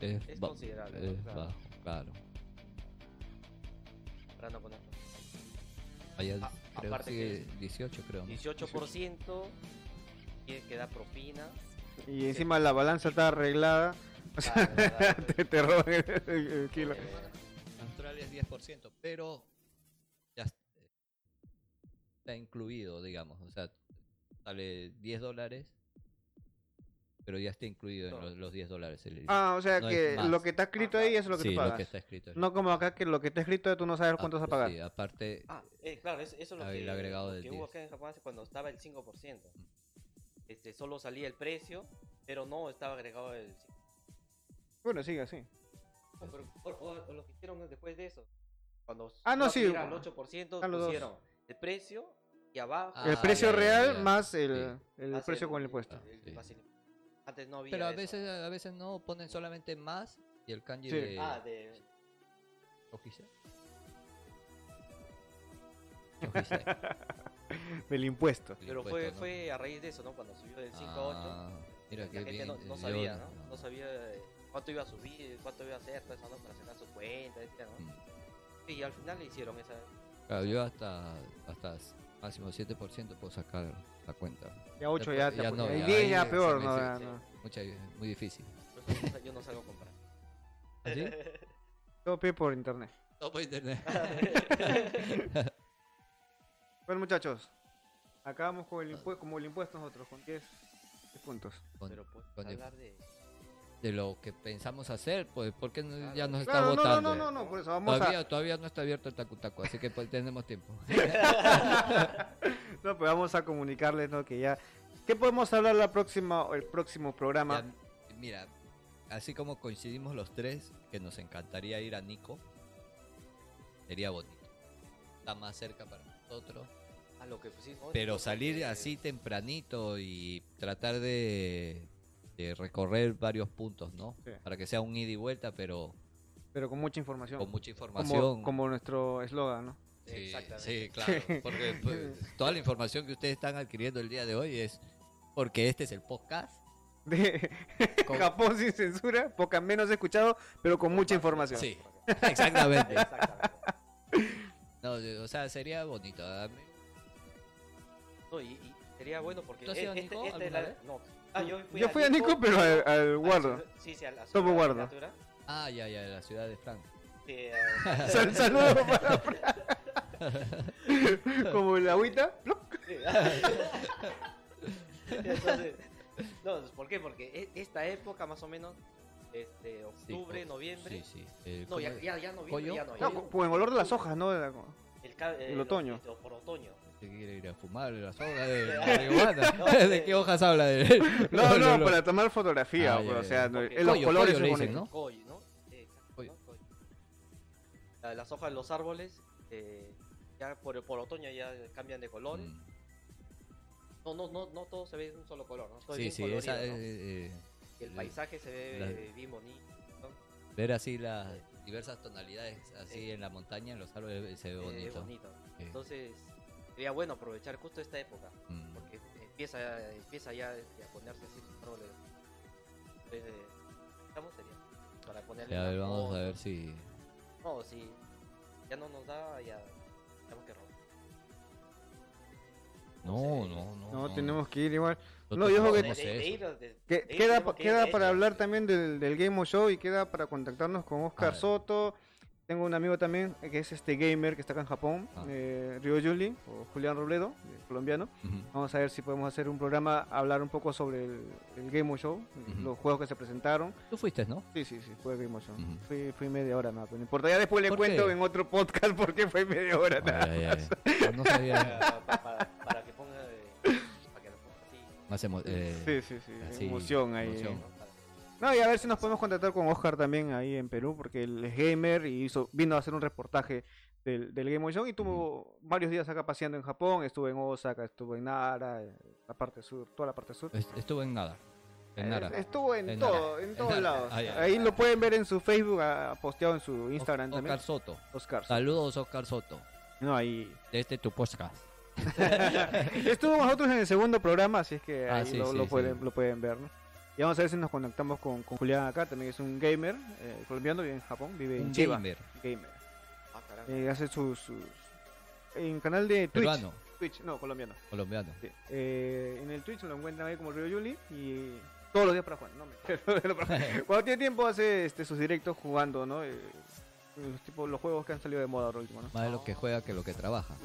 [SPEAKER 2] es,
[SPEAKER 5] Es
[SPEAKER 2] ba-
[SPEAKER 5] considerable, ¿no?
[SPEAKER 2] es
[SPEAKER 5] Claro.
[SPEAKER 2] bajo, claro.
[SPEAKER 5] comparando con otros países.
[SPEAKER 2] Allá
[SPEAKER 5] A-
[SPEAKER 2] creo
[SPEAKER 5] aparte que
[SPEAKER 2] que 18, creo. ¿no?
[SPEAKER 5] 18% y el que da propina.
[SPEAKER 1] Y encima la balanza está arreglada.
[SPEAKER 5] Ah, la verdad,
[SPEAKER 1] te, te roban el, el- el kilo.
[SPEAKER 5] eh,
[SPEAKER 2] Australia es 10%, pero ya es- está incluido, digamos. O sea, sale 10 dólares, pero ya está incluido en
[SPEAKER 5] Todo.
[SPEAKER 2] los, los 10 dólares. el-
[SPEAKER 1] Ah, o sea
[SPEAKER 2] No es
[SPEAKER 1] que
[SPEAKER 2] más.
[SPEAKER 1] lo que está escrito ahí es lo que
[SPEAKER 2] sí,
[SPEAKER 1] tú pagas.
[SPEAKER 2] lo que está escrito. ahí. Ah, pues
[SPEAKER 1] No como acá que lo que está escrito tú no sabes cuánto vas a pagar.
[SPEAKER 2] Sí, aparte,
[SPEAKER 5] Ah, eh, claro, eso, eso es lo
[SPEAKER 2] Ah, el
[SPEAKER 5] que,
[SPEAKER 2] agregado
[SPEAKER 5] lo
[SPEAKER 2] del
[SPEAKER 5] que hubo
[SPEAKER 2] 10.
[SPEAKER 5] acá en Japón hace cuando estaba el 5%. Este, solo salía el precio, pero no estaba agregado el 5%.
[SPEAKER 1] Bueno, sigue así.
[SPEAKER 5] No, pero, o- o- o lo que hicieron después de eso. Cuando
[SPEAKER 1] Ah, no,
[SPEAKER 5] iba a
[SPEAKER 1] sí,
[SPEAKER 5] subir al
[SPEAKER 1] bueno.
[SPEAKER 5] 8%,
[SPEAKER 1] Ah, los dos.
[SPEAKER 5] pusieron el precio y abajo.
[SPEAKER 2] Ah,
[SPEAKER 1] El precio
[SPEAKER 2] ya, ya,
[SPEAKER 1] real
[SPEAKER 2] ya.
[SPEAKER 1] más el, el
[SPEAKER 5] más
[SPEAKER 1] precio con el impuesto.
[SPEAKER 5] el-
[SPEAKER 2] Sí.
[SPEAKER 5] más el- Antes no había.
[SPEAKER 2] pero a
[SPEAKER 5] eso.
[SPEAKER 2] veces, eh, a veces no ponen solamente más y el kanji
[SPEAKER 1] Sí.
[SPEAKER 2] de.
[SPEAKER 5] Ah, de.
[SPEAKER 2] Oficial. Oficial.
[SPEAKER 1] Del impuesto.
[SPEAKER 2] El
[SPEAKER 5] Pero
[SPEAKER 2] impuesto,
[SPEAKER 5] fue,
[SPEAKER 2] ¿no?
[SPEAKER 5] fue a raíz de eso, ¿no? Cuando subió del 5 a 8.
[SPEAKER 2] Ah, mira
[SPEAKER 5] la
[SPEAKER 2] qué
[SPEAKER 5] gente
[SPEAKER 2] bien.
[SPEAKER 5] no, no
[SPEAKER 2] yo
[SPEAKER 5] sabía, ¿no?
[SPEAKER 2] no-
[SPEAKER 5] No sabía eh, cuánto iba a subir, cuánto iba a hacer, todo eso, ¿no? Para sacar su cuenta, etcétera, ¿no?
[SPEAKER 2] Mm.
[SPEAKER 5] Y al final le hicieron esa.
[SPEAKER 2] Claro, yo hasta, hasta máximo 7% puedo sacar la cuenta.
[SPEAKER 1] Ya 8 ya,
[SPEAKER 2] Ya, pues,
[SPEAKER 1] te
[SPEAKER 2] ya
[SPEAKER 1] apu-
[SPEAKER 2] no,
[SPEAKER 1] el
[SPEAKER 2] ya,
[SPEAKER 1] 10
[SPEAKER 2] ahí
[SPEAKER 1] ya
[SPEAKER 2] se
[SPEAKER 1] peor,
[SPEAKER 2] me
[SPEAKER 1] no,
[SPEAKER 2] hizo-
[SPEAKER 1] ya
[SPEAKER 5] sí.
[SPEAKER 1] no.
[SPEAKER 2] Mucha, muy difícil.
[SPEAKER 5] Por eso yo no sa- yo no salgo a comprar.
[SPEAKER 2] ¿Así?
[SPEAKER 1] Todo pide por internet.
[SPEAKER 2] No por internet.
[SPEAKER 1] Bueno, muchachos. Acabamos con el impuesto, como el impuesto nosotros, con 10 puntos.
[SPEAKER 2] Con-
[SPEAKER 5] Pero pues,
[SPEAKER 2] con el-
[SPEAKER 5] hablar de.
[SPEAKER 2] de lo que pensamos hacer, pues, ¿por qué no- ya
[SPEAKER 5] Claro.
[SPEAKER 2] nos está
[SPEAKER 1] Claro, no, no,
[SPEAKER 2] votando?
[SPEAKER 1] no, no, no, por eso vamos
[SPEAKER 2] Todavía,
[SPEAKER 1] a...
[SPEAKER 2] todavía no está abierto el Takutaku, así que pues, tenemos tiempo.
[SPEAKER 1] No, pues vamos a comunicarles, ¿no? Que ya... ¿Qué podemos hablar la próxima, el próximo programa?
[SPEAKER 2] Ya, mira, así como coincidimos los tres, que nos encantaría ir a Nico, sería bonito. Está más cerca para nosotros.
[SPEAKER 5] A lo que pues, sí, ¿no?
[SPEAKER 2] Pero
[SPEAKER 5] Porque,
[SPEAKER 2] salir
[SPEAKER 5] eh,
[SPEAKER 2] así tempranito y tratar de, de recorrer varios puntos, ¿no?
[SPEAKER 1] Sí.
[SPEAKER 2] Para que sea un ida y vuelta, pero
[SPEAKER 1] Pero con mucha información.
[SPEAKER 2] con mucha
[SPEAKER 1] como,
[SPEAKER 2] información.
[SPEAKER 1] como nuestro eslogan, ¿no?
[SPEAKER 2] sí,
[SPEAKER 5] Exactamente.
[SPEAKER 2] sí, claro. Porque pues, toda la información que ustedes están adquiriendo el día de hoy es porque este es el podcast.
[SPEAKER 1] De
[SPEAKER 2] con-
[SPEAKER 1] Japón sin censura, poca menos escuchado, pero con mucha información.
[SPEAKER 2] Sí, exactamente.
[SPEAKER 5] Exactamente.
[SPEAKER 2] No, o sea, sería bonito. A mí-
[SPEAKER 5] No, y, y Sería bueno porque
[SPEAKER 2] ¿Tú has ido a Nico
[SPEAKER 5] este es
[SPEAKER 2] alguna
[SPEAKER 5] la-
[SPEAKER 2] vez?
[SPEAKER 5] no. Ah, yo fui
[SPEAKER 1] Yo
[SPEAKER 5] a
[SPEAKER 1] fui a Nico, pero eh, al, al
[SPEAKER 5] al-
[SPEAKER 1] guarda.
[SPEAKER 5] Sí, sí, a la
[SPEAKER 1] Topo
[SPEAKER 5] ciudad de
[SPEAKER 1] guarda.
[SPEAKER 5] literatura,
[SPEAKER 2] Ah, ya, ya, la ciudad de Frank.
[SPEAKER 5] sí, a-
[SPEAKER 2] Ah,
[SPEAKER 1] Sal- saludo para Fran. Como el agüita. plop.
[SPEAKER 5] Sí. Entonces, no, ¿por qué? Porque e- esta época más o menos, este,
[SPEAKER 2] Sí,
[SPEAKER 5] octubre,
[SPEAKER 2] co-
[SPEAKER 5] noviembre.
[SPEAKER 2] Sí, sí. eh,
[SPEAKER 5] No, ya,
[SPEAKER 2] ¿cómo-
[SPEAKER 5] ya, ya noviembre,
[SPEAKER 2] ¿Coyo?
[SPEAKER 5] ya no.
[SPEAKER 1] No,
[SPEAKER 5] ya-
[SPEAKER 1] co- como el olor de las hojas, ¿no? Era como-
[SPEAKER 5] el, ca- eh,
[SPEAKER 1] el
[SPEAKER 5] lo-
[SPEAKER 1] otoño.
[SPEAKER 5] este, por otoño.
[SPEAKER 2] ¿Te quiere ir a fumar las hojas de marihuana? ¿De qué hojas habla? De...
[SPEAKER 1] eh, No, no,
[SPEAKER 2] pero
[SPEAKER 1] para tomar fotografía,
[SPEAKER 2] Ah,
[SPEAKER 1] pues,
[SPEAKER 2] ya,
[SPEAKER 1] o
[SPEAKER 2] ya,
[SPEAKER 1] sea,
[SPEAKER 2] ya.
[SPEAKER 1] no,
[SPEAKER 5] Ok.
[SPEAKER 1] en los
[SPEAKER 2] Pollo,
[SPEAKER 1] colores
[SPEAKER 2] pollo le
[SPEAKER 1] se
[SPEAKER 2] dicen,
[SPEAKER 1] ponen.
[SPEAKER 2] ¿no?
[SPEAKER 5] Coy, ¿no? Sí, exacto,
[SPEAKER 2] Coy.
[SPEAKER 5] ¿no? Coy. La- Las hojas de los árboles, eh, ya por, por otoño ya cambian de color.
[SPEAKER 2] Mm.
[SPEAKER 5] No, no, no, no todo se ve de un solo color, ¿no? Todo es
[SPEAKER 2] Sí,
[SPEAKER 5] bien
[SPEAKER 2] sí,
[SPEAKER 5] colorido,
[SPEAKER 2] esa,
[SPEAKER 5] ¿no?
[SPEAKER 2] eh, eh,
[SPEAKER 5] Y el
[SPEAKER 2] el-
[SPEAKER 5] paisaje se ve
[SPEAKER 2] la-
[SPEAKER 5] eh, bien bonito. ¿no?
[SPEAKER 2] ver así las diversas tonalidades así en la montaña, en los árboles, eh, se ve
[SPEAKER 5] Eh,
[SPEAKER 2] bonito.
[SPEAKER 5] bonito.
[SPEAKER 2] Sí.
[SPEAKER 5] Entonces, sería bueno aprovechar justo esta época,
[SPEAKER 2] Mm.
[SPEAKER 5] porque empieza, empieza ya este, a ponerse así los árboles. Entonces, eh, ¿cómo sería? Para ponerle.
[SPEAKER 2] Ya, a
[SPEAKER 5] una
[SPEAKER 2] ver, vamos
[SPEAKER 5] foto.
[SPEAKER 2] a ver si...
[SPEAKER 5] No, si ya no nos da, ya tenemos que romper.
[SPEAKER 2] No,
[SPEAKER 5] sé.
[SPEAKER 2] no, no.
[SPEAKER 1] No, tenemos que ir igual.
[SPEAKER 2] Nosotros
[SPEAKER 1] no, yo creo que-
[SPEAKER 5] De-
[SPEAKER 2] hacemos
[SPEAKER 5] de- de
[SPEAKER 2] eso.
[SPEAKER 5] ir, de-
[SPEAKER 1] Que-
[SPEAKER 5] de ir
[SPEAKER 1] queda
[SPEAKER 5] tenemos
[SPEAKER 1] pa-
[SPEAKER 5] que ir,
[SPEAKER 1] queda
[SPEAKER 5] de
[SPEAKER 1] para
[SPEAKER 5] hecho.
[SPEAKER 1] hablar también del, del Game of Show y queda para contactarnos con Oscar
[SPEAKER 2] Ah.
[SPEAKER 1] Soto. Tengo un amigo también eh, que es este gamer que está acá en Japón,
[SPEAKER 2] Ah.
[SPEAKER 1] eh, Río Yuli o Julián Robledo, eh, colombiano.
[SPEAKER 2] Ujú.
[SPEAKER 1] Vamos a ver si podemos hacer un programa, hablar un poco sobre el, el Game of Show, eh,
[SPEAKER 2] Ujú.
[SPEAKER 1] los juegos que se presentaron.
[SPEAKER 2] Tú fuiste, ¿no?
[SPEAKER 1] Sí, sí, sí, fue Game of Show.
[SPEAKER 2] Ujú.
[SPEAKER 1] fui, fui media hora más, pero no importa. Ya después le
[SPEAKER 2] ¿Por
[SPEAKER 1] cuento
[SPEAKER 2] qué?
[SPEAKER 1] en otro podcast por qué fue media hora. nada.
[SPEAKER 2] Ay, ay, ay. No sabía.
[SPEAKER 5] Para, para- para que ponga. eh, para que nos ponga así.
[SPEAKER 2] Más emo- eh,
[SPEAKER 1] Sí, sí, sí,
[SPEAKER 2] así,
[SPEAKER 1] emoción ahí.
[SPEAKER 2] emoción.
[SPEAKER 5] ¿no? Para-
[SPEAKER 1] No, y a ver si nos podemos contactar con Oscar también ahí en Perú, porque él es gamer y hizo, vino a hacer un reportaje del, del Game of Show y tuvo varios días acá paseando en Japón, estuvo en Osaka, estuvo en Nara, eh, la parte sur, toda la parte sur.
[SPEAKER 2] Est- Estuvo en nada. En
[SPEAKER 1] Eh,
[SPEAKER 2] nada.
[SPEAKER 1] Estuvo en,
[SPEAKER 2] En
[SPEAKER 1] todo, en
[SPEAKER 2] en
[SPEAKER 1] todos
[SPEAKER 2] Nara.
[SPEAKER 1] lados.
[SPEAKER 2] Ah, ya.
[SPEAKER 1] ahí lo pueden ver en su Facebook, ha ha posteado en su Instagram
[SPEAKER 2] Oscar
[SPEAKER 1] también.
[SPEAKER 2] Soto.
[SPEAKER 1] Oscar.
[SPEAKER 2] Saludos, Oscar Soto.
[SPEAKER 1] No, ahí.
[SPEAKER 2] De este tu podcast.
[SPEAKER 1] Estuvo con nosotros en el segundo programa, así es que
[SPEAKER 2] Ah,
[SPEAKER 1] ahí
[SPEAKER 2] sí,
[SPEAKER 1] lo,
[SPEAKER 2] sí,
[SPEAKER 1] lo
[SPEAKER 2] sí.
[SPEAKER 1] pueden, lo pueden ver, ¿no? Y vamos a ver si nos conectamos con, con Julián acá, también es un gamer eh, colombiano, vive en Japón, vive en
[SPEAKER 2] Un
[SPEAKER 1] Chiba.
[SPEAKER 2] gamer.
[SPEAKER 1] gamer.
[SPEAKER 5] Ah, caramba.
[SPEAKER 1] Eh, hace sus, sus- En canal de Twitch.
[SPEAKER 2] Peruano,
[SPEAKER 1] Twitch, no, colombiano.
[SPEAKER 2] colombiano.
[SPEAKER 1] Sí. Eh, en el Twitch lo encuentran ahí como Río Yuli y todos los días para jugar. No, me... Cuando tiene tiempo hace este, sus directos jugando, ¿no? Eh, los, tipo, los juegos que han salido de moda ahora último, ¿no?
[SPEAKER 2] Más de lo que juega que lo que trabaja.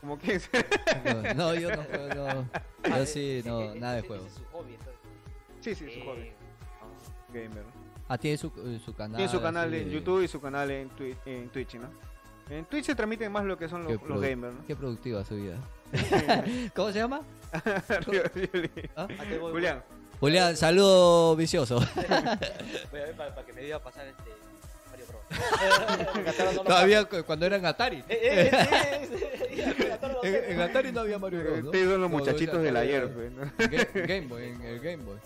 [SPEAKER 1] Como que
[SPEAKER 2] No, yo no juego. No.
[SPEAKER 5] Ah,
[SPEAKER 2] Yo
[SPEAKER 5] eh,
[SPEAKER 2] sí, no,
[SPEAKER 5] eh, eh,
[SPEAKER 2] nada de
[SPEAKER 5] ese-
[SPEAKER 2] juego.
[SPEAKER 5] ese es su hobby, entonces.
[SPEAKER 1] Sí, sí, su
[SPEAKER 5] Eh,
[SPEAKER 1] hobby.
[SPEAKER 5] vamos.
[SPEAKER 1] Gamer.
[SPEAKER 2] Ah, tiene su, eh, su canal.
[SPEAKER 1] Tiene su canal
[SPEAKER 2] así
[SPEAKER 1] en
[SPEAKER 2] de-
[SPEAKER 1] YouTube y su canal en, Twi- en Twitch, ¿no? En Twitch se transmiten más lo que son los,
[SPEAKER 2] Qué
[SPEAKER 1] los
[SPEAKER 2] produ-
[SPEAKER 1] gamers, ¿no?
[SPEAKER 2] Qué productiva su vida. ¿Cómo se llama?
[SPEAKER 1] Río Yuli.
[SPEAKER 2] ¿Ah?
[SPEAKER 5] Ah, te voy, voy.
[SPEAKER 1] Julián,
[SPEAKER 2] Julián, saludo vicioso.
[SPEAKER 5] Voy a ver para, para que me diga pasar este Mario Bros. Porque hasta ahora no lo
[SPEAKER 2] Todavía cu- cuando era en Atari.
[SPEAKER 5] paso. Eh, eh, eh, eh, eh, hasta ahora no
[SPEAKER 2] En,
[SPEAKER 5] sé.
[SPEAKER 2] en Atari no había Mario Bros. ¿no?
[SPEAKER 1] ustedes son los
[SPEAKER 2] Como
[SPEAKER 1] muchachitos
[SPEAKER 2] decía,
[SPEAKER 1] del ayer,
[SPEAKER 2] Atari,
[SPEAKER 1] pues, ¿no?
[SPEAKER 2] Ga- Game Boy, en el Game Boy.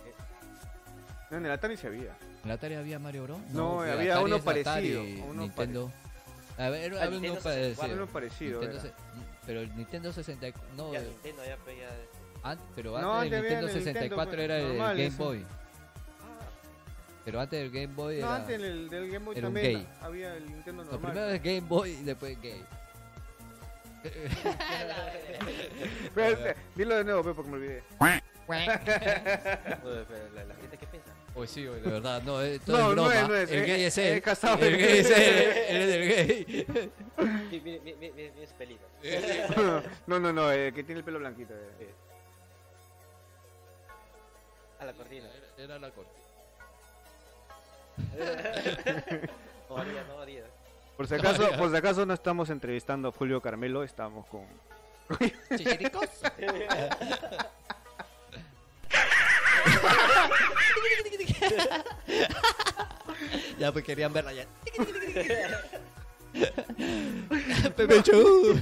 [SPEAKER 1] No, en el Atari se había.
[SPEAKER 2] ¿En la Atari había Mario Bros?
[SPEAKER 1] No,
[SPEAKER 2] el
[SPEAKER 1] había uno
[SPEAKER 2] es de Atari,
[SPEAKER 1] parecido, uno
[SPEAKER 2] Nintendo. A ver,
[SPEAKER 5] Ah,
[SPEAKER 2] había uno
[SPEAKER 5] Nintendo
[SPEAKER 1] Bueno,
[SPEAKER 2] parecido.
[SPEAKER 1] no es parecido.
[SPEAKER 2] Nintendo
[SPEAKER 1] era.
[SPEAKER 2] se- pero el Nintendo 64. No,
[SPEAKER 5] Ya
[SPEAKER 2] eh,
[SPEAKER 5] Nintendo, ya, pues, ya.
[SPEAKER 2] an- Ah, pero
[SPEAKER 1] No,
[SPEAKER 2] antes
[SPEAKER 1] antes
[SPEAKER 2] del
[SPEAKER 1] había
[SPEAKER 2] Nintendo
[SPEAKER 1] el Nintendo,
[SPEAKER 2] 64
[SPEAKER 1] pues,
[SPEAKER 2] era el
[SPEAKER 1] normal,
[SPEAKER 2] Game
[SPEAKER 1] ese.
[SPEAKER 2] Boy. Pero antes del Game Boy
[SPEAKER 1] No,
[SPEAKER 2] era.
[SPEAKER 1] antes del, del Game Boy
[SPEAKER 2] era un
[SPEAKER 1] también
[SPEAKER 2] gay.
[SPEAKER 1] había el Nintendo
[SPEAKER 2] Lo primero
[SPEAKER 1] normal.
[SPEAKER 2] es Game Boy y después Game.
[SPEAKER 1] Pero, este, dilo de nuevo, pe, porque me olvidé.
[SPEAKER 5] Bueno, pero la, la gente que piensa.
[SPEAKER 2] Pues sí, de verdad, no, eh, todo
[SPEAKER 1] No,
[SPEAKER 2] es
[SPEAKER 1] no es,
[SPEAKER 2] broma.
[SPEAKER 1] no es.
[SPEAKER 2] El
[SPEAKER 1] Eh,
[SPEAKER 2] gay es él.
[SPEAKER 1] eh, casado.
[SPEAKER 2] El gay es él, él es el gay.
[SPEAKER 5] Sí, mire, mire, mire, mire ese pelito.
[SPEAKER 1] no, no, no, eh, que tiene el pelo blanquito. eh.
[SPEAKER 5] Sí. A la cortina.
[SPEAKER 2] Era la corte.
[SPEAKER 5] No haría, no haría.
[SPEAKER 1] Por si acaso, por si acaso no estamos entrevistando a Julio Carmelo, estamos con.
[SPEAKER 2] Chichiricos. ya pues querían verla ya. Pepe Chu.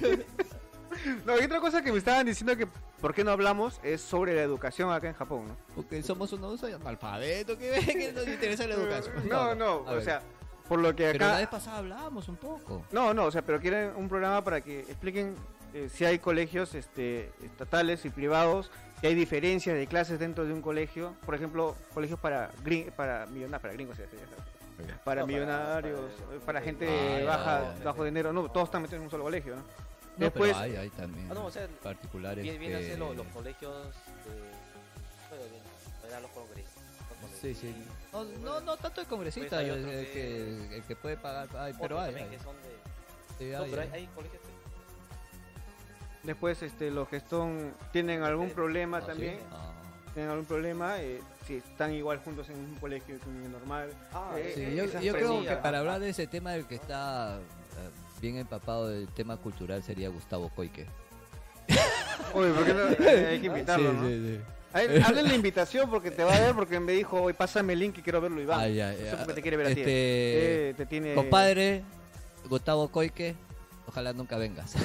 [SPEAKER 1] No, y otra cosa que me estaban diciendo que por qué no hablamos es sobre la educación acá en Japón, ¿no?
[SPEAKER 2] Porque somos unos analfabetos que, que nos interesa la educación.
[SPEAKER 1] No, no,
[SPEAKER 2] A
[SPEAKER 1] o
[SPEAKER 2] ver.
[SPEAKER 1] sea, por lo que
[SPEAKER 2] Pero la
[SPEAKER 1] acá.
[SPEAKER 2] vez pasada hablábamos un poco.
[SPEAKER 1] No, no, o sea, pero quieren un programa para que expliquen eh, si hay colegios este, estatales y privados, si hay diferencias de clases dentro de un colegio, por ejemplo, colegios para gring- para millonarios, para gringos, ya sé, ya sé. para
[SPEAKER 5] No, para-
[SPEAKER 1] millonarios, eh,
[SPEAKER 5] para-
[SPEAKER 1] para, gente
[SPEAKER 2] Ah, ya,
[SPEAKER 1] baja,
[SPEAKER 2] ya,
[SPEAKER 1] bajo dinero, no, todos están metidos en un solo colegio, ¿no?
[SPEAKER 2] No,
[SPEAKER 1] Después,
[SPEAKER 2] pero hay, hay también
[SPEAKER 5] Ah, no, o sea,
[SPEAKER 2] particulares
[SPEAKER 5] bien, bien
[SPEAKER 2] que-
[SPEAKER 5] hacer lo- los colegios de. Bueno, bien, eran los congresos. los congresos.
[SPEAKER 2] Sí, sí. No, no, no tanto el congresista,
[SPEAKER 5] Pues hay
[SPEAKER 2] el,
[SPEAKER 5] otro
[SPEAKER 2] el
[SPEAKER 5] que-
[SPEAKER 2] que, el que puede pagar, hay,
[SPEAKER 5] Otros
[SPEAKER 2] pero hay,
[SPEAKER 5] también
[SPEAKER 2] hay,
[SPEAKER 5] que son de-
[SPEAKER 2] sí,
[SPEAKER 5] No,
[SPEAKER 2] hay,
[SPEAKER 5] pero hay,
[SPEAKER 2] hay.
[SPEAKER 5] hay colegios que-
[SPEAKER 1] después este, los que están, tienen algún problema
[SPEAKER 2] Ah, ¿sí?
[SPEAKER 1] también,
[SPEAKER 2] Ah.
[SPEAKER 1] tienen algún problema, eh, si están igual juntos en un colegio normal.
[SPEAKER 5] Ah,
[SPEAKER 1] Eh,
[SPEAKER 5] es
[SPEAKER 2] Sí,
[SPEAKER 5] que
[SPEAKER 2] yo,
[SPEAKER 1] esas
[SPEAKER 2] yo creo que
[SPEAKER 1] presillas.
[SPEAKER 2] para hablar de ese tema, el que está eh, bien empapado del tema cultural sería Gustavo Coique.
[SPEAKER 1] Oye, ¿por qué no? Eh, hay que invitarlo,
[SPEAKER 2] Sí,
[SPEAKER 1] ¿no?
[SPEAKER 2] sí, sí.
[SPEAKER 1] A ver, hazle la invitación porque te va a ver porque me dijo, oye, pásame el link que quiero verlo Iván.
[SPEAKER 2] Ah, ya,
[SPEAKER 1] No sé
[SPEAKER 2] ya.
[SPEAKER 1] por qué te quiere ver a ti.
[SPEAKER 2] Este,
[SPEAKER 1] Eh, te tiene...
[SPEAKER 2] Compadre, Gustavo Coique, ojalá nunca vengas.
[SPEAKER 5] no,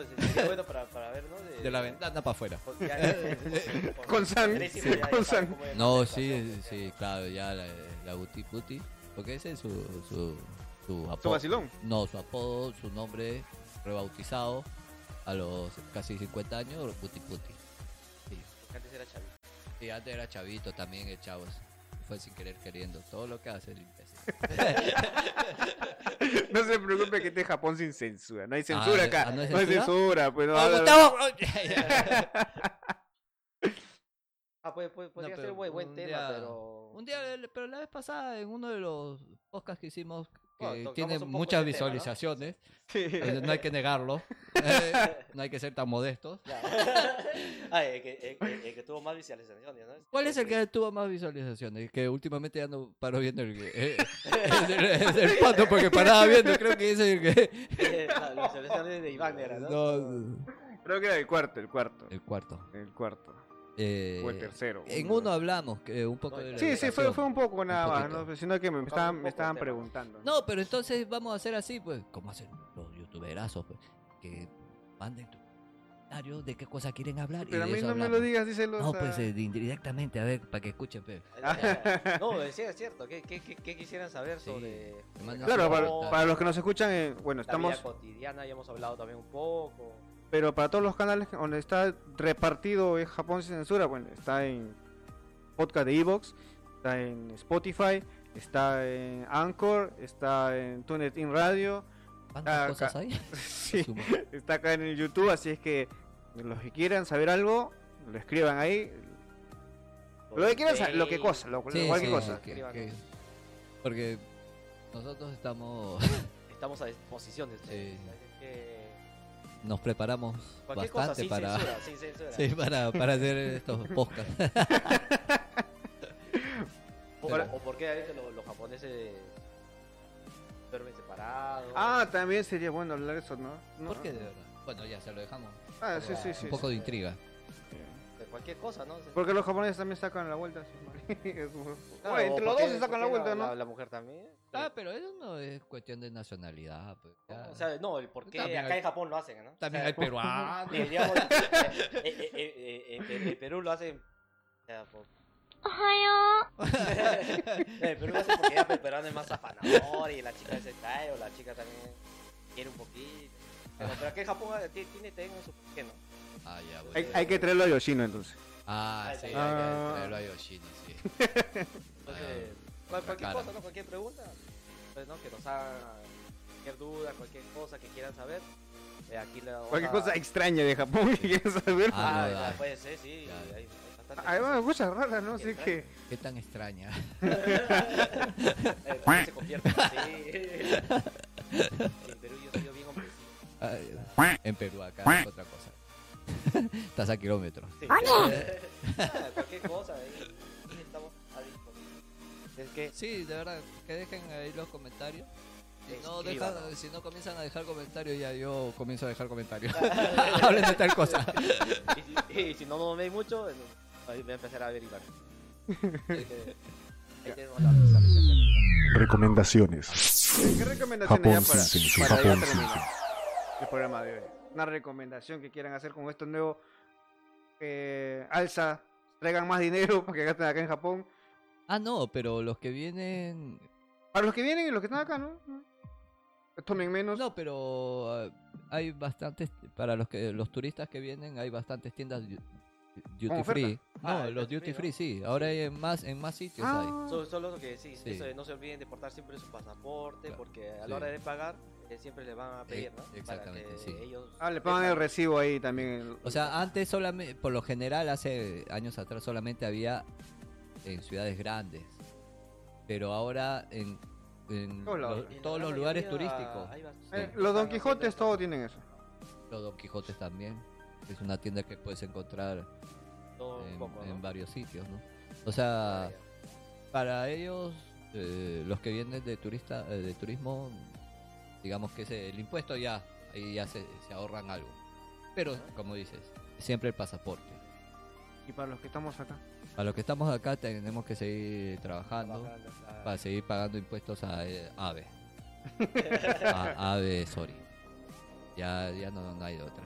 [SPEAKER 5] es- es bueno para, para ver, ¿no? De,
[SPEAKER 2] De la ventana para afuera.
[SPEAKER 5] con- pues, ya- con-
[SPEAKER 1] Con San,
[SPEAKER 5] tres hijos ya- ya
[SPEAKER 1] con
[SPEAKER 5] sabe
[SPEAKER 1] San.
[SPEAKER 5] cómo es la
[SPEAKER 2] No,
[SPEAKER 5] situación,
[SPEAKER 2] sí,
[SPEAKER 5] o sea,
[SPEAKER 2] sí, claro, ya la, la Guti Puti, porque ese es su, su, su
[SPEAKER 1] Su
[SPEAKER 2] apodo.
[SPEAKER 1] vacilón.
[SPEAKER 2] No, su apodo, su nombre rebautizado a los casi 50 años, Guti Puti.
[SPEAKER 5] porque Antes era chavito.
[SPEAKER 2] Y antes era chavito también, el chavo. Fue sin querer queriendo. Todo lo que hace el imbécil.
[SPEAKER 1] No se preocupe que este es Japón sin censura. No hay
[SPEAKER 2] Ah,
[SPEAKER 1] censura acá.
[SPEAKER 2] ah,
[SPEAKER 1] no,
[SPEAKER 2] ¿no
[SPEAKER 1] hay
[SPEAKER 2] hay
[SPEAKER 1] censura. Pues, no,
[SPEAKER 2] ¡Oh,
[SPEAKER 1] habla-
[SPEAKER 2] Gustavo! Ya, ya.
[SPEAKER 5] Ah, puede, puede, podría
[SPEAKER 2] pero
[SPEAKER 5] ser buen, buen
[SPEAKER 2] un
[SPEAKER 5] tema,
[SPEAKER 2] día-
[SPEAKER 5] pero.
[SPEAKER 2] Un día, el- pero la vez pasada, en uno de los podcasts que hicimos, que
[SPEAKER 5] Bueno, tocamos
[SPEAKER 2] tiene
[SPEAKER 5] un poco
[SPEAKER 2] muchas
[SPEAKER 5] ese tema, ¿no?
[SPEAKER 2] visualizaciones,
[SPEAKER 1] Sí.
[SPEAKER 2] eh, no hay que negarlo, eh, no hay que ser tan modestos.
[SPEAKER 5] Ya. ah, el que, el que- el que tuvo más visualizaciones, ¿no?
[SPEAKER 2] ¿Cuál es el
[SPEAKER 1] Este.
[SPEAKER 2] que tuvo más visualizaciones? Que últimamente ya no paro viendo el, eh, el, el- el pato porque paraba viendo, creo que ese es el que...
[SPEAKER 5] Las visualizaciones de Iván era, ¿no? Eh,
[SPEAKER 2] No,
[SPEAKER 1] Creo que era el cuarto, el cuarto.
[SPEAKER 2] el cuarto.
[SPEAKER 1] El cuarto.
[SPEAKER 2] Eh,
[SPEAKER 1] o el tercero.
[SPEAKER 2] En
[SPEAKER 1] uno de-
[SPEAKER 2] uno hablamos que un poco
[SPEAKER 5] No,
[SPEAKER 2] de la
[SPEAKER 1] Sí, sí, fue,
[SPEAKER 2] educación.
[SPEAKER 1] fue un poco
[SPEAKER 2] Un
[SPEAKER 1] nada
[SPEAKER 2] poquito.
[SPEAKER 1] más, ¿no? Pues, Sino que me
[SPEAKER 5] un
[SPEAKER 1] estaban,
[SPEAKER 5] poco
[SPEAKER 1] me
[SPEAKER 5] el
[SPEAKER 1] estaban
[SPEAKER 5] tema.
[SPEAKER 1] preguntando.
[SPEAKER 2] No, pero entonces vamos a hacer así, pues, como hacen los youtuberazos, pues, que manden tu comentario de qué cosa quieren hablar. y
[SPEAKER 1] Pero a
[SPEAKER 2] de
[SPEAKER 1] mí
[SPEAKER 2] eso
[SPEAKER 1] no me
[SPEAKER 2] hablamos.
[SPEAKER 1] lo digas, díselo.
[SPEAKER 2] No,
[SPEAKER 1] o sea,
[SPEAKER 2] pues eh, di- directamente, a ver, para que escuchen, pues.
[SPEAKER 5] eh, No, sí, es cierto. ¿Qué, qué, qué, qué quisieran saber
[SPEAKER 2] Sí.
[SPEAKER 5] sobre
[SPEAKER 2] Que manden
[SPEAKER 1] Claro,
[SPEAKER 2] su
[SPEAKER 1] para,
[SPEAKER 2] comentario.
[SPEAKER 1] para los que nos escuchan, eh, bueno,
[SPEAKER 5] la
[SPEAKER 1] estamos.
[SPEAKER 5] vida cotidiana? Ya hemos hablado también un poco.
[SPEAKER 1] Pero para todos los canales donde está repartido es Japón sin censura, bueno, está en podcast de Evox, está en Spotify, está en Anchor, está en TuneIn Radio,
[SPEAKER 2] ¿Cuántas
[SPEAKER 1] Ah,
[SPEAKER 2] cosas
[SPEAKER 1] ca-
[SPEAKER 2] hay?
[SPEAKER 1] sí,
[SPEAKER 2] Suma.
[SPEAKER 1] está acá en el YouTube, así es que los que quieran saber algo, lo escriban ahí. Lo que quieran saber, lo que cosa, lo,
[SPEAKER 2] Sí,
[SPEAKER 1] cualquier
[SPEAKER 2] sí,
[SPEAKER 1] cosa.
[SPEAKER 2] que-
[SPEAKER 5] Escriban.
[SPEAKER 2] que- porque nosotros estamos,
[SPEAKER 5] Estamos a disposición de ustedes.
[SPEAKER 2] Sí.
[SPEAKER 5] Así que
[SPEAKER 2] nos preparamos
[SPEAKER 5] Cualquier cosa,
[SPEAKER 2] bastante
[SPEAKER 5] sin
[SPEAKER 2] para,
[SPEAKER 5] censura, sin censura.
[SPEAKER 2] sí, para, para hacer estos podcasts.
[SPEAKER 5] O,
[SPEAKER 2] Pero-
[SPEAKER 5] o por qué a veces los, los japoneses duermen separados.
[SPEAKER 1] Ah, también sería bueno hablar eso, ¿no? No.
[SPEAKER 2] ¿Por qué de verdad? Bueno, ya se lo dejamos.
[SPEAKER 1] Ah, sí, sí, sí.
[SPEAKER 2] Un poco de
[SPEAKER 5] sí.
[SPEAKER 2] intriga.
[SPEAKER 5] de cualquier cosa, ¿no?
[SPEAKER 1] Porque los japoneses también sacan la vuelta. su-
[SPEAKER 5] Claro,
[SPEAKER 1] Oye,
[SPEAKER 5] o
[SPEAKER 1] entre
[SPEAKER 5] por
[SPEAKER 1] los
[SPEAKER 5] qué-
[SPEAKER 1] dos se sacan
[SPEAKER 5] por
[SPEAKER 1] la
[SPEAKER 5] qué
[SPEAKER 1] vuelta,
[SPEAKER 5] La,
[SPEAKER 1] ¿no?
[SPEAKER 5] la mujer también.
[SPEAKER 2] Ah, pero eso no es cuestión de nacionalidad. pues, ya.
[SPEAKER 5] O sea, no, el por qué
[SPEAKER 2] También
[SPEAKER 5] acá
[SPEAKER 2] hay-
[SPEAKER 5] en Japón lo hacen, ¿no?
[SPEAKER 2] También
[SPEAKER 5] O sea,
[SPEAKER 2] hay Ah, peruanos.
[SPEAKER 5] Deberíamos. eh, eh, eh, eh, eh, en en Perú lo hacen. O sea, por- en Perú lo hacen porque ya el peruano es más afanador y la chica se cae o la chica también quiere un poquito. Pero, pero aquí en Japón eh, ti- tiene también su por qué, ¿no?
[SPEAKER 2] Ah, ya, bueno.
[SPEAKER 1] Hay, hay que traerlo a Yoshino entonces.
[SPEAKER 2] Ah, sí, hay que
[SPEAKER 1] Ah.
[SPEAKER 2] traerlo a Yoshino, sí.
[SPEAKER 5] Entonces,
[SPEAKER 2] Ah,
[SPEAKER 5] cual-
[SPEAKER 2] otra
[SPEAKER 5] cualquier
[SPEAKER 2] cara.
[SPEAKER 5] cosa, ¿no? Cualquier pregunta, pues, ¿no? Que nos hagan cualquier duda, cualquier cosa que quieran saber, eh, aquí le vamos
[SPEAKER 1] Cualquier
[SPEAKER 5] a-
[SPEAKER 1] cosa extraña de Japón que quieras saber.
[SPEAKER 2] Ah,
[SPEAKER 5] Ah,
[SPEAKER 2] no,
[SPEAKER 5] ya,
[SPEAKER 2] ah.
[SPEAKER 5] puede ser, sí,
[SPEAKER 2] Ya.
[SPEAKER 5] hay, hay bastantes
[SPEAKER 1] Hay
[SPEAKER 5] cosas.
[SPEAKER 1] muchas raras, ¿no? Así que.
[SPEAKER 2] Qué tan extraña.
[SPEAKER 5] Eh, pues, se convierte, sí. En Perú yo soy bien comprensivo.
[SPEAKER 2] Ay, en Perú, acá es otra cosa. Estás a kilómetros.
[SPEAKER 5] Sí. Ah, cualquier cosa, ahí estamos a disposición. Es que
[SPEAKER 2] Sí, de verdad, que dejen ahí los comentarios. Si no,
[SPEAKER 5] Escriban.
[SPEAKER 2] dejan- si no comienzan a dejar comentarios, ya yo comienzo a dejar comentarios. Hablen de tal cosa.
[SPEAKER 5] Y si, y si no nos veis mucho, eh, ahí voy a empezar a averiguar. Así que, Ahí tenemos la la-
[SPEAKER 4] Recomendaciones.
[SPEAKER 1] ¿Qué recomendaciones
[SPEAKER 4] Japón
[SPEAKER 1] ya para,
[SPEAKER 4] sin censura,
[SPEAKER 1] para ya
[SPEAKER 4] Japón sin
[SPEAKER 1] terminar el programa de hoy? Una recomendación que quieran hacer con esto nuevo. Eh, alza, traigan más dinero para que gasten acá en Japón.
[SPEAKER 2] Ah, no, pero los que vienen.
[SPEAKER 1] Para los que vienen y los que están acá, ¿no? Tomen menos.
[SPEAKER 2] No, pero ah, hay bastantes. Para los que los turistas que vienen, hay bastantes tiendas du-
[SPEAKER 1] Con
[SPEAKER 2] duty
[SPEAKER 1] oferta.
[SPEAKER 2] free. No,
[SPEAKER 5] Ah,
[SPEAKER 2] los
[SPEAKER 5] duty
[SPEAKER 2] duty
[SPEAKER 5] free,
[SPEAKER 2] free sí. Ahora hay en más, en más sitios.
[SPEAKER 1] Ah,
[SPEAKER 2] hay.
[SPEAKER 5] Solo, solo que sí,
[SPEAKER 2] Sí.
[SPEAKER 5] eso de no se olviden de portar siempre su pasaporte,
[SPEAKER 2] Claro,
[SPEAKER 5] porque a
[SPEAKER 2] sí. Eh,
[SPEAKER 5] la hora de pagar que siempre le van a pedir, ¿no?
[SPEAKER 2] exactamente,
[SPEAKER 5] Para que
[SPEAKER 2] sí.
[SPEAKER 5] ellos
[SPEAKER 1] Ah, le pagan el
[SPEAKER 5] sepan.
[SPEAKER 1] recibo ahí también.
[SPEAKER 2] O sea, antes solamente, por lo general, hace años atrás solamente había en ciudades grandes, pero ahora en, en
[SPEAKER 1] Todos lados.
[SPEAKER 2] lo-
[SPEAKER 5] En la
[SPEAKER 2] todos
[SPEAKER 5] gran
[SPEAKER 2] los lugares
[SPEAKER 5] mayoría
[SPEAKER 2] turísticos,
[SPEAKER 5] hay bastante-
[SPEAKER 1] Eh,
[SPEAKER 5] están
[SPEAKER 1] los Don
[SPEAKER 5] las
[SPEAKER 1] Quijotes
[SPEAKER 5] tiendas,
[SPEAKER 1] todos tienen eso.
[SPEAKER 2] los Don Quijotes también, es una tienda que puedes encontrar
[SPEAKER 5] todo un
[SPEAKER 2] en,
[SPEAKER 5] poco,
[SPEAKER 2] en
[SPEAKER 5] ¿no?
[SPEAKER 2] varios sitios, ¿no? O sea, para ellos, eh, los que vienen de turista, eh, de turismo, digamos que ese- el impuesto ya, ahí ya se, se ahorran algo. Pero, como dices, siempre el pasaporte.
[SPEAKER 1] Y para los que estamos acá.
[SPEAKER 2] Para los que estamos acá tenemos que seguir trabajando
[SPEAKER 5] Trabajando, claro.
[SPEAKER 2] para seguir pagando impuestos a eh, AVE. A AVE, sorry. Ya, ya no, no hay de otra.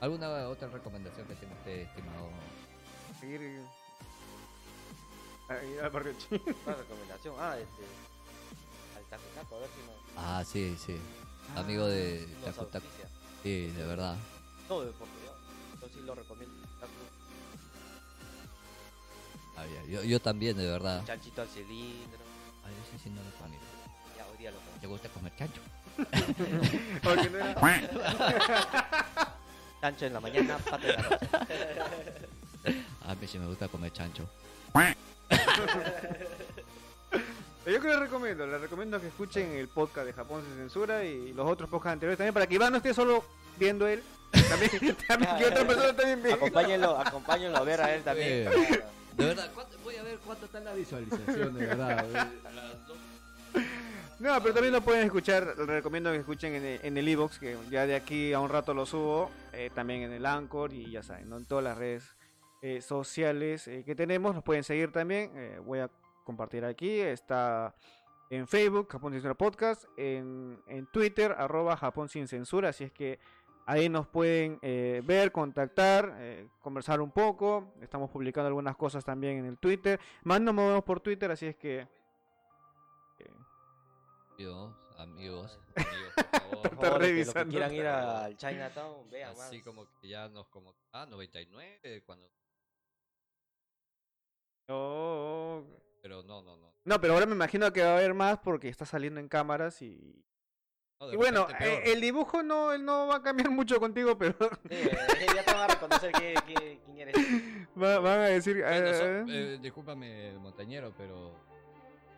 [SPEAKER 2] ¿Alguna otra recomendación que tenga usted, estimado?
[SPEAKER 1] Seguir. a ir al barrio chino.
[SPEAKER 5] Una recomendación. Ah, este. Al Taco Taco, a ver si nos,
[SPEAKER 2] Ah, sí, sí. Amigo de
[SPEAKER 5] nos
[SPEAKER 2] Taco Taco.
[SPEAKER 5] auspicia.
[SPEAKER 2] Sí, de verdad.
[SPEAKER 5] No, de- porque yo, yo sí lo recomiendo. Taco,
[SPEAKER 2] Ah, ya, Yo, yo también, de verdad.
[SPEAKER 5] chanchito al cilindro.
[SPEAKER 2] Ay, yo sí, sí, no lo comí.
[SPEAKER 5] Ya, hoy día lo comí.
[SPEAKER 2] ¿Te gusta comer chancho?
[SPEAKER 1] Porque no era-
[SPEAKER 5] Chancho en la mañana, pata en la noche.
[SPEAKER 2] A mí sí Ah, me gusta comer chancho.
[SPEAKER 1] Eh, Yo que les recomiendo, les recomiendo que escuchen el podcast de Japón sin censura y los otros podcasts anteriores también para que Iván no esté solo viendo él. También, también que otra persona también vea.
[SPEAKER 5] Acompáñenlo, acompáñenlo a ver a él también.
[SPEAKER 2] De verdad, ¿cuánto- voy a ver cuánto está la visualización, de verdad.
[SPEAKER 1] No, pero también lo pueden escuchar, les recomiendo que escuchen en el- en el iBox que ya de aquí a un rato lo subo, eh, también en el Anchor y ya saben, ¿no? en todas las redes eh, sociales eh, que tenemos, nos pueden seguir también, eh, voy a compartir aquí, está en Facebook, Japón Sin Censura Podcast, en, en Twitter, arroba Japón Sin Censura, así es que ahí nos pueden eh, ver, contactar, eh, conversar un poco, estamos publicando algunas cosas también en el Twitter, más nos movemos por Twitter, así es que... eh,
[SPEAKER 2] Amigos, amigos,
[SPEAKER 5] Por
[SPEAKER 2] por favor.
[SPEAKER 1] Está
[SPEAKER 5] favor, este, los que
[SPEAKER 1] revisando.
[SPEAKER 5] quieran ir al Chinatown, vean más.
[SPEAKER 2] Así como que ya nos como... Ah, 99, cuando...
[SPEAKER 1] Oh, oh.
[SPEAKER 2] Pero no, no, no.
[SPEAKER 1] No, pero ahora me imagino que va a haber más porque está saliendo en cámaras y...
[SPEAKER 2] No, de
[SPEAKER 1] Y bueno,
[SPEAKER 2] repente peor.
[SPEAKER 1] eh, el dibujo no, él no va a cambiar mucho contigo, pero
[SPEAKER 5] Sí, eh, ya te van a reconocer que- que- quién eres.
[SPEAKER 1] va- van a decir...
[SPEAKER 2] Bueno, son-
[SPEAKER 1] eh,
[SPEAKER 2] eh, discúlpame, montañero, pero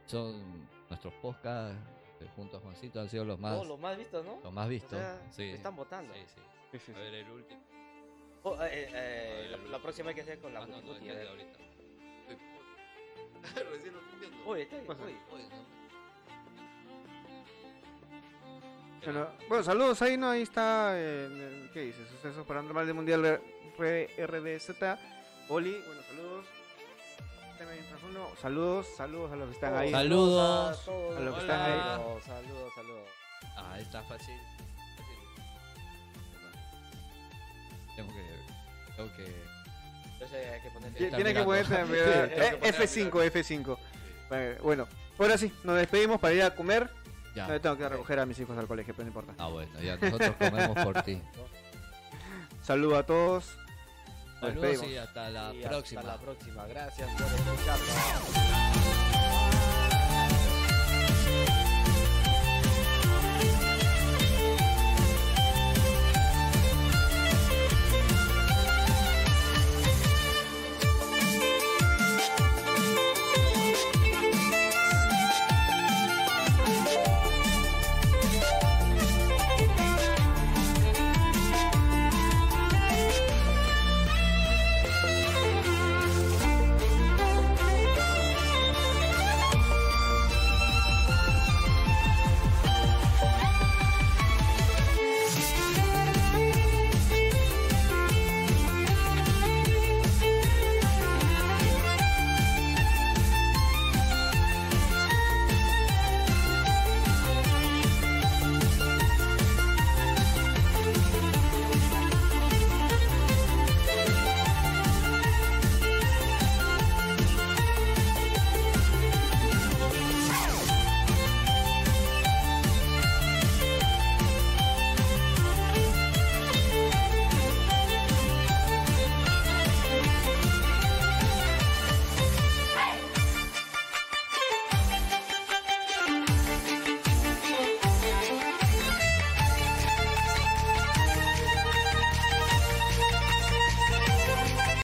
[SPEAKER 2] son nuestros podcasts eh, junto a Juancito han sido los más...
[SPEAKER 5] Todos los más vistos, ¿no?
[SPEAKER 2] los más vistos.
[SPEAKER 5] sea,
[SPEAKER 2] sí.
[SPEAKER 5] te están votando.
[SPEAKER 2] Sí, sí.
[SPEAKER 1] sí, sí,
[SPEAKER 2] A
[SPEAKER 1] sí.
[SPEAKER 2] ver, el último.
[SPEAKER 5] Oh, eh,
[SPEAKER 2] A
[SPEAKER 5] eh,
[SPEAKER 2] ver,
[SPEAKER 5] la,
[SPEAKER 2] el
[SPEAKER 5] la
[SPEAKER 2] último.
[SPEAKER 5] próxima hay que hacer con la
[SPEAKER 2] Ah, no, no,
[SPEAKER 5] Butibuti,
[SPEAKER 2] es
[SPEAKER 5] a
[SPEAKER 2] de
[SPEAKER 5] ver.
[SPEAKER 2] ahorita. Recién lo estoy viendo.
[SPEAKER 5] Uy, está
[SPEAKER 1] Pasa.
[SPEAKER 5] uy.
[SPEAKER 2] Oye, no.
[SPEAKER 1] Bueno, bueno, saludos ahí, ¿no? Ahí está... eh, en el- ¿Qué dice? Sucesos paranormal del Mundial R- RDZ. Oli, bueno, saludos. También hay otras uno. Saludos, saludos a los que están ahí.
[SPEAKER 2] Salud. Saludos.
[SPEAKER 5] a todos.
[SPEAKER 1] A los que están
[SPEAKER 2] ahí.
[SPEAKER 5] Saludos, Saludos, saludos.
[SPEAKER 2] Ah, está fácil. Fácil. Tengo que. Tengo que.
[SPEAKER 5] Entonces hay que ponerle.
[SPEAKER 1] Ti-
[SPEAKER 2] Está
[SPEAKER 1] Tienes que
[SPEAKER 2] mirando.
[SPEAKER 1] ponerte a
[SPEAKER 2] Tengo
[SPEAKER 1] mirar.
[SPEAKER 2] que
[SPEAKER 1] Eh, F5, F5. Eh, Bueno, ahora sí, nos despedimos para ir a comer.
[SPEAKER 2] Ya.
[SPEAKER 1] No, yo tengo que ir a recoger a mis hijos al colegio, pero no importa.
[SPEAKER 2] Ah, bueno, ya nosotros comemos por ti.
[SPEAKER 1] Saludos a todos. Nos
[SPEAKER 2] Saludos
[SPEAKER 1] despedimos.
[SPEAKER 2] y hasta la
[SPEAKER 5] Y
[SPEAKER 2] próxima.
[SPEAKER 5] Hasta la próxima. Gracias por escucharnos.